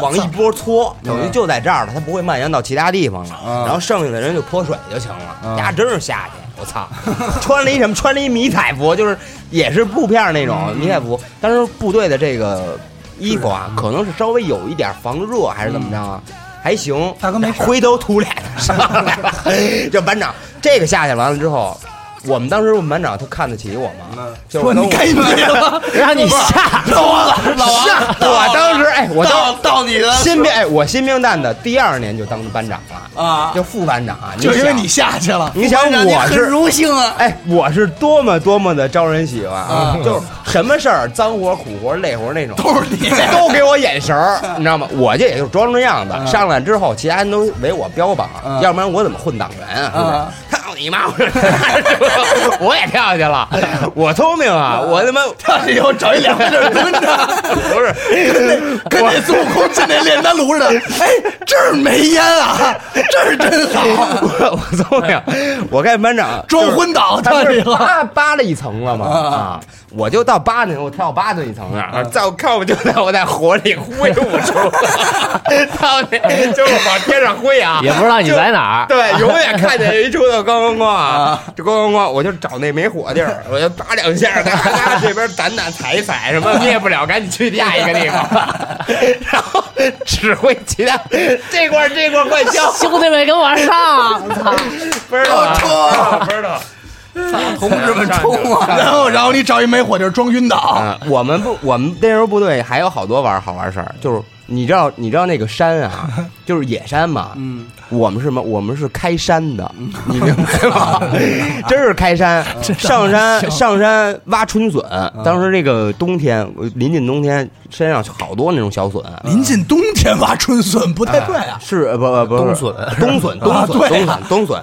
D: 往一波搓，等于就在这儿了，它不会蔓延到其他地方了。然后剩下的人就泼水就行了。丫真是下去，我操！穿了一什么？穿了一迷彩服，就是也是布片儿那种迷彩服。当时部队的这个衣服啊，可能是稍微有一点防热，还是怎么着啊？还行，
B: 大哥没事
D: 哎灰头土脸的上来了。 <laughs> 这班长这个下去完了之后，我们当时我们班长他看得起我嘛，就是
B: 说 <laughs>
D: 跟
B: 你
D: 我
B: 该你了，
D: <laughs>
C: 让你下，
B: 老王，老王，
D: 下，我当时哎，我当
B: <laughs> 到你的
D: 新兵哎，我新兵蛋的第二年就当班长了，
B: 啊，
D: 就副班长啊，
B: 就因为
D: 想
B: 你下去了。
D: 你想我是
A: 荣幸啊！
D: 哎，我是多么多么的招人喜欢啊！就是什么事儿，脏活、苦活、累活那种，
B: 嗯 <laughs> 都是你
D: <laughs> 都给我眼神
B: <laughs>
D: 儿，你知道吗？我这也就是装装样子，
B: 嗯
D: 上来之后，其他人都为我标榜，要不然我怎么混党员
B: 嗯
D: 啊？是不是？操你妈！我说
C: <laughs>
D: 我也跳下去了，我聪明 <laughs> 啊！我他妈跳下去以后找一两个人蹲着， <laughs> 不是
B: 跟那孙悟空进那炼丹炉似的。
D: <laughs>
B: 哎，这儿没烟啊，这儿真好，
D: 我我聪明，我看班长
B: 装昏倒
D: 他
B: 到
D: 不
B: 你
D: 是
B: 了。
D: 扒扒了一层了吗？啊，我就到八那，我跳八那一层那儿，再我看我就在我在火里挥舞出 <laughs> 来，到那 <laughs> 就是往天上挥啊，
C: <laughs> 也不知道你在哪儿。
D: 对，永远看见一出头咣咣咣啊，这咣咣咣，我就找那没火地 <laughs> 儿，我就扒两下，哒哒哒这边掸掸踩一踩什么，灭不了，赶紧去下一个地方，然后指挥其他这块儿这块儿快 <laughs> 消，
C: <laughs> 兄弟们，给我上！我操，
D: 分儿了，分儿了。
A: 同志们冲啊！
B: 然后，然后你找一没火地儿装晕倒，
D: 啊，我们不，我们那时候部队还有好多玩儿好玩儿事儿，就是你知道，你知道那个山啊，就是野山嘛。嗯，我们是什么？我们是开山的，你明白吗？真是开山，上山上山挖春笋。当时这个冬天，呃临近冬天，山上好多那种小笋。
B: 临近冬天挖春笋不太对啊。
D: 是呃不不不是
C: 冬笋
D: 冬笋
B: 啊对
D: 冬笋冬笋冬笋，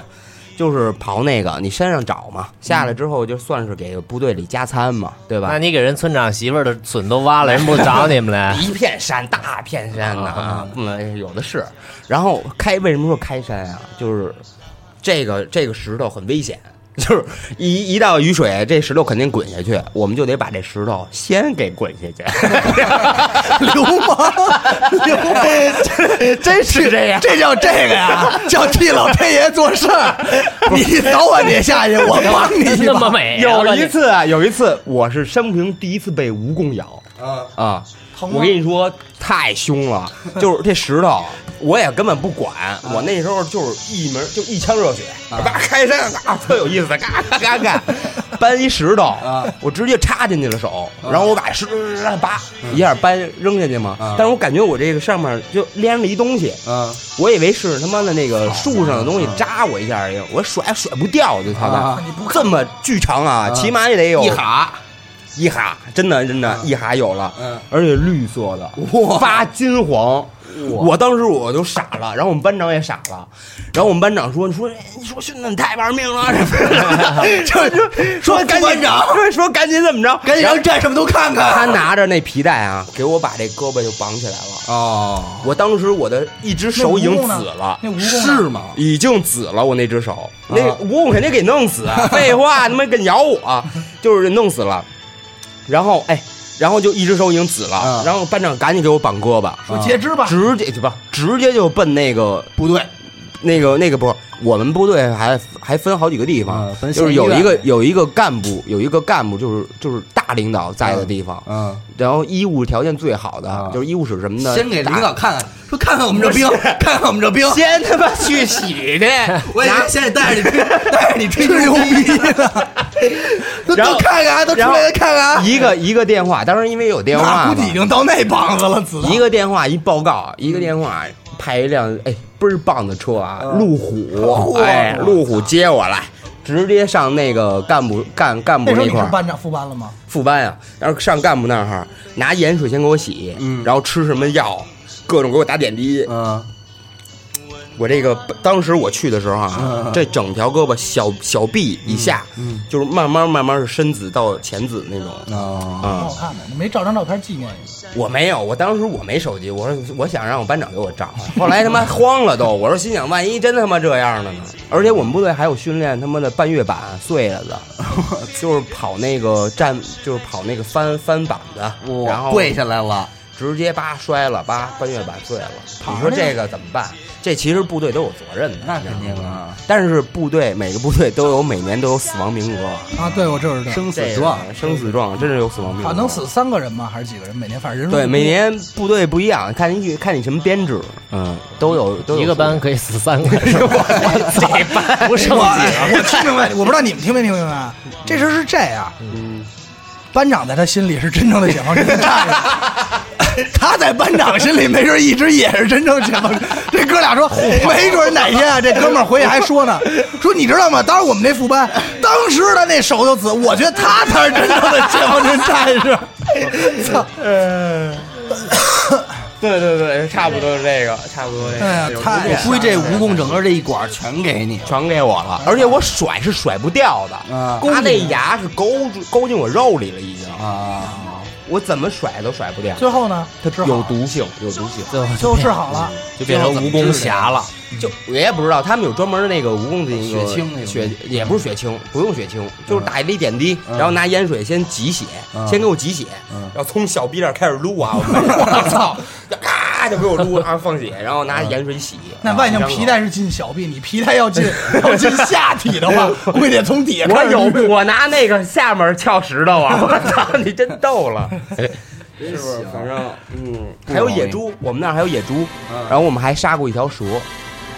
D: 就是刨那个，你山上找嘛，下来之后就算是给部队里加餐嘛，对吧？
C: <laughs> 那你给人村长媳妇儿的笋都挖了，人不找你们来？
D: 一片山，大片山呐、啊，嗯，有的是。然后开为什么说开山啊？就是这个这个石头很危险， <laughs> 就是一一到雨水，这石头肯定滚下去，我们就得把这石头先给滚下去。 <laughs>
B: 流氓，流氓，真是这样，这叫这个呀，叫替老天爷做事儿。你早晚得下去，我帮你一
C: 那么
B: 把。
C: 美啊，
D: 有一次啊，有一次我是生平第一次被蜈蚣咬，啊啊！我跟你说，太凶了，就是这石头，我也根本不管。我那时候就是一门就一腔热血，叭开山啊，特有意思，嘎嘎嘎嘎，搬一石头，我直接插进去了手，然后我把石头叭一下搬扔下去嘛。但是我感觉我这个上面就连着一东西，我以为是他妈的那个树上的东西扎我一下而已，我甩甩不掉，就操蛋！这么巨长啊，起码也得有一哈，一哈，真的真的，一哈有了，而且绿色的，发金黄。我当时我就傻了，然后我们班长也傻了，然后我们班长说：“你说哎你说兄弟你太玩命了，就就说赶紧
B: 班长
D: 说说赶紧怎么着，
B: 赶紧让战士们都看看。
D: 他拿着那皮带啊，给我把这胳膊就绑起来了。哦，我当时我的一只手已经紫了，
B: 那蜈蚣是吗？
D: 已经紫了，我那只手，那蜈蚣肯定啊
B: <laughs>
D: 给弄死啊！废话，他妈给咬我，就是弄死了。然后哎，然后就一只手已经紫了，
A: 啊
D: 然后班长赶紧给我绑胳膊，
B: 说截肢吧，
D: 直接就不直接就奔那个
B: 部队
D: 那个那个不，我们部队还还分好几个地方，
A: 啊分县
D: 就是有
A: 医院
D: 一个有一个干部，有一个干部就是就是大领导在的地方，
B: 啊
A: 嗯，
D: 然后医务条件最好的、
A: 啊
D: 就是医务室什么的，
A: 先给领
D: 大
A: 导看看，说看看我们这兵，看看我们这兵。
D: 先他
A: <laughs>
D: 妈去洗去，
A: 我以为先得带着你吹， <laughs> 带着你吹牛逼 <laughs> 呢。都
D: 然后
A: 都看看啊，都出
D: 然后
A: 来看看啊。
D: 一个一个电话，当时因为有电话
B: 那
D: 嘛
B: 估计已经到那膀子了，嗯子弹
D: 一个电话一报告，一个电话派一辆哎倍儿棒的车啊，
B: 嗯
D: 路虎，哎，路虎接我来，直接上那个干部干干部
B: 那时候
D: 那
B: 你
D: 块
B: 是
D: 儿
B: 班长副班了吗？
D: 副班啊，然后上干部那儿拿盐水先给我洗，
B: 嗯
D: 然后吃什么药，各种给我打点滴。
A: 嗯，
D: 我这个当时我去的时候
B: 嗯
D: 啊，这整条胳膊小小臂以下，就是慢慢慢慢是深紫到浅紫那种
A: 哦，
B: 挺
D: 啊
B: 好。看的，你没照张照片纪念一下。
D: 我没有，我当时我没手机，我说我想让我班长给我照，啊 <laughs> 后来他妈慌了都，我说心想万一真他妈这样了呢？而且我们部队还有训练他妈的半月板碎了的， <laughs> 就是跑那个站，就是跑那个翻翻板子，然后
A: 跪下来了。
D: 直接叭摔了，叭半月板碎了，你说这个怎么办？这其实部队都有责任的，
A: 那肯定啊，
D: 但是部队每个部队都有每年都有死亡名额，
B: 啊，对，我这是
A: 生死
D: 这个
A: 状。
D: 生死状，真是有死亡名额，
B: 啊，能死三个人吗？还是几个人？每年反
A: 嗯
B: 正人数
D: 对，每年部队不一样，看你看你什么编制，嗯，都有都有
C: 一个班可以死三个，
D: <laughs>
C: 这班不剩
B: 我 <laughs>
C: 几
B: 我听明白，我不知道你们听没听明白。啊这事儿是这样，班长在他心里是真正的解放军的战士，他在班长心里没准一直也是真正解放军。这哥俩说，没准哪天啊，这哥们儿回去还说呢，说你知道吗？当时我们那副班，当时他那手就紫，我觉得他才是真正的解放军战士。操！
D: 对对对，差不多是这个，差不多这
B: 哎呀，太
A: 啊我估计这蜈蚣整个这一管全给你。
D: 全给我了，而且我甩是甩不掉的，
A: 啊
D: 他那牙是勾住勾进我肉里了，已经，
A: 啊，
D: 我怎么甩都甩不掉，
B: 最后呢，
D: 它有毒性，有毒性，
C: 最后
B: 最后治好了。
C: 就变成蜈蚣侠了。
D: 就我也不知道，他们有专门的那个蜈蚣的那个
A: 血清那种
D: 血也不是血清，不用血清，就是打一粒点滴，然后拿盐水先挤血，
A: 嗯
D: 先给我挤血，
A: 嗯
D: 然后从小逼这儿开始撸啊，我操，咔就给我撸，然后放血，然后拿盐水洗。
B: 那万幸
D: 然后
B: 皮带是进小臂，你皮带要进要进下体的话，估计得从底下
D: 啊我
B: 开始捋
D: 有，我拿那个下面撬石头啊！我操，你真逗了，是不是？反正嗯，还有野猪，我们那儿还有野猪，然后我们还杀过一条蛇。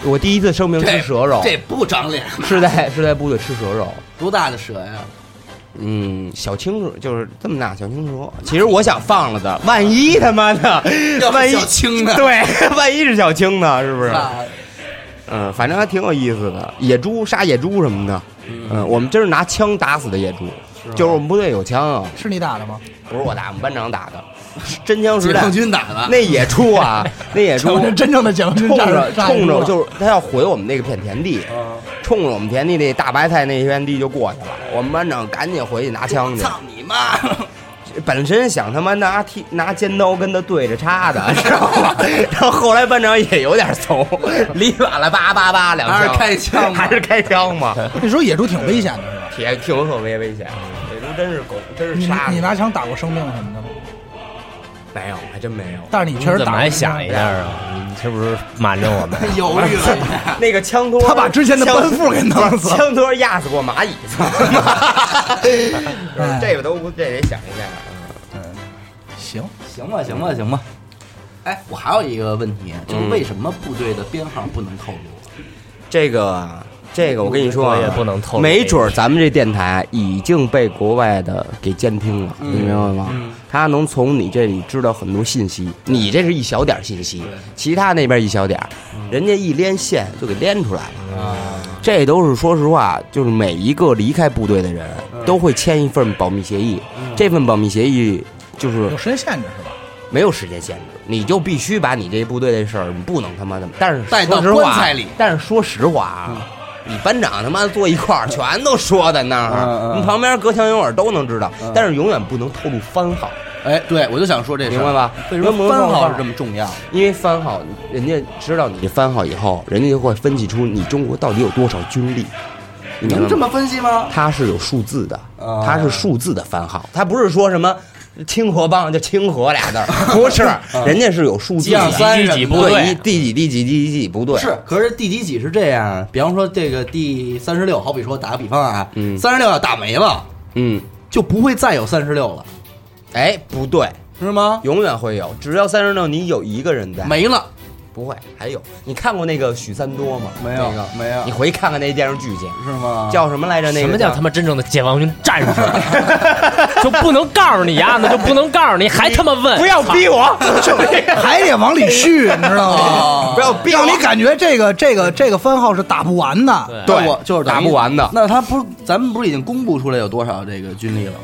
D: 我第一次声明吃蛇肉，
A: 这不长脸。
D: 是在是在部队吃蛇肉。
A: 多大的蛇呀？
D: 嗯，小青蛇就是这么大小青蛇。其实我想放了的，万一他妈的，
A: 要不
D: 万一
A: 小青呢
D: 对，万一是小青呢？是不是？
A: 大
D: 嗯，反正还挺有意思的，野猪杀野猪什么的。嗯，我们真是拿枪打死的野猪，就是我们部队有枪啊，
B: 是你打的吗？
D: 不是我打，我们班长打的，是真枪实
A: 解
D: 弹
A: 放。军打的。
D: 那野猪啊，那野
A: <laughs>
D: 猪
B: 我是真正的解放军
D: 冲
B: 战
D: 着
B: 士，
D: 冲着
B: 是
D: 就是他要毁我们那个片田地，冲着我们田地那大白菜那片地就过去了。我们班长赶紧回去拿枪去，
A: 操你 <laughs> 妈！
D: 本身想他妈拿剃拿尖刀跟他对着插的，知道吗？
B: <laughs>
D: 然后后来班长也有点怂，离远了叭叭叭两枪，
A: 还是开枪吧
D: 还是开枪嘛，
B: <laughs> 那时候野猪挺危险的，是吧？
D: 铁挺特别危险。野猪真是狗，真是杀
B: 你你
D: 的
B: 拿枪打过生命什么的吗？
D: 没有，还真没有。
B: 但是你
C: 你
B: 确实
C: 怎么
B: 打。
C: 还想一下？啊？你是不是瞒着我们？
A: 犹豫 <laughs> 了一下，
D: 那个枪托，
B: 他把之前的班副给弄死
D: 枪枪托压死过蚂
B: <laughs>
D: 蚁， <laughs> 操！就是这个都不，这得想一下。
B: 行，
A: 行吧，行吧，行吧。嗯哎，我还有一个问题，就是为什么部队的编号不能透露？
D: 这个啊，这个我跟你说啊，
C: 我也不能透露
D: 没准儿咱们这电台已经被国外的给监听了，
C: 嗯
D: 你明白吗？他能从你这里知道很多信息，你这是一小点儿信息，其他那边一小点儿，
C: 嗯
D: 人家一连线就给连出来了。
C: 啊
D: 这都是说实话，就是每一个离开部队的人
C: 嗯
D: 都会签一份保密协议，这份保密协议就是
B: 有时间限制是吧？
D: 没有时间限制，你就必须把你这部队的事儿，你不能他妈的。但是
A: 带到
D: 说实话
A: 棺材里嗯
D: 但是说实话啊，你班长他妈坐一块儿，全都说在那
A: 嗯
D: 儿，啊
A: 嗯
D: 你旁边隔墙有耳都能知道，但是永远不能透露番号，
A: 哎，对，我就想说这事儿，
D: 明白吧？
A: 为什么
D: 番
A: 番
D: 号
A: 号是这么重要？
D: 因为番号，人家知道你番号以后，人家就会分析出你中国到底有多少军力，你明
A: 能
D: 白吗
A: 这？么分析吗？
D: 它是有数字的
A: 哦，
D: 它是数字的番号，它不是说什么清河帮就清河俩字儿，不
A: <laughs>
D: 是，
A: 啊
D: 人家是有数
C: 几
D: 据
C: 几
D: 的。
C: 几几部
D: 对，一啊第几第几第几不对，
A: 是，可是第几几是这样，比方说这个第三十六，好比说打个比方啊，三十六要打没了，
D: 嗯，
A: 就不会再有三十六了，
D: 哎，不对，
A: 是吗？
D: 永远会有，只要三十六你有一个人在，
A: 没了，
D: 不会还有。你看过那个许三多吗？
A: 没有
D: 那个，
A: 没有
D: 你回看看那电视剧去，
A: 是吗？
D: 叫啊什么来着？ <laughs> 那个
C: 什么叫他妈真正的解放军战
D: <laughs>
C: 士？就不能告诉你丫的，就不能告诉你，还他妈问？
D: 不要逼我，
B: <laughs> 还得往里续，你知道吗？
D: 不要逼
B: <laughs> 让
D: 我
B: 你感觉这个这个这个番号是打不完的，
C: 对，
A: 那我就是等于
D: 打不完的
A: 那他不，咱们不是已经公布出来有多少这个军力了吗？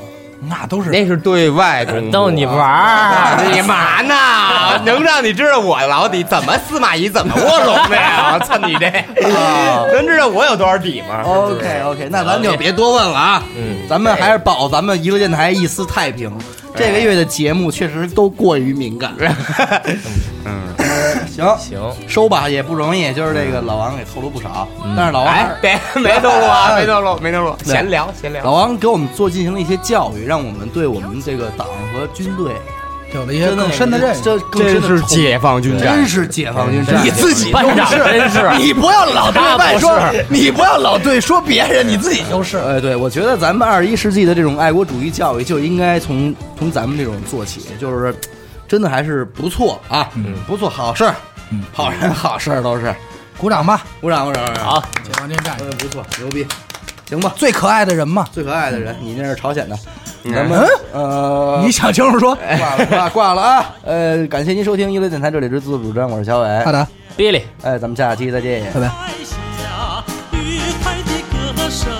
B: 那都是
D: 那是对外公布
C: 逗你玩儿。
D: 你嘛哎呢？ <laughs> 能让你知道我老底怎么司马懿怎么卧龙的呀？我操你这！能知道我有多少底吗？
A: OK OK，那咱就别多问了啊。
C: 嗯，
A: 咱们还是保咱们娱乐电台一丝太平。这个月的节目确实都过于敏感。嗯，行，
C: 行，
A: 收吧也不容易，就是这个老王给透露不少，但是老王还
C: 哎
A: 是
D: 哎别没透露啊，没透露，没透露，闲聊闲聊。
A: 老王给我们做进行了一些教育，让我们对我们这个党和军队
B: 有了一些
A: 真的
B: 更深的认识。
A: 这更深的崇
D: 放军
A: 真是解放军战士，
B: 己
C: 班
A: <laughs>
C: 长真 <laughs> 是
B: 你不要老对外说
C: 大博，
B: 你不要老对说别人，你自己就是。
A: 哎，对，我觉得咱们二十一世纪的这种爱国主义教育就应该从从咱们这种做起，就是真的还是不错啊，
B: 嗯
A: 不错，好事儿，好人好事儿都是，
B: 鼓掌吧，
A: 鼓掌鼓掌，鼓掌，
C: 好，
B: 解放军战士
A: 嗯，不错，牛逼，行吧，
B: 最可爱的人嘛。
A: 最可爱的人，你那是朝鲜的，咱
B: 嗯
A: 们，呃，
B: 你想清楚说。
A: 挂了挂挂了啊，呃，感谢您收听一乐电台，这里是自作主张，我是小伟，
B: 好的，
C: 哔哩。
A: 哎，咱们下期再见。
B: 拜拜。
G: 爱上家，愉快的歌声。